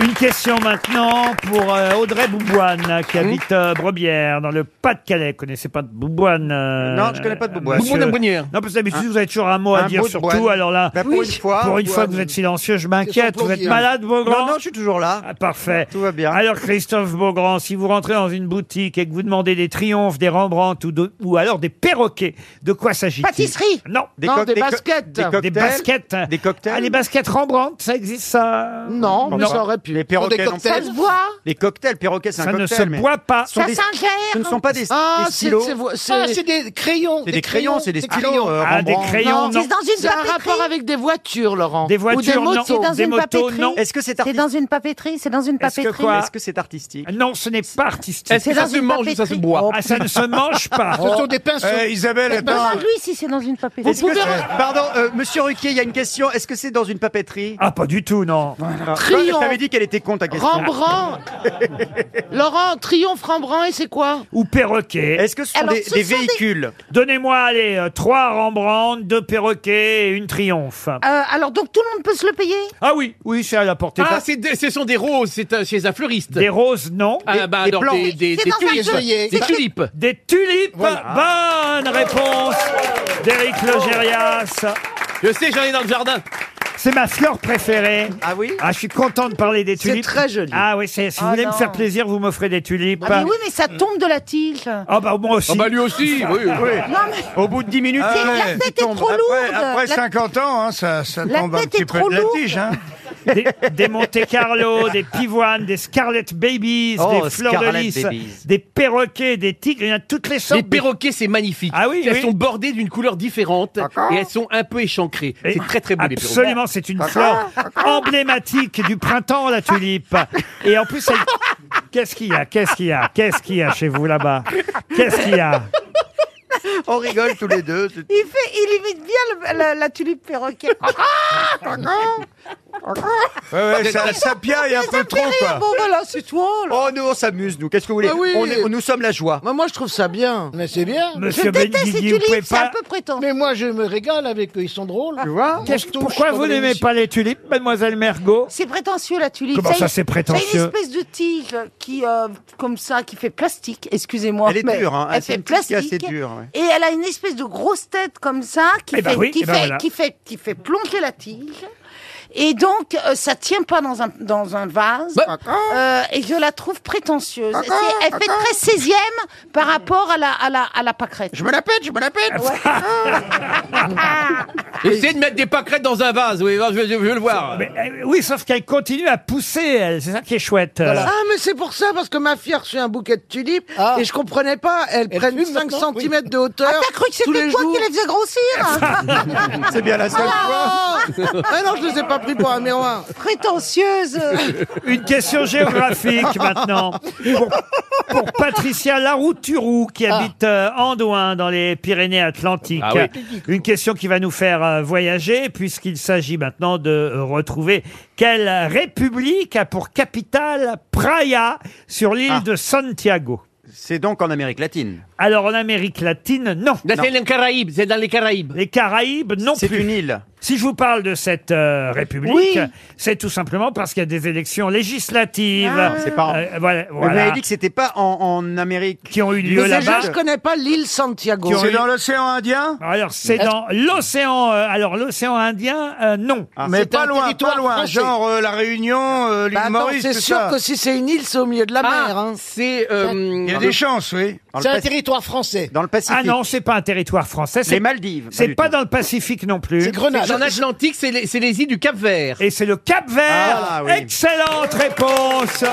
S1: Une question maintenant pour euh, Audrey Bouboine
S35: Hmm
S1: qui habite euh, Brebière dans le Pas-de-Calais. Vous connaissez pas de Bouboine euh,
S35: Non, je connais pas de Bouboine.
S1: monsieur-
S35: Bouboine à Bougnières.
S1: Non, parce que d'habitude, vous avez toujours un mot à
S35: Ah. Un
S1: dire
S35: mot de
S1: sur
S35: Bouboine.
S1: tout. Alors là,
S35: Bah, pour une fois,
S1: pour une fois que
S35: Bouboine.
S1: vous êtes silencieux, je m'inquiète.
S35: Question
S1: Vous êtes
S35: plombier.
S1: malade, Beaugrand
S35: hein. Non, non, je suis toujours là.
S1: Ah, parfait. Tout va bien. Alors, Christophe Beaugrand, si vous rentrez dans une boutique et que vous demandez des triomphes, des Rembrandt ou, de- ou alors des perroquets, de quoi s'agit-il
S6: Pâtisserie
S1: Non.
S6: Des Non, coq- des des co- baskets. des cocktails.
S1: Des baskets. Des cocktails. Ah, les baskets Rembrandt, ça existe ça
S6: Non, mais ça aurait pu.
S35: Les perroquets, non.
S6: Ça se boit
S35: Les cocktails, perroquets, c'est un
S1: Ça ne
S35: cocktail.
S1: se boit pas.
S35: Ce sont
S6: Ça
S35: des-
S6: s'ingère.
S35: Ce ne sont pas des,
S6: Ah,
S35: des
S6: c'est-
S35: stylos.
S6: c'est vo- c'est- Ah, c'est
S35: des crayons. C'est des crayons, c'est des stylos. euh,
S1: Ah, des
S35: Rembrandt.
S1: crayons, non.
S6: C'est un rapport avec des voitures, Laurent.
S1: Des voitures,
S6: Ou
S1: non.
S6: des motos.
S1: Des motos, non.
S35: Est-ce que c'est
S12: dans une papeterie, c'est dans une
S35: Est-ce
S12: papeterie.
S35: que quoi Est-ce que c'est artistique
S1: Non, ce n'est pas artistique.
S12: Est-ce que C'est ça dans se une mange ou ça se papeterie. boit
S1: Ah, ça ne se mange pas.
S12: Ce sont des pinceaux.
S35: Eh, Isabelle,
S6: ben,
S12: Mais
S35: attends.
S12: demande-lui si c'est dans une papeterie.
S35: Est-ce que c'est- Pardon, euh, Monsieur Ruquier, il y a une question. Est-ce que c'est dans une papeterie
S1: Ah, pas du tout, non.
S35: Ah, Je
S6: Triomphe.
S35: t'avais dit qu'elle était con, ta question.
S6: Rembrandt. Laurent, triomphe Rembrandt, et c'est quoi
S1: Ou perroquets.
S35: Est-ce que ce sont
S6: Alors,
S35: des,
S6: ce
S35: des
S6: sont des-
S35: véhicules
S1: Donnez-moi, allez, euh, trois Rembrandt, deux perroquets et une triomphe.
S12: Euh, alors donc tout le monde peut se le payer
S1: Ah oui, oui, c'est à la portée.
S7: Ah,
S1: Ça-
S7: c'est des- ce sont des roses, c'est
S1: euh,
S7: un- chez un fleuriste.
S1: Des roses, non.
S7: Ah, bah,
S1: des
S7: alors,
S1: plantes.
S7: des, des,
S1: C'est
S7: des
S1: dans un feuillet.
S7: tulipes. Des
S1: C'est-
S7: tulipes.
S1: Des tulipes. Bonne réponse d'Éric Logérias.
S7: Je sais, j'en ai dans le jardin.
S1: C'est ma fleur préférée. Ah oui Ah, je suis content de parler des tulipes. C'est très joli. Ah oui, c'est- si vous
S12: Ah
S1: voulez me
S12: non.
S1: faire plaisir, vous m'offrez des tulipes.
S12: Ah, mais oui, mais ça tombe de la tige.
S1: Ah bah moi aussi.
S12: Ah bah, lui
S1: aussi,
S12: oui. Non, mais-
S1: Au bout de 10 minutes,
S12: Ah C'est- ouais. la tête est trop
S9: après,
S12: lourde.
S9: Après
S12: La-
S9: 50 ans, hein, ça, ça
S12: La
S9: tombe un
S12: tête est
S9: petit peu
S12: trop
S9: de la
S12: lourde.
S9: tige. Hein.
S1: des, des Monte Carlo, des pivoines, des Scarlet Babies,
S9: Oh,
S1: des fleurs de
S9: Scarlet
S1: lys,
S9: Babies.
S1: des perroquets, des tigres, il y en a toutes les sortes.
S7: Les perroquets, c'est magnifique.
S1: Ah oui,
S7: Elles
S1: oui.
S7: sont bordées d'une couleur différente et elles sont un peu échancrées. C'est très très beau les perroquets.
S1: Absolument, c'est une fleur emblématique du printemps, la tulipe. Et en plus, elle- qu'est-ce qu'il y a Qu'est-ce qu'il y a Qu'est-ce qu'il y a chez vous là-bas Qu'est-ce qu'il y a
S35: On rigole tous les deux. c'est-
S12: Il, fait, il imite bien le- la, la tulipe perroquet.
S35: Ah,
S9: Ouais,
S7: Ah,
S9: ouais, ça, ça piaille un peu trop, quoi.
S12: voilà, c'est toi.
S35: Oh, nous, on s'amuse, nous. Qu'est-ce que vous
S7: Bah
S35: voulez
S6: Ah oui.
S35: on est- on- Nous sommes la joie.
S6: Moi, je trouve ça bien. Mais c'est bien.
S35: Monsieur Je déteste Benguigui, les vous tulipes, pouvez c'est pas- un peu Ah.
S6: prétentieux. Mais moi, je me régale avec eux. Ils sont drôles. Tu
S35: vois
S1: Qu'est-ce- Pourquoi vous n'aimez pas les tulipes, mademoiselle Mergot
S12: C'est prétentieux la tulipe.
S1: Comment ça, c'est prétentieux
S12: C'est une espèce de tige qui, euh, comme ça, qui fait plastique. Excusez-moi.
S35: Elle est
S12: mais
S35: dure, hein.
S12: Elle
S35: C'est
S12: fait
S35: une tige qui est
S12: plastique.
S35: assez dure, ouais.
S12: Et elle a une espèce de grosse tête comme ça qui,
S35: Eh
S12: fait,
S35: ben oui,
S12: qui,
S35: eh ben
S12: fait,
S35: voilà.
S12: qui fait qui fait plonger la tige. Et donc, euh, ça tient pas dans un, dans un vase.
S35: Bah.
S12: Euh, et je la trouve prétentieuse. C'est- elle fait très 16 e par rapport à la, à la, à la pâquerette.
S6: Je me la pète, je me la pète.
S7: [laughs] Essayez de mettre des pâquerettes dans un vase, oui, je, vais- je vais le voir.
S1: Mais,
S34: eh,
S1: euh, Oui, sauf qu'elle continue à pousser, elle. C'est ça qui est chouette. Euh,
S6: Voilà. Ah, mais c'est pour ça, parce que ma fille a reçu un bouquet de tulipes
S40: Ah.
S6: et je comprenais pas. Elles prennent 5 cm de hauteur.
S12: Ah, t'as cru que
S6: tous les
S12: c'était toi
S6: jours.
S41: [laughs]
S12: qui les faisais grossir
S6: C'est bien la seule
S12: Ah.
S41: Ah non, je ne les ai pas pris pour un miroir.
S12: Prétentieuse.
S1: [laughs] Une question géographique maintenant. Pour, pour Patricia Larouturou, qui habite euh, Andouin, dans les Pyrénées-Atlantiques.
S42: Ah oui.
S1: Une question qui va nous faire euh, voyager, puisqu'il s'agit maintenant de euh, retrouver quelle république a pour capitale Praia sur l'île de Santiago.
S43: Ah. C'est donc en Amérique latine.
S1: Alors en Amérique latine, non.
S43: c'est
S1: Ah, les Caraïbes, c'est dans les Caraïbes. Les Caraïbes, non plus. C'est une île. Si je vous parle de cette euh, république,
S43: Oui.
S1: c'est tout simplement parce qu'il y a des élections législatives.
S43: Ah. C'est pas en-
S1: Euh, voilà,
S43: Mais
S1: voilà.
S43: Vous avez dit que c'était pas en, en Amérique.
S1: Qui ont eu lieu
S43: Mais
S1: là-bas.
S43: déjà, je
S41: connais pas l'île Santiago.
S1: Qui ont eu-
S41: l'océan Indien
S1: Ah, Alors c'est dans l'océan. euh, alors l'océan Indien, euh, non.
S40: Ah. Mais pas loin, pas loin. Genre euh, la Réunion, euh, l'île
S41: Bah attends,
S40: Maurice,
S41: c'est
S40: tout
S41: sûr
S40: ça.
S41: que si c'est une île, c'est au milieu de la
S1: Ah,
S41: mer. hein.
S34: C'est.
S1: euh,
S40: Il y a des chances, oui.
S41: territoire français.
S43: Dans le Pacifique.
S1: Ah non, c'est pas un territoire français. c'est-
S43: Les Maldives, pas
S1: C'est
S43: du
S1: pas dans le Pacifique non plus.
S34: C'est Grenade. En Atlantique, c'est les, c'est les îles du Cap Vert.
S1: Et c'est le Cap Vert.
S34: Ah, oui.
S1: Excellente réponse.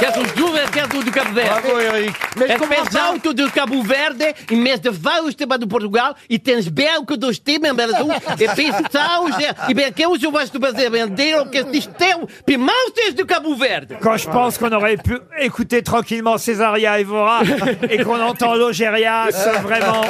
S34: Quero os duas, quero do Cabo Verde. Bravo, Eric. Mas como és alto do Cabo Verde, e mas de vários temas do Portugal, e tens belga dos temas, mas um, e pensaus, e bem, que Ben, hoje vais tu fazer vender o que diz teu, pimaus tens do Cabo Verde.
S1: Quand je pense qu'on aurait pu écouter tranquillement Césaria
S41: [laughs]
S1: Evora et qu'on entend l'Ogérias, vraiment.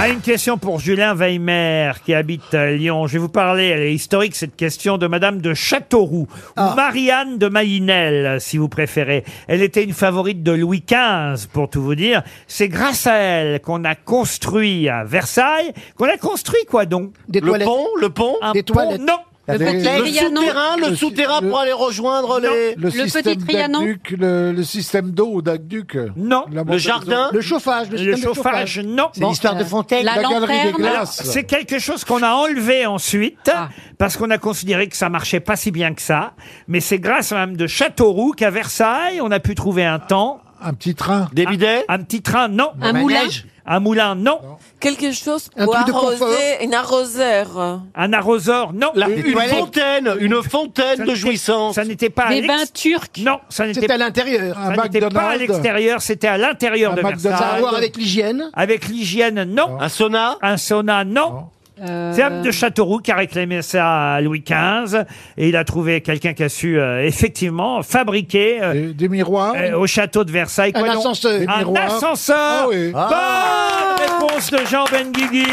S1: Ah, une question pour Julien Weimer qui habite à Lyon. Je vais vous parler, elle est historique, cette question de Madame de Châteauroux, ou Marianne de Maïnel, si vous préférez. Elle était une favorite de Louis XV, pour tout vous dire. C'est grâce à elle qu'on a construit à Versailles, qu'on a construit quoi donc
S3: Des Le toilettes. pont,
S1: le pont,
S3: Un
S1: des
S3: pont,
S1: toilettes. Non.
S3: Le petit souterrain, le souterrain pour aller rejoindre les.
S6: d'aqueduc, le, le système d'eau au d'aqueduc.
S1: Non.
S3: Le jardin.
S6: Le chauffage.
S1: Le chauffage, non.
S6: C'est l'histoire
S16: euh,
S6: de Fontaine. La galerie des glaces.
S1: Alors, C'est quelque chose qu'on a enlevé ensuite,
S16: Ah.
S1: parce qu'on a considéré que ça marchait pas si bien que ça. Mais c'est grâce à Madame de Châteauroux qu'à Versailles, on a pu trouver un temps. Un petit train. Des bidets un, petit train, non.
S16: Un Un moulin manège
S1: Un moulin, non.
S16: Quelque chose
S1: Un
S16: pour
S1: truc de confort.
S16: arroser, une arroseur.
S1: Un arroseur, non.
S16: Une toilette.
S1: fontaine, une fontaine de jouissance. Ça n'était pas à
S16: Des bains
S1: turcs. Non, ça n'était
S6: C'était à
S1: l'intérieur.
S6: Un
S1: Ça n'était pas à
S6: McDonald's.
S1: l'extérieur, c'était à l'intérieur
S6: Un
S1: de
S6: McDonald's.
S1: Versailles.
S6: Ça a à voir avec
S1: l'hygiène Avec l'hygiène, non. Un sauna Un sauna, non. C'est Anne de Châteauroux qui a réclamé ça à Louis XV et il a trouvé quelqu'un qui a su euh, effectivement fabriquer des, miroirs au château de Versailles
S6: Un
S1: Quoi donc
S6: ascenseur. Des
S1: un
S6: miroirs.
S1: ascenseur
S6: Ah oui.
S1: Bonne
S6: Ah.
S1: réponse de Jean Ben Benguigui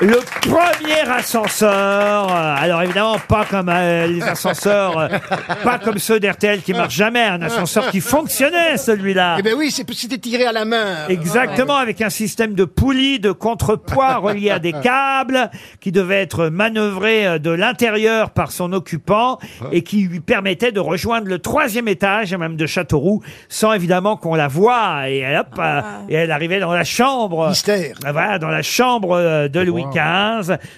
S1: le premier ascenseur, euh, alors évidemment pas comme euh, les ascenseurs, euh, pas comme ceux d'RTL qui marchent jamais, un ascenseur qui fonctionnait celui-là.
S6: Eh ben oui, c'est- c'était tiré à la main.
S1: Exactement, avec un système de poulies, de contrepoids reliés à des câbles qui devaient être manœuvrés euh, de l'intérieur par son occupant et qui lui permettait de rejoindre le troisième étage, même de Châteauroux, sans évidemment qu'on la voie. Et hop, euh, et elle arrivait dans la chambre. Mystère. Voilà, dans la chambre euh, de Louis XV.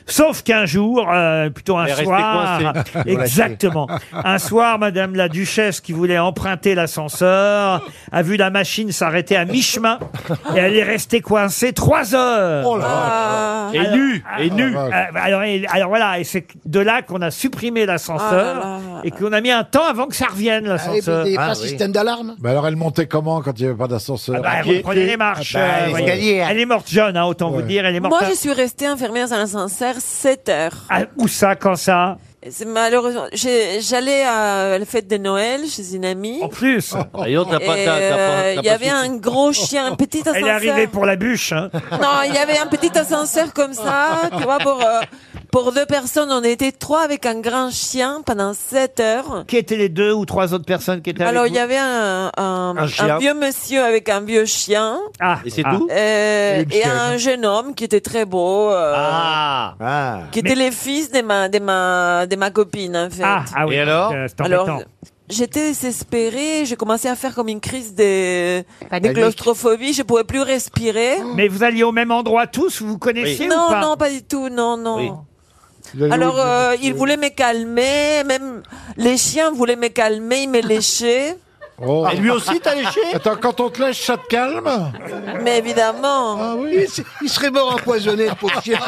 S1: Sauf qu'un jour, euh, plutôt un
S6: Elle restait
S1: soir,
S6: coincée.
S1: [laughs] exactement, un soir, Madame la Duchesse qui voulait emprunter l'ascenseur a vu la machine s'arrêter à mi-chemin et elle est restée coincée trois heures.
S6: Oh là
S16: Ah.
S6: là.
S1: Alors-
S6: Et nue, et
S1: alors-
S6: nue.
S1: euh, Alors, et- alors voilà, et c'est de là qu'on a supprimé l'ascenseur
S16: Ah
S1: et qu'on a mis un temps avant que ça revienne
S3: Ah
S1: l'ascenseur.
S37: Ah
S6: Il n'y a pas de système d'alarme
S1: Bah alors elle montait comment quand il n'y avait pas d'ascenseur
S6: À
S1: Elle
S6: pied.
S1: reprenait bah, les marches.
S6: Ah bah,
S1: euh,
S6: l'escalier,
S1: voyez.
S6: hein.
S1: Elle est morte jeune, hein, autant vous dire. Elle est Ah. morte.
S16: Moi,
S1: à-
S16: je suis restée infirmière dans l'ascenseur 7 heures.
S1: à- Où ça, quand ça
S16: Et C'est malheureusement. j'ai- J'allais à la fête de Noël chez une amie.
S1: En plus.
S16: Et
S25: oh,
S16: euh, il y avait un gros chien, un petit ascenseur.
S1: Elle est arrivée pour la bûche. hein.
S16: Non, il y avait un petit ascenseur comme ça, tu vois, pour, euh, pour deux personnes. On était trois avec un grand chien pendant 7 heures.
S1: Qui étaient les deux ou trois autres personnes qui étaient avec
S16: Alors, il y
S1: vous
S16: avait un, un,
S1: Un chien.
S16: un vieux monsieur avec un vieux chien.
S1: Ah, Et c'est ah. tout
S16: Euh,
S1: Et une
S16: Et
S1: chienne.
S16: un jeune homme qui était très beau.
S1: Ah.
S16: euh, Qui était les fils de ma, de ma, de ma copine, en fait.
S1: Ah, ah oui, Et alors donc, euh, c'est embêtant.
S16: Alors, j'étais désespérée, j'ai commencé à faire comme une crise de, de claustrophobie, je pouvais plus respirer.
S1: Mais vous alliez au même endroit tous Vous vous connaissiez ou
S16: Non,
S1: pas
S16: non, pas du tout, non, non.
S1: Oui.
S16: Alors, euh, il voulait me calmer, même les chiens voulaient me calmer, ils me léchaient.
S6: Et Ah, lui aussi
S16: t'a léché
S6: Oh. Attends, quand on te lèche, ça te calme Ah
S16: Mais évidemment.
S6: Il, s- il serait mort empoisonné, le pauvre chien.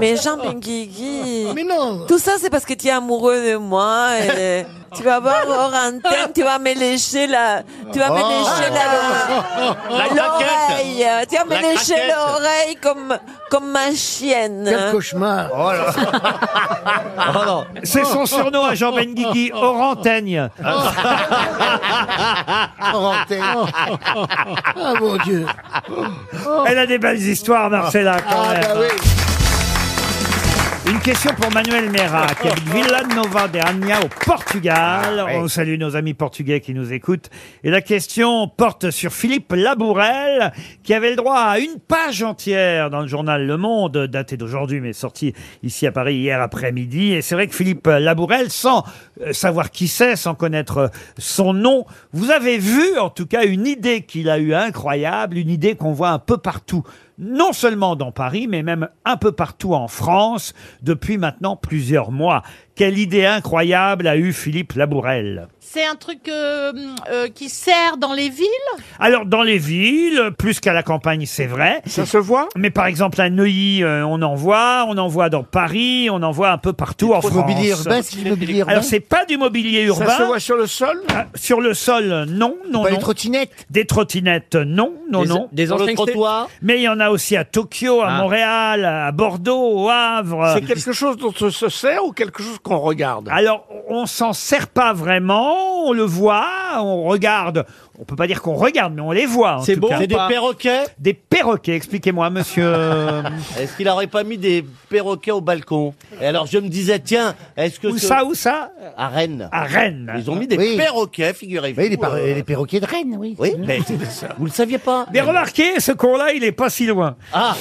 S39: Mais Jean Benguigui. Tout ça, c'est parce que tu es amoureux de moi. et tu vas voir hors antenne, tu vas me lécher la, tu vas me
S6: Ah.
S37: Oh.
S39: lécher la,
S37: La
S39: l'oreille. Tu vas me
S37: La
S39: lécher
S37: craquette.
S39: l'oreille comme, comme ma chienne. hein.
S37: Quel
S39: cauchemar.
S6: Oh
S16: [laughs]
S37: Ah,
S1: C'est son surnom à Jean Benguigui, Orantaigne.
S6: Oh,
S37: Ah mon Dieu.
S1: [laughs] Elle a des belles histoires, Marcella, quand
S37: Ah,
S1: même.
S37: bah
S1: Une question pour Manuel Mera, qui habite Villanova de Anha, au Portugal. On salue nos amis portugais qui nous écoutent. Et la question porte sur Philippe Labourel, qui avait le droit à une page entière dans le journal Le Monde, daté d'aujourd'hui, mais sorti ici à Paris hier après-midi. Et c'est vrai que Philippe Labourel, sans euh, savoir qui c'est, sans connaître euh, son nom, vous avez vu, en tout cas, une idée qu'il a eue incroyable, une idée qu'on voit un peu partout non seulement dans Paris, mais même un peu partout en France depuis maintenant plusieurs mois. Quelle idée incroyable a eu Philippe Labourel
S10: C'est un truc euh, euh, qui sert dans les villes
S1: Alors dans les villes, plus qu'à la campagne, c'est vrai. Ça se voit Mais par exemple à Neuilly, euh, on en voit, on en voit dans Paris, on en voit un peu partout en
S3: trop
S1: France.
S3: de mobilier urbain, c'est du mobilier urbain
S1: Alors c'est pas du mobilier urbain.
S3: se voit
S1: sur le sol Sur le sol, euh, non, non, non. Des trottinettes Des trottinettes, non, non,
S7: Des-
S1: non.
S7: des Sur le enseignes- trottoir
S1: Mais il y en a aussi à Tokyo, à
S7: Ah.
S1: Montréal, à Bordeaux, au Havre.
S9: C'est quelque chose dont on se sert ou quelque chose qu'on regarde
S1: Alors, on s'en sert pas vraiment, on le voit, on regarde. On peut pas dire qu'on regarde, mais on les voit. en
S7: C'est
S1: tout
S7: bon
S1: cas.
S7: ou C'est des pas perroquets
S1: Des perroquets, expliquez-moi, monsieur.
S7: Est-ce qu'il n'aurait pas mis des perroquets au balcon Et alors je me disais, tiens, est-ce que...
S3: Où
S7: ce-
S3: ça,
S1: où ça
S7: À Rennes.
S1: À Rennes.
S7: Ils ont mis des
S3: Oui.
S7: perroquets, figurez-vous.
S3: Oui, les, par-
S7: euh,
S3: les perroquets de Rennes, oui.
S7: Oui, mais vous le saviez pas.
S1: Mais remarquez, ce con-là, il est pas si loin.
S7: Ah,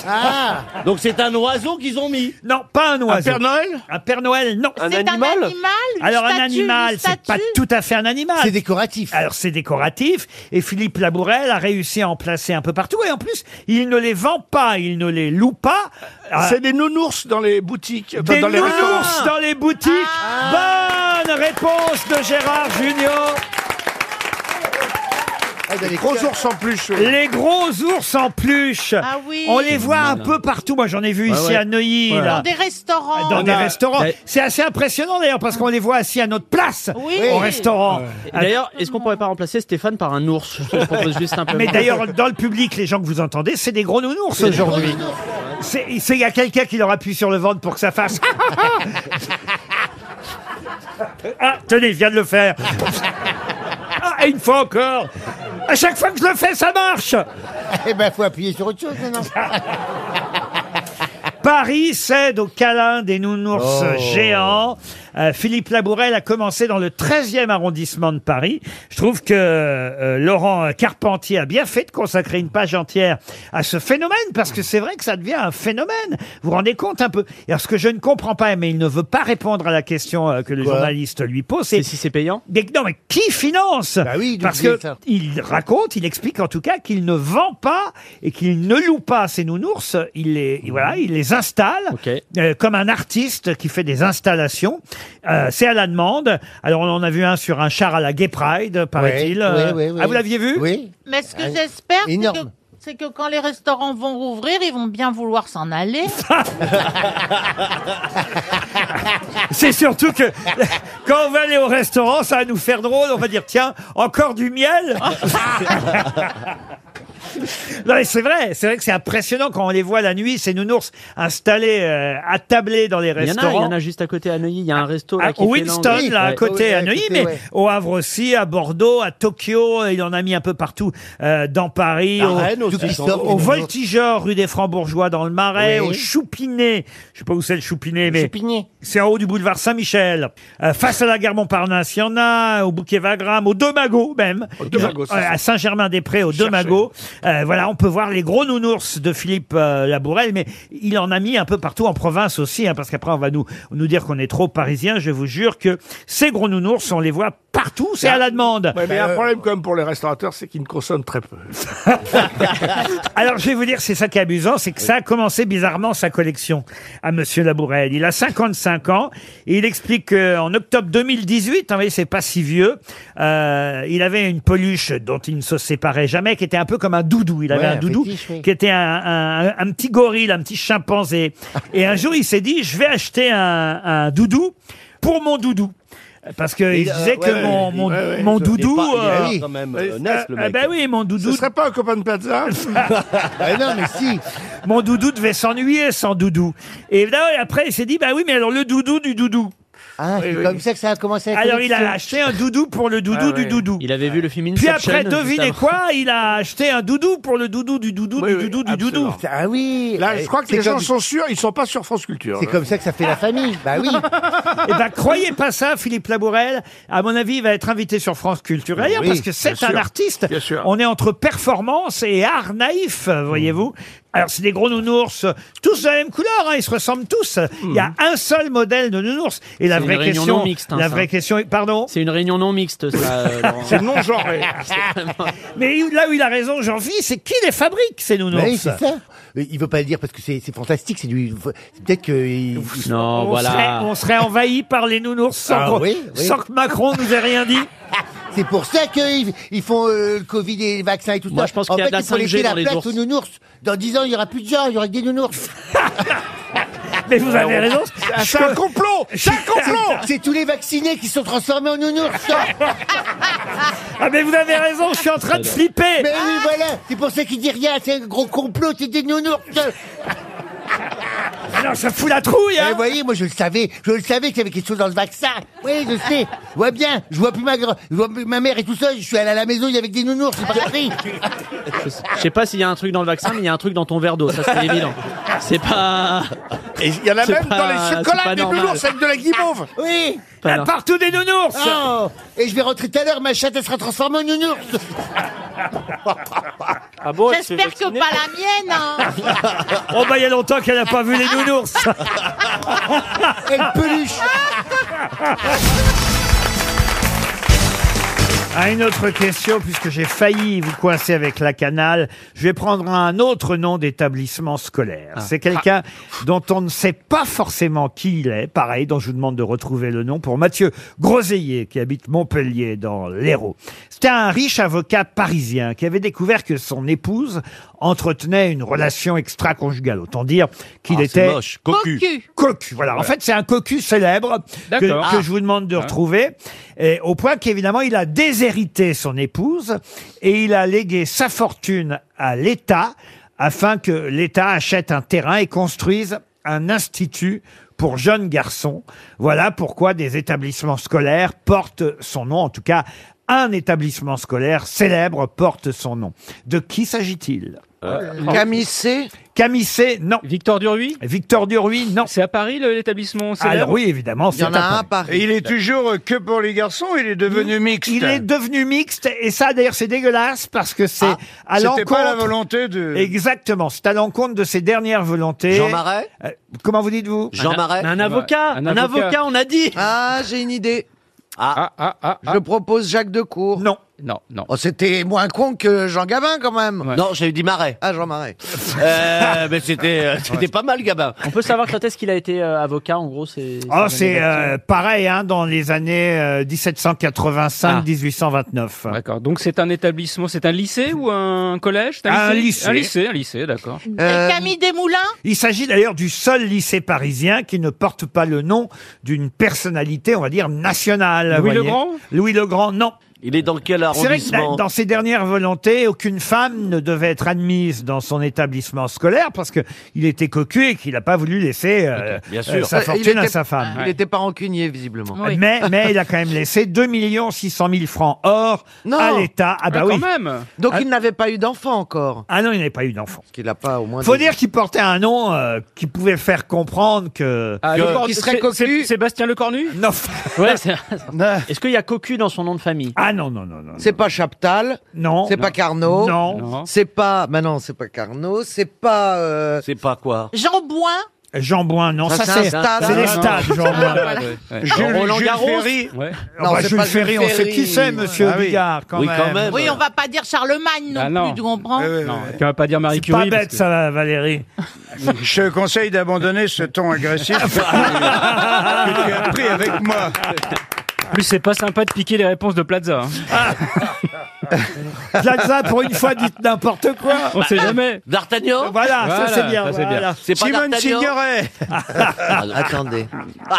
S7: Donc c'est un oiseau qu'ils ont mis
S1: Non, pas un oiseau.
S7: Père
S1: Noël Un Père Noël, non.
S7: C'est un animal animal, une
S1: Alors un
S7: statue,
S1: animal,
S7: une
S1: c'est pas
S7: statue
S1: tout à fait un animal. C'est décoratif. Alors c'est décoratif, et Philippe Labourel a réussi à en placer un peu partout, et en plus, il ne les vend pas, il ne les loue pas. Euh,
S9: C'est des nounours dans les boutiques.
S1: Des
S9: dans les
S1: nounours dans les boutiques.
S7: Ah.
S1: Bonne réponse de Gérard Junior. Ah,
S9: les gros ours en plus.
S1: Les gros ours en pluche.
S10: Ah oui.
S1: On les voit un peu partout. Moi, j'en ai vu
S9: Ouais,
S1: ici
S9: ouais.
S1: à Neuilly.
S9: Ouais.
S1: là.
S10: Dans des restaurants
S1: Ah, Dans des restaurants. C'est assez impressionnant d'ailleurs parce qu'on les voit assis à notre place
S10: Oui.
S1: au
S7: Ah
S1: restaurant.
S11: Et D'ailleurs, est-ce qu'on pourrait pas remplacer Stéphane par un ours Je propose juste simplement.
S1: Mais d'ailleurs, dans le public, les gens que vous entendez, c'est des gros nounours
S11: C'est des gros
S1: aujourd'hui.
S11: nounours,
S1: C'est c'est- il y a quelqu'un qui leur appuie sur le ventre pour que ça fasse. [laughs] ah, tenez, je viens de le faire. Ah, et une fois encore. À chaque fois que je le fais, ça marche.
S3: Eh ben, faut appuyer sur autre chose maintenant.
S1: [laughs] Paris cède au câlin des nounours
S3: Oh.
S1: géants. Euh, Philippe Labourel a commencé dans le 13e arrondissement de Paris. Je trouve que euh, Laurent Carpentier a bien fait de consacrer une page entière à ce phénomène parce que c'est vrai que ça devient un phénomène. Vous vous rendez compte un peu Et alors ce que je ne comprends pas, mais il ne veut pas répondre à la question euh, que le journaliste lui pose, c'est si
S11: c'est payant.
S1: Non, mais qui finance
S3: il
S1: Parce
S3: oubliait
S1: que
S3: ça.
S1: il raconte, il explique en tout cas qu'il ne vend pas et qu'il ne loue pas ses nounours. Il les, voilà, il les installe euh, comme un artiste qui fait des installations. Euh, c'est à la demande. Alors on en a vu un sur un char à la Gay Pride, paraît-il.
S3: ouais,
S1: Euh,
S3: ouais, ouais.
S1: Ah, vous l'aviez vu [laughs]
S3: Oui.
S10: Mais ce que
S1: Ah,
S10: j'espère, c'est que,
S1: énorme.
S10: c'est que quand les restaurants vont rouvrir, ils vont bien vouloir
S1: [laughs]
S10: s'en aller.
S1: C'est surtout que quand on va aller au restaurant, ça va nous faire drôle. On va dire tiens, encore du miel. Non, mais c'est vrai, c'est vrai que c'est impressionnant quand on les voit la nuit, ces nounours installés, euh, attablés dans les
S11: Il y, en a, il y
S1: restaurants.
S11: en a juste à côté à Neuilly, il y a un resto là,
S1: À
S11: qui est
S1: Winston,
S11: finlandais.
S1: là, à
S11: Ouais.
S1: côté, à Neuilly, mais au Havre aussi, à Bordeaux, à Tokyo, il en a mis un peu partout, euh, dans Paris,
S7: À
S1: au,
S7: Rennes aussi,
S1: au-
S7: sans doute.
S1: au Voltigeur, rue des Francs-Bourgeois, dans le Marais,
S7: Oui.
S1: au Choupinet, je sais pas où c'est le Choupinet, mais c'est en haut du boulevard Saint-Michel. Euh, face à la gare Montparnasse, il y en a, au Bouquet Wagram, au Domago même,
S9: Domago, c'est
S1: Euh,
S9: ça.
S1: à Saint-Germain-des-Prés, au Domago. Euh, voilà, on peut voir les gros nounours de Philippe euh, Labourel, mais il en a mis un peu partout en province aussi, hein, parce qu'après on va nous, nous dire qu'on est trop parisiens. Je vous jure que ces gros nounours, on les voit partout, c'est à la demande.
S9: Ouais, mais un problème quand même pour les restaurateurs, c'est qu'ils ne consomment très peu.
S1: [laughs] Alors, je vais vous dire, c'est ça qui est amusant, c'est que ça a commencé bizarrement sa collection à Monsieur Labourel. Il a 55 ans et il explique qu'en octobre 2018, hein, vous voyez, c'est pas si vieux, euh, il avait une peluche dont il ne se séparait jamais, qui était un peu comme un doudou. Il avait
S16: Ouais,
S1: un
S16: un
S1: doudou
S16: fétiche, oui.
S1: qui était un, un- un petit gorille, un petit chimpanzé. Et un jour, il s'est dit, je vais acheter un, un doudou pour mon doudou. Parce qu'il
S16: Il, euh,
S1: disait que
S16: ouais,
S1: mon,
S16: il-
S1: mon,
S16: ouais, ouais,
S1: mon
S16: il est
S1: doudou...
S16: pas- il est
S1: euh,
S16: quand même,
S1: euh,
S16: euh, naze, le
S1: eh
S16: mec.
S1: ben oui, mon doudou... Ce serait pas un copain de [laughs] pizza non, mais si Mon doudou devait s'ennuyer sans doudou. Et là, après, il s'est dit, bah oui, mais alors le doudou du doudou. Ah,
S16: c'est comme ça que ça a commencé à
S1: Alors, il a
S16: collection.
S1: acheté un doudou pour le doudou du doudou.
S16: Il avait vu le film
S1: Ah, Puis après, devinez quoi Il a acheté un doudou pour le doudou du doudou du doudou du doudou. Ah oui
S33: Là, je crois que les gens sont sûrs, ils sont pas sur France Culture.
S1: C'est
S33: là.
S1: comme ça que ça fait la famille.
S6: Ah
S1: Bah
S2: [laughs]
S1: oui. Eh ben, croyez pas ça, Philippe Labourel. À mon avis, il va être invité sur France Culture d'ailleurs,
S16: Oui,
S1: parce que c'est
S16: bien
S1: un
S16: sûr.
S1: artiste. On est entre performance et art naïf, euh, voyez-vous. Alors, c'est des gros nounours, euh, tous de la même couleur, hein, ils se ressemblent tous. Il y a un seul modèle de nounours. Et la
S7: C'est une
S1: vraie
S7: réunion
S1: question,
S7: non mixte, hein,
S1: la
S7: ça.
S1: vraie question, est- pardon.
S7: C'est une réunion non mixte, ça. euh, Laurent.
S1: [laughs] C'est non-genré.
S7: C'est [laughs] vraiment-
S1: Mais là où il a raison, Jean-Philippe, c'est qui les fabrique, ces nounours
S3: Mais oui, c'est ça. Mais il veut pas le dire parce que c'est c'est fantastique. C'est du. c'est Peut-être que. il-
S7: Non,
S1: on, serait, on serait envahi par les nounours sans,
S3: Ah
S1: qu'on-
S3: oui, oui.
S1: sans que Macron nous ait rien dit.
S3: [laughs] C'est pour ça qu'ils ils font euh, le Covid et les vaccins et tout
S7: Moi,
S3: ça.
S7: je pense
S3: en
S7: qu'il y a
S3: fait,
S7: de la
S3: il faut laisser
S7: 5G
S3: la
S7: dans les
S3: place
S7: ours.
S3: aux nounours. Dans 10 ans, il y aura plus de gens, il y aura que des nounours.
S1: [laughs] Mais vous
S7: Ah,
S1: avez raison.
S3: C'est un complot C'est un
S1: complot
S3: C'est tous les vaccinés qui sont transformés en nounours.
S1: [laughs] ah mais
S6: [laughs]
S1: vous avez raison, je suis en train de flipper.
S3: Mais oui, voilà, c'est pour ça qu'il dit rien. C'est un gros complot, c'est des nounours.
S1: Alors ça fout la trouille, hein
S3: Vous voyez, moi je le savais, je le savais qu'il y avait quelque chose dans le vaccin. Oui, je sais. Je vois bien, je vois plus ma, gr- je vois plus ma mère et tout ça. Je suis allé à la maison, il y avait que des nounours, c'est pas compris.
S7: Je sais pas s'il y a un truc dans le vaccin, mais il y a un truc dans ton verre d'eau, ça c'est évident. C'est pas.
S33: Il y en a même dans les chocolats des nounours avec de la guimauve.
S3: Oui.
S7: Pas normal.
S1: Ah, Partout des nounours.
S3: Oh, et je vais rentrer tout à l'heure, ma chatte elle sera transformée en nounours.
S10: J'espère que pas la mienne. hein.
S1: Oh bah il y a longtemps qu'elle n'a pas vu les nounours.
S3: Et le peluche.
S1: À une autre question, puisque j'ai failli vous coincer avec la canale, je vais prendre un autre nom d'établissement
S16: Ah.
S1: scolaire. C'est quelqu'un dont on ne sait pas forcément qui il est, pareil, dont je vous demande de retrouver le nom pour Mathieu Groseillier, qui habite Montpellier, dans l'Hérault. C'était un riche avocat parisien qui avait découvert que son épouse entretenait une relation extra-conjugale. Autant dire qu'il
S16: Ah, c'est
S1: était...
S16: moche. Cocu.
S1: Cocu. voilà. En fait, c'est un cocu célèbre que,
S16: D'accord.
S1: que
S16: Ah.
S1: je vous demande de
S16: Hein.
S1: retrouver. Et au point qu'évidemment, il a déshérité son épouse et il a légué sa fortune à l'État afin que l'État achète un terrain et construise un institut pour jeunes garçons. Voilà pourquoi des établissements scolaires portent son nom, en tout cas un établissement scolaire célèbre porte son nom. De qui s'agit-il Camissé Camissé, non. Euh, Victor Duruy Victor Duruy, non. C'est à Paris l'établissement Alors oui, évidemment. c'est à
S9: Et il est toujours euh, que pour les garçons, il est devenu mixte.
S1: Il est devenu mixte et ça d'ailleurs c'est dégueulasse parce que c'est à l'encontre.
S9: Ah, C'était pas la volonté de.
S1: Exactement, c'est à l'encontre de ses dernières volontés.
S9: Jean Marais
S1: Euh, Comment vous dites-vous
S9: Jean Marais
S7: Un avocat, un avocat, on a dit.
S32: Ah, j'ai une idée. Ah, ah, ah, Je propose Jacques Decour.
S1: Non.
S32: Non, non. C'était moins con que Jean Gabin, quand même.
S37: Non, j'ai dit Marais.
S32: Ah, Jean Marais.
S37: Euh, mais c'était euh, c'était
S32: Ouais.
S37: pas mal, Gabin.
S7: On peut savoir quand est-ce qu'il a été euh, avocat, en gros, c'est.
S1: Oh, c'est euh, pareil hein, dans les années euh,
S30: Ah.
S1: 1785-1829.
S30: D'accord. Donc c'est un établissement, c'est un lycée ou un collège C'est
S1: Un lycée.
S30: Un lycée, un lycée, d'accord.
S1: Euh,
S10: Camille Desmoulins
S1: Il s'agit d'ailleurs du seul lycée parisien qui ne porte pas le nom d'une personnalité, on va dire, nationale.
S32: Louis
S1: voyez.
S32: Legrand
S1: Louis Legrand, non.
S37: Il est dans quel
S1: C'est vrai que
S37: arrondissement
S1: dans- dans ses dernières volontés, aucune femme ne devait être admise dans son établissement scolaire parce que il était cocu et qu'il n'a pas voulu laisser euh, euh, sa
S32: Euh, il
S1: fortune à
S32: était-
S1: sa femme.
S32: Il n'était pas rancunier, visiblement.
S1: Mais, mais il
S32: [laughs]
S1: a quand même laissé 2 600 000 francs or
S32: Non.
S1: à l'État. Ah bah oui.
S32: Donc
S1: Ah-
S32: il n'avait pas eu d'enfant encore.
S1: Ah non, il n'avait pas eu d'enfant.
S32: Qu'il n'a pas au moins.
S1: Faut
S32: des-
S1: dire qu'il portait un nom euh, qui pouvait faire comprendre que...
S7: Ah,
S1: que-
S7: Le Cornu-
S1: qu'il serait
S7: c'est-
S1: cocu.
S7: c'est- Sébastien Lecornu
S1: Non.
S7: Ouais, c'est- Est-ce qu'il y a cocu dans son nom de famille
S1: Ah non, non, non. non.
S32: C'est pas Chaptal.
S1: Non.
S32: C'est
S1: Non.
S32: pas Carnot.
S1: Non. Non.
S32: C'est pas. Bah non, c'est pas Carnot. C'est pas. euh,
S37: C'est pas quoi
S10: Jean Bouin
S1: Jean Bouin, non, ça,
S32: Ça,
S1: c'est
S32: c'est un stade.
S1: c'est les
S32: Ah,
S1: stades,
S32: ouais.
S1: Jean Bouin.
S32: Ah, ouais, ouais. Jules- Roland Jules Garros Ferry.
S1: Ouais.
S32: Non,
S1: bah,
S32: c'est
S1: Jules
S32: pas Jules
S1: Ferry, on sait qui
S32: Ferry.
S1: c'est, monsieur
S32: Ah oui.
S1: Bigard, quand
S32: Oui,
S1: même.
S32: quand même.
S10: Oui, on va pas dire Charlemagne non,
S30: Bah, non.
S10: plus, tu comprends
S30: Non, on va pas dire Marie Curie.
S1: pas bête, ça, va, Valérie.
S9: Je conseille d'abandonner ce ton
S30: [laughs]
S9: agressif
S30: Ah,
S1: Ah.
S9: que tu as pris avec moi.
S30: En plus, c'est pas sympa de piquer les réponses de Plaza. hein.
S1: Ah. Plaza, pour une fois, dites n'importe quoi. Bah,
S11: On sait jamais.
S7: D'Artagnan
S1: Voilà, ça, c'est bien, voilà.
S7: C'est pas
S11: Simone
S7: d'Artagnan
S32: [laughs]
S11: Signoret.
S7: Ah, Attendez.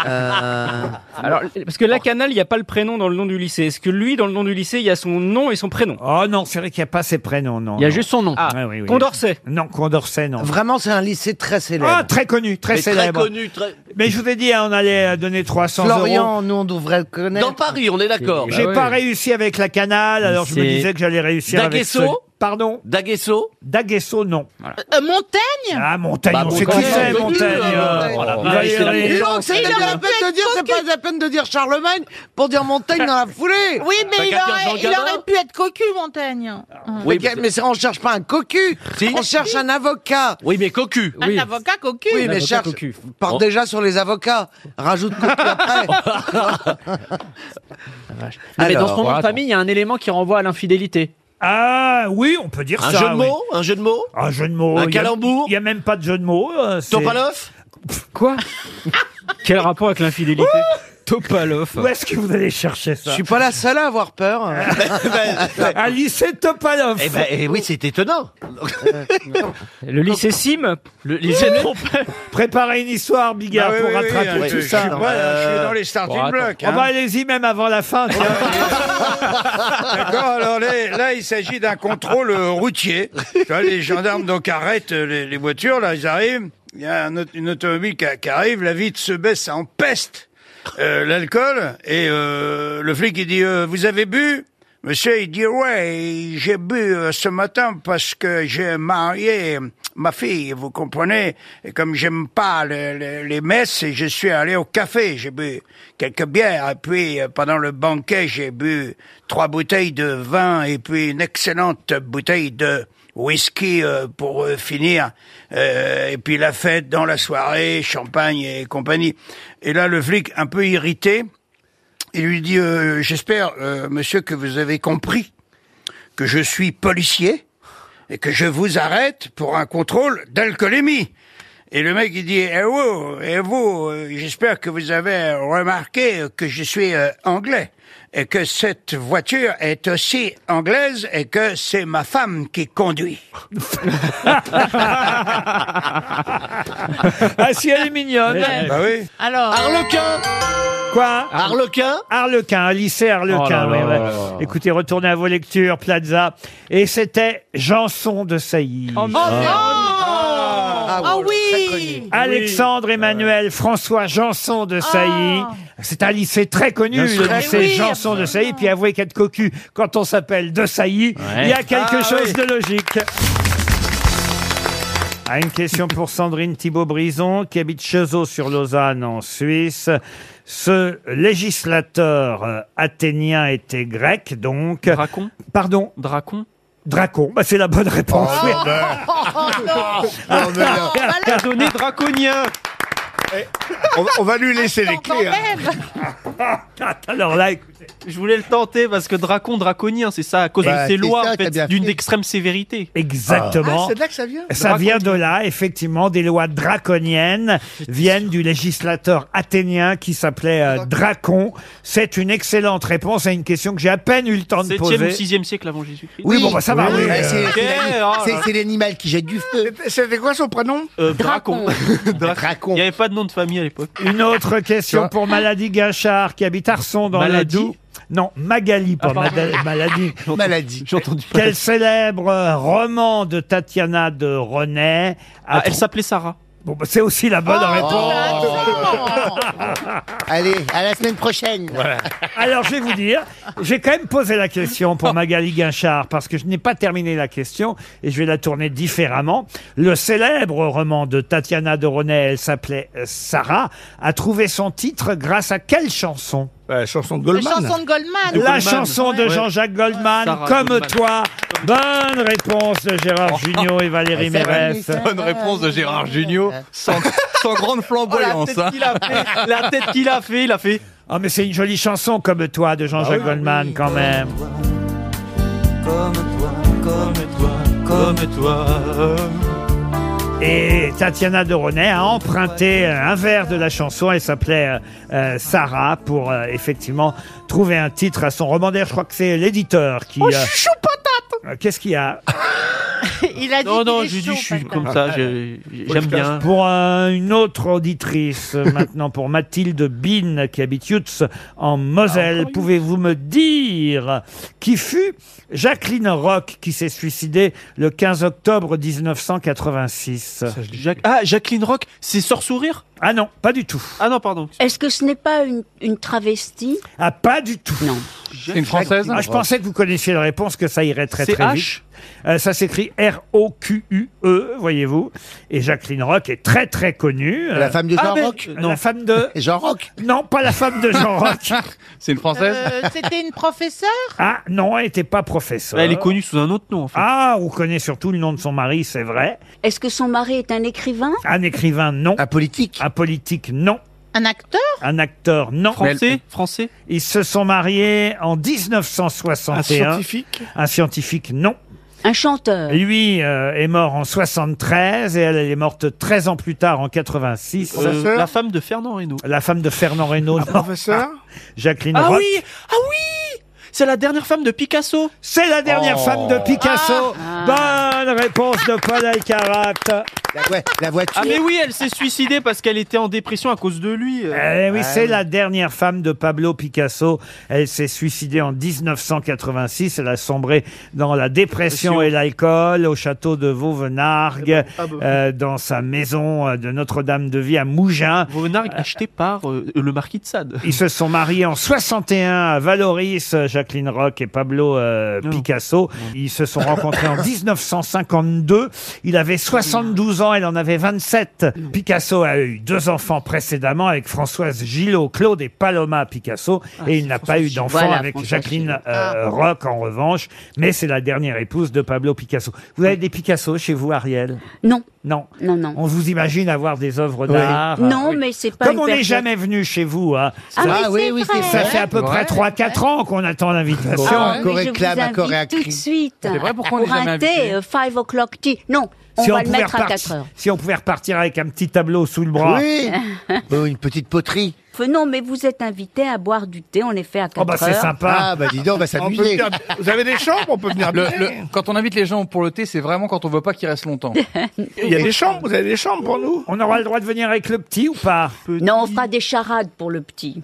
S32: Euh,
S11: Alors, parce que la canal, il n'y a pas le prénom dans le nom du lycée. Est-ce que lui, dans le nom du lycée, il y a son nom et son prénom
S1: Oh non, c'est vrai qu'il n'y a pas ses prénoms, non.
S11: Il y a juste son nom. Ah,
S1: Ouais, oui, oui.
S11: Condorcet.
S1: Non, Condorcet, non.
S32: Vraiment, c'est un lycée très célèbre.
S1: Ah, très connu, très
S32: Mais très
S1: célèbre.
S32: connu, très-
S1: Mais je vous ai dit, hein, on allait euh, donner 300 euros.
S32: Florian, nous on devrait le connaître.
S7: Dans Paris, on est d'accord.
S11: Ah
S1: J'ai pas réussi avec la canale, alors je me
S7: C'est-
S1: disais que j'allais réussir avec
S7: Daguesso
S1: ce... Pardon
S7: Daguesso
S1: Daguesso, non.
S10: Euh, Montaigne
S1: Ah, Montaigne,
S10: Bah,
S1: on sait qui
S10: Montaigne,
S1: c'est,
S10: on
S1: Montaigne.
S10: peut plus,
S1: euh,
S10: euh,
S1: oh la
S10: voilà.
S1: vache,
S10: C'est la
S1: il est-
S10: maison.
S32: Donc c'est
S10: Il
S32: pas
S10: aurait
S32: la
S10: pu être
S32: peine de dire, c'est pas la peine de dire Charlemagne pour dire Montaigne dans la foulée.
S10: Oui, mais il aurait, il aurait pu être cocu, Montaigne.
S32: mais, quel- mais c'est- on cherche pas un cocu, on cherche un avocat.
S7: Oui, mais cocu.
S10: Un avocat cocu.
S32: Oui, mais cherche. Part déjà sur les avocats. Rajoute cocu après.
S11: Non, Ah, mais dans
S32: Alors,
S11: son nom de
S32: attends.
S11: famille, il y a un élément qui renvoie à l'infidélité.
S1: Ah oui, on peut dire
S11: Un
S1: ça.
S11: jeu de
S1: oui.
S11: mots
S7: Un jeu de mots
S1: Un jeu de mots.
S11: Un
S1: il y a-
S11: calembour
S1: Il n'y a même pas de jeu de mots. euh, c'est-
S7: Topalov
S11: Quoi [laughs] Quel rapport avec
S1: [laughs]
S11: l'infidélité Topalov.
S1: Où est-ce
S9: [laughs]
S1: que vous allez chercher
S32: Je
S1: ça
S32: suis pas la seule à avoir peur. hein.
S1: Un lycée Topalov.
S7: Eh ben eh oui, c'est étonnant.
S11: Le lycée Sim
S7: Le lycée
S1: Préparez une histoire, Bigard,
S9: Ah oui,
S1: pour
S9: oui, oui,
S1: rattraper
S9: oui,
S1: tout
S9: je-
S1: ça.
S9: je suis pas- je suis dans les starting
S1: attends.
S9: blocks,
S1: On
S9: hein.
S1: va allez-y même avant la fin.
S9: [laughs]
S1: tiens.
S9: D'accord, alors les- là, il s'agit d'un contrôle euh, routier. Tu vois, les gendarmes donc arrêtent euh, les, les voitures, là, ils arrivent. Il y a un autre- une automobile qui, a- qui arrive, la vitre se baisse, ça empeste euh, l'alcool. Et euh, le flic, il dit euh, Vous avez bu Monsieur, il dit Ouais, j'ai bu euh, ce matin parce que j'ai marié ma fille, vous comprenez Et comme j'aime pas le- le- les messes, et je suis allé au café, j'ai bu quelques bières, et puis euh, pendant le banquet, j'ai bu trois bouteilles de vin, et puis une excellente bouteille de whisky euh, pour euh, finir, Euh, et puis la fête dans la soirée, champagne et compagnie. Et là, le flic, un peu irrité, il lui dit euh, J'espère, euh, monsieur, que vous avez compris que je suis policier et que je vous arrête pour un contrôle d'alcoolémie. Et le mec, il dit Eh vous, eh vous, euh, j'espère que vous avez remarqué que je suis euh, anglais et que cette voiture est aussi anglaise et que c'est ma femme qui conduit.
S1: [laughs] Ah si, elle est mignonne.
S9: Ouais. Bah oui.
S10: Alors.
S7: Arlequin
S1: Quoi
S7: Arlequin
S1: Arlequin, un lycée Arlequin.
S7: Oh là là
S1: ouais,
S7: là
S1: ouais.
S7: là là.
S1: Écoutez, retournez à vos lectures, Plaza. Et c'était Janson de Sailly.
S10: Ah, oui Ah.
S1: Alexandre Emmanuel François Janson de Sailly. C'est un lycée très connu,
S6: Bien sûr.
S1: le
S6: Eh
S1: lycée
S6: oui,
S1: Janson de Sailly. Puis avouez qu'être cocu quand on s'appelle de Sailly, il y a quelque
S6: Ah
S1: chose
S6: oui.
S1: de logique. Ah, une question pour Sandrine Thibault-Brison, qui habite Cheseaux sur Lausanne, en Suisse. Ce législateur euh, athénien était grec, donc. Dracon Pardon Dracon Dracon, bah, c'est la bonne réponse.
S10: Oh.
S1: oui.
S11: Oh,
S32: [laughs]
S9: a donné draconien.
S1: Eh,
S11: on, va lui laisser les clés.
S1: hein. Ah, Alors là, écoutez.
S11: Je voulais le tenter parce que dracon, draconien, c'est ça, à cause
S1: Bah,
S11: de ses
S1: c'est
S11: lois,
S1: ça
S11: en
S1: que t'as
S11: fait,
S1: bien
S11: d'une
S1: fait.
S11: extrême sévérité.
S1: Exactement.
S32: Ah, c'est de là que ça vient
S1: Ça vient de là, effectivement, des lois draconiennes viennent du législateur athénien qui s'appelait euh, Dracon. C'est une excellente réponse à une question que j'ai à peine eu le temps de
S11: 7e ou
S1: poser.
S11: 6e siècle avant Jésus-Christ.
S1: Oui, bon, bah, ça va, oui,
S11: Ouais,
S1: euh,
S11: c'est-
S1: Ok,
S11: c'est-
S1: oh là
S11: c'est-
S1: là.
S11: c'est-
S32: l'animal qui jette du feu. C'était quoi son prénom
S11: euh, Dracon.
S4: [laughs]
S11: Dracon. Il n'y avait pas de nom de famille à l'époque.
S1: Une autre question pour Maladie Gachard qui habite Arson dans
S11: Maladie
S1: la Doue. Non, Magali, pas
S11: Ah, pardon.
S1: Mada- Maladie.
S32: Maladie.
S11: J'ai entendu
S1: Quel célèbre euh, roman de Tatiana de René Elle
S11: Ah, s'appelait Sarah.
S1: Bon, bah, c'est aussi la bonne réponse.
S16: Allez, à la semaine prochaine.
S1: [laughs] Alors, je vais vous dire, j'ai quand même posé la question
S33: Oh.
S1: pour Magali Guinchard parce que je n'ai pas terminé la question et je vais la tourner différemment. Le célèbre roman de Tatiana Doronet, elle s'appelait euh, Sarah, a trouvé son titre grâce à quelle chanson
S33: La chanson de
S10: La
S33: Goldman.
S10: chanson de Goldman.
S1: La chanson de
S10: Ouais.
S1: Jean-Jacques Goldman,
S33: Sarah
S1: comme
S33: Goldman. Oh.
S1: toi. Bonne réponse de Gérard Junior et
S4: Ah,
S1: Valérie
S33: Ah,
S1: Mérès.
S34: Bonne réponse de Gérard Junior, sans, sans grande flamboyance.
S4: Oh,
S34: hein.
S1: la tête qu'il a fait, il a fait. Ah mais c'est une jolie chanson comme toi de Jean-Jacques Goldman quand même.
S37: Comme toi, comme toi, comme toi.
S1: Et Tatiana Doronet a emprunté euh, un vers de la chanson. Elle s'appelait euh, euh, Sarah pour euh, effectivement trouver un titre à son roman. D'ailleurs, je crois que c'est l'éditeur qui.
S6: Oh,
S1: euh,
S6: chouchou patate
S1: euh, Qu'est-ce qu'il y a
S10: [laughs] Il a dit
S1: Non, non,
S10: qu'il est
S1: j'ai dit
S10: chaud,
S1: je suis
S10: Pascal.
S1: comme
S44: ça, je- j'aime bien.
S1: Pour euh, une
S44: [laughs]
S1: autre auditrice euh, maintenant, pour Mathilde Bin qui habite Yutz en Moselle, pouvez-vous me dire qui fut Jacqueline Rock qui s'est suicidée le 15 octobre 1986 Ah, Jacqueline Rock, c'est Sort Sourire Ah non, pas du tout. Ah non, pardon.
S11: Est-ce que ce n'est pas une, une travestie
S1: Ah, pas du tout. Non.
S11: Une Française
S1: Ah, je pensais que vous connaissiez la réponse, que ça irait très
S4: C'est
S1: très
S4: H
S1: vite. Euh, ça s'écrit R-O-Q-U-E, E, voyez-vous. Et Jacqueline Rock est très très connue.
S4: La femme de
S1: Ah,
S4: Jean
S1: ben,
S4: Rock
S1: euh,
S4: Non.
S1: La
S4: [laughs]
S1: femme de... Jean Rock Non, pas la femme de Jean Rock.
S4: C'est une française
S10: Euh, C'était une professeure
S1: Ah non, elle n'était pas professeure.
S4: Elle est connue sous un autre nom, en fait.
S1: Ah, on connaît surtout le nom de son mari, c'est vrai.
S11: Est-ce que son mari est un écrivain
S1: Un écrivain, non. Un politique Un politique, non.
S10: Un acteur
S1: Un acteur, non.
S4: Français Mais elle-
S1: Français Ils se sont mariés en 1961.
S4: Un scientifique
S1: Un scientifique, non.
S11: Un chanteur
S1: Lui euh, est mort en 73 et elle, elle est morte 13 ans plus tard en 86.
S4: Sa Euh, sœur la
S1: femme de Fernand Reynaud. La femme de Fernand Reynaud. professeur [laughs] Jacqueline
S4: Ah
S1: Roth.
S4: oui Ah oui C'est la dernière femme de Picasso
S1: C'est la dernière femme de Picasso.
S10: Ah.
S1: Bonne réponse de Paul Alcarat.
S4: La, voiture. Ah mais oui, elle s'est suicidée parce qu'elle était en dépression à cause de lui.
S1: Eh
S4: ah
S1: oui, c'est la dernière femme de Pablo Picasso. Elle s'est suicidée en 1986. Elle a sombré dans la dépression et l'alcool au château de Vauvenargues, euh, dans sa maison euh, de Notre-Dame-de-Vie à Mougins.
S4: Vauvenargues acheté par euh, le marquis de Sade.
S1: Ils se sont mariés en 61 à Valoris, euh, Jacqueline Rock et Pablo euh,
S4: Oh.
S1: Picasso. Ils se sont
S4: [laughs]
S1: rencontrés en 1952. Il avait 72 ans, elle en avait 27. Picasso a eu deux enfants précédemment avec Françoise Gillot, Claude et Paloma Picasso.
S4: Ah,
S1: et il n'a pas eu d'enfant
S4: Voilà,
S1: avec
S4: Françoise Ah.
S1: Jacqueline euh, Rock en revanche. Mais c'est la dernière épouse de Pablo Picasso. Vous avez des Picasso chez vous, Ariel
S11: Non.
S1: Non.
S11: Non, non.
S1: On vous imagine avoir des œuvres d'art.
S11: Non, mais c'est pas
S1: Comme
S11: une
S1: on n'est
S11: personne-
S1: jamais venu chez vous, hein.
S11: Ah, mais Ah oui, c'est oui, c'est vrai.
S1: Ça fait à peu
S11: Ouais.
S1: près 3-4 ans qu'on attend l'invitation.
S11: Ah, mais je vous invite tout de suite.
S1: C'est vrai, pourquoi on
S11: pour
S1: n'est jamais
S11: un thé,
S1: invité
S11: euh, five o'clock tea. Non, on
S1: Si
S11: va le
S1: pouvait
S11: mettre à
S1: repartir-
S11: 4 heures.
S1: Si on pouvait repartir avec un petit tableau sous le bras.
S11: [laughs] Oui.
S1: Oh, une petite poterie.
S11: Fait, Non, mais vous êtes invité à boire du thé, en effet, à 4
S1: bah, c'est
S11: heures.
S1: sympa.
S4: Ah, bah, dis donc, on va s'amuser.
S11: On peut venir-
S4: Vous avez des chambres On peut venir
S11: dîner.
S4: Quand on invite les gens pour le thé, c'est vraiment quand on veut pas qu'ils restent longtemps.
S1: Il y a des chambres, vous avez des chambres pour nous On aura le droit de venir avec le petit ou pas
S11: Non, on fera des charades pour le petit.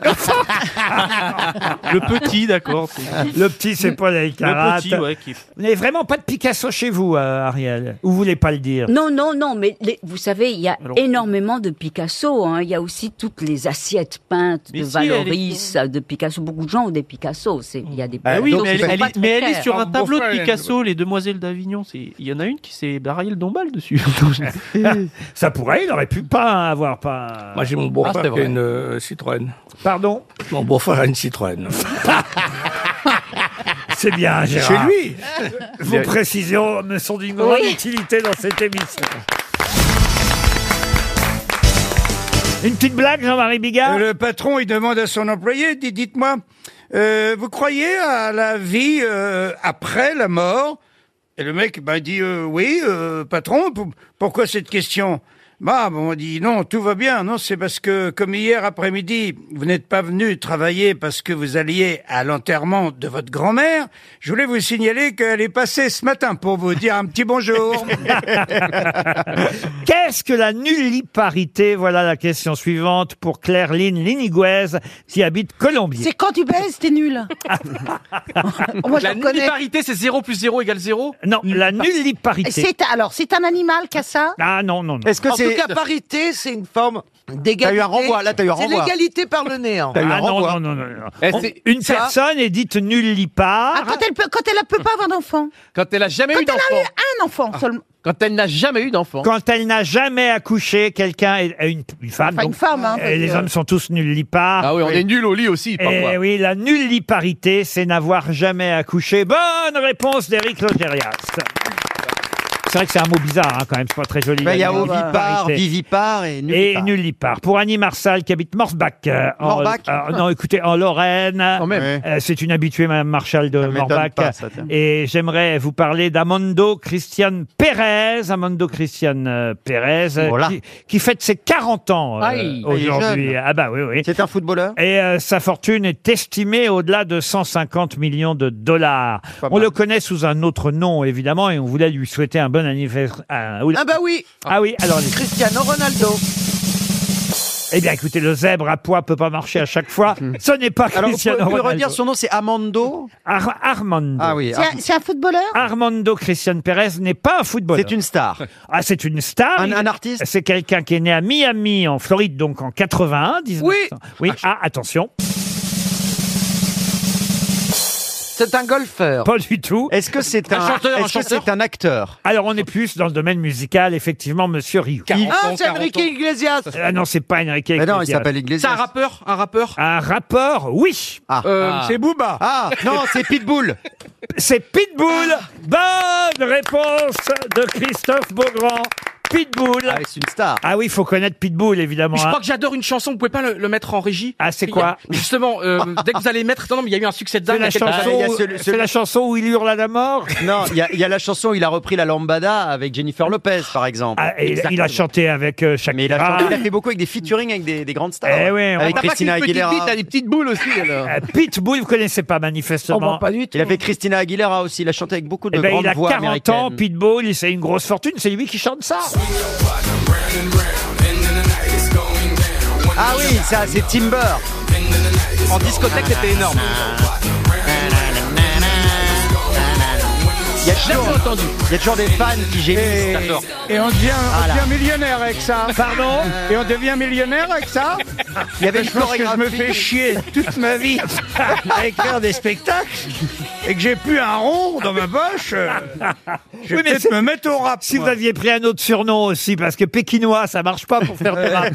S1: Le petit, d'accord. [laughs] Le petit, c'est pas la
S4: Le petit, ouais, qui-
S1: Vous n'avez vraiment pas de Picasso chez vous, euh, Ariel Ou vous voulez pas le dire
S11: Non, non, non, mais les- vous savez, il y a
S1: Alors-
S11: énormément de Picasso. hein. Il y a aussi toutes les assiettes peintes
S4: Mais
S11: de
S4: si, elle est-
S11: Valoris, de Picasso. Beaucoup de gens ont des Picasso. c'est- Il y a des
S1: Ah
S4: Bah oui,
S11: Picasso
S4: mais
S11: qui
S4: elle,
S11: sont
S4: elle
S11: pas
S4: est-
S11: très
S4: mais elle est
S11: chers.
S4: sur un tableau de Picasso, les demoiselles d'Avignon. c'est- Il y en a une qui c'est Ariel Dombal dessus. [laughs]
S1: Ça pourrait, il aurait pu pas avoir pas.
S2: Moi, j'ai mon beau-frère
S1: Ah,
S2: qui
S1: c'est
S2: a
S1: vrai.
S2: une euh, Citroën.
S1: Pardon
S2: Mon beau-frère a une Citroën.
S1: [laughs] C'est bien, Gérard.
S2: Chez lui
S1: [laughs] Vos précisions me sont d'une grande utilité dans cette émission. Une petite blague, Jean-Marie Bigard
S9: Euh, Le patron, il demande à son employé, dit, dites-moi, euh, vous croyez à la vie euh, après la mort Et le mec ben, dit, euh, oui, euh, patron, pour- pourquoi cette question bah, bon, on dit non, tout va bien. Non, c'est parce que comme hier après-midi, vous n'êtes pas venu travailler parce que vous alliez à l'enterrement de votre grand-mère. Je voulais vous signaler qu'elle est passée ce matin pour vous dire un petit
S1: [laughs]
S9: bonjour.
S1: Qu'est-ce que la nulliparité Voilà la question suivante pour Claire Lynn Liniguez, qui habite Colombier. [laughs]
S12: C'est quand tu baises, t'es [laughs] nul. Moi, je
S4: la
S12: le connais.
S4: nulliparité, c'est 0 plus 0 égale 0
S1: Non, la nulliparité.
S12: C'est alors, c'est un animal qui a ça
S1: Ah non, non, non.
S4: Est-ce que
S6: en
S4: c'est-
S6: tout cas, parité, c'est une forme d'égalité.
S1: T'as eu un renvoi, là, t'as eu un
S6: C'est
S1: renvoi.
S6: l'égalité par le nez. hein.
S1: Ah non, non, non, non, non.
S4: Eh,
S1: On-
S4: c'est-
S1: Une
S4: ça-
S1: personne est dite nullipare.
S12: Ah, quand elle peut, quand elle a- peut pas avoir d'enfant.
S4: Quand elle a jamais
S12: Quand elle a eu Ah. un enfant seulement.
S4: Quand elle n'a jamais eu d'enfant.
S1: Quand elle n'a jamais accouché, quelqu'un, est- est une, une femme.
S12: Enfin, une femme, hein, parce
S1: et les
S12: que-
S1: hommes sont tous nullipares.
S4: Ah oui, on est nuls au lit aussi, parfois.
S1: Et oui, la nulliparité, c'est n'avoir jamais accouché. Bonne réponse d'Éric Logérias. C'est vrai que c'est un mot bizarre hein, quand même, c'est pas très joli.
S6: Mais Ben, il y a ovipare,
S1: Parité.
S6: vivipare et
S1: Et
S6: nullipare.
S1: nullipare. Pour Annie Marsal qui habite Morbach. euh, en-
S6: Morbach
S1: euh, Non, écoutez, en Lorraine. Euh, c'est une habituée, Madame Marshall de
S6: m'étonne
S1: Morbach.
S6: pas, ça, tiens.
S1: et j'aimerais vous parler d'Amando Christian Pérez. Amando Christian euh, Pérez. euh,
S6: Voilà.
S1: Qui, qui fête ses 40 ans euh,
S6: Aïe. Ah, il est
S1: aujourd'hui.
S6: jeune.
S1: Ah bah oui, oui.
S6: C'est un footballeur
S1: Et euh, sa fortune est estimée au-delà de 150 millions de dollars. On le connaît sous un autre nom, évidemment, et on voulait lui souhaiter un bon anniversaire. Ah, oula.
S45: Ah bah oui
S1: Ah oui, alors...
S45: Cristiano Ronaldo.
S1: Eh bien, écoutez, le zèbre à poids peut pas marcher à chaque fois. Ce n'est pas
S6: Alors, vous pouvez
S1: Cristiano
S6: vous pouvez
S1: Ronaldo.
S6: redire son nom, c'est Amando
S1: Ar- Armando.
S6: Ah oui, C'est un-
S1: un
S6: Ar-
S1: footballeur Armando Christian Pérez n'est pas un footballeur. C'est une star. Ah, c'est une star. Un, artiste C'est quelqu'un qui est né à Miami, en Floride, donc en 81. 1900. Oui Oui, ah, attention.
S45: C'est un golfeur.
S1: Pas du tout.
S6: Est-ce que c'est
S1: Un
S6: un,
S1: chanteur,
S6: est-ce
S1: un
S6: que
S1: chanteur
S6: c'est un acteur
S1: Alors, on est plus dans le domaine musical, effectivement, monsieur Rioux.
S45: Ah, c'est Enrique Iglesias.
S1: Ah non, c'est pas Enrique Iglesias.
S6: Iglesias.
S4: C'est un rappeur, un rappeur.
S1: Un rappeur, oui.
S4: Euh, Ah. c'est Booba.
S6: Ah, non, c'est Pitbull.
S1: C'est Pitbull. Bonne réponse de Christophe Beaugrand. Pitbull. Ah,
S6: c'est une star.
S1: Ah oui, il faut connaître Pitbull, évidemment.
S4: Mais je
S1: hein.
S4: crois que j'adore une chanson, vous pouvez pas le, le mettre en régie Ah,
S1: c'est quoi
S4: [laughs] Justement, euh, dès que vous allez mettre. Non, non, mais il y a eu un succès de
S1: C'est
S4: dingue.
S6: Ah,
S1: la, chanson où- c'est la chanson où il hurle à la mort
S6: Non, il y, a- il y a la chanson où il a repris la lambada avec Jennifer Lopez, par exemple.
S1: Ah, et il- il
S6: Exactement.
S1: a chanté avec euh, Shakira.
S6: Mais il a, chanté- il a fait beaucoup avec des featuring avec des, des grandes stars.
S1: Eh ouais, on-
S6: avec
S1: T'as pas
S6: Christina
S1: qu'une petite
S6: Aguilera.
S1: bite, t'as des
S6: petites boules aussi, alors.
S1: Pitbull, vous connaissez pas manifestement. Oh, bah, pas du
S6: Il a fait Christina Aguilera aussi. Il a chanté avec beaucoup de
S1: Eh ben,
S6: grandes
S1: il a
S6: voix
S1: 40
S6: américaines.
S1: ans, Pitbull, il- c'est une grosse fortune, c'est lui qui chante ça.
S6: Ah oui, ça, c'est Timber.
S4: En discothèque, c'était énorme.
S6: Il y a toujours, Il y a toujours des fans qui gémissent. D'accord.
S9: Et on devient, on
S6: Voilà.
S9: devient millionnaire avec ça.
S1: Pardon
S9: Et on devient millionnaire avec ça
S6: Il y avait une
S9: je pense que je me
S6: chorégraphie.
S9: fais chier toute ma vie à écrire des spectacles et que j'ai plus un rond dans ma poche. euh, Je vais
S1: Oui, mais
S9: peut-être
S1: c'est-
S9: me mettre au rap.
S1: Si
S9: moi. Euh, [laughs]
S1: vous aviez pris un autre surnom aussi, parce que Pékinois, ça marche pas pour faire des rap.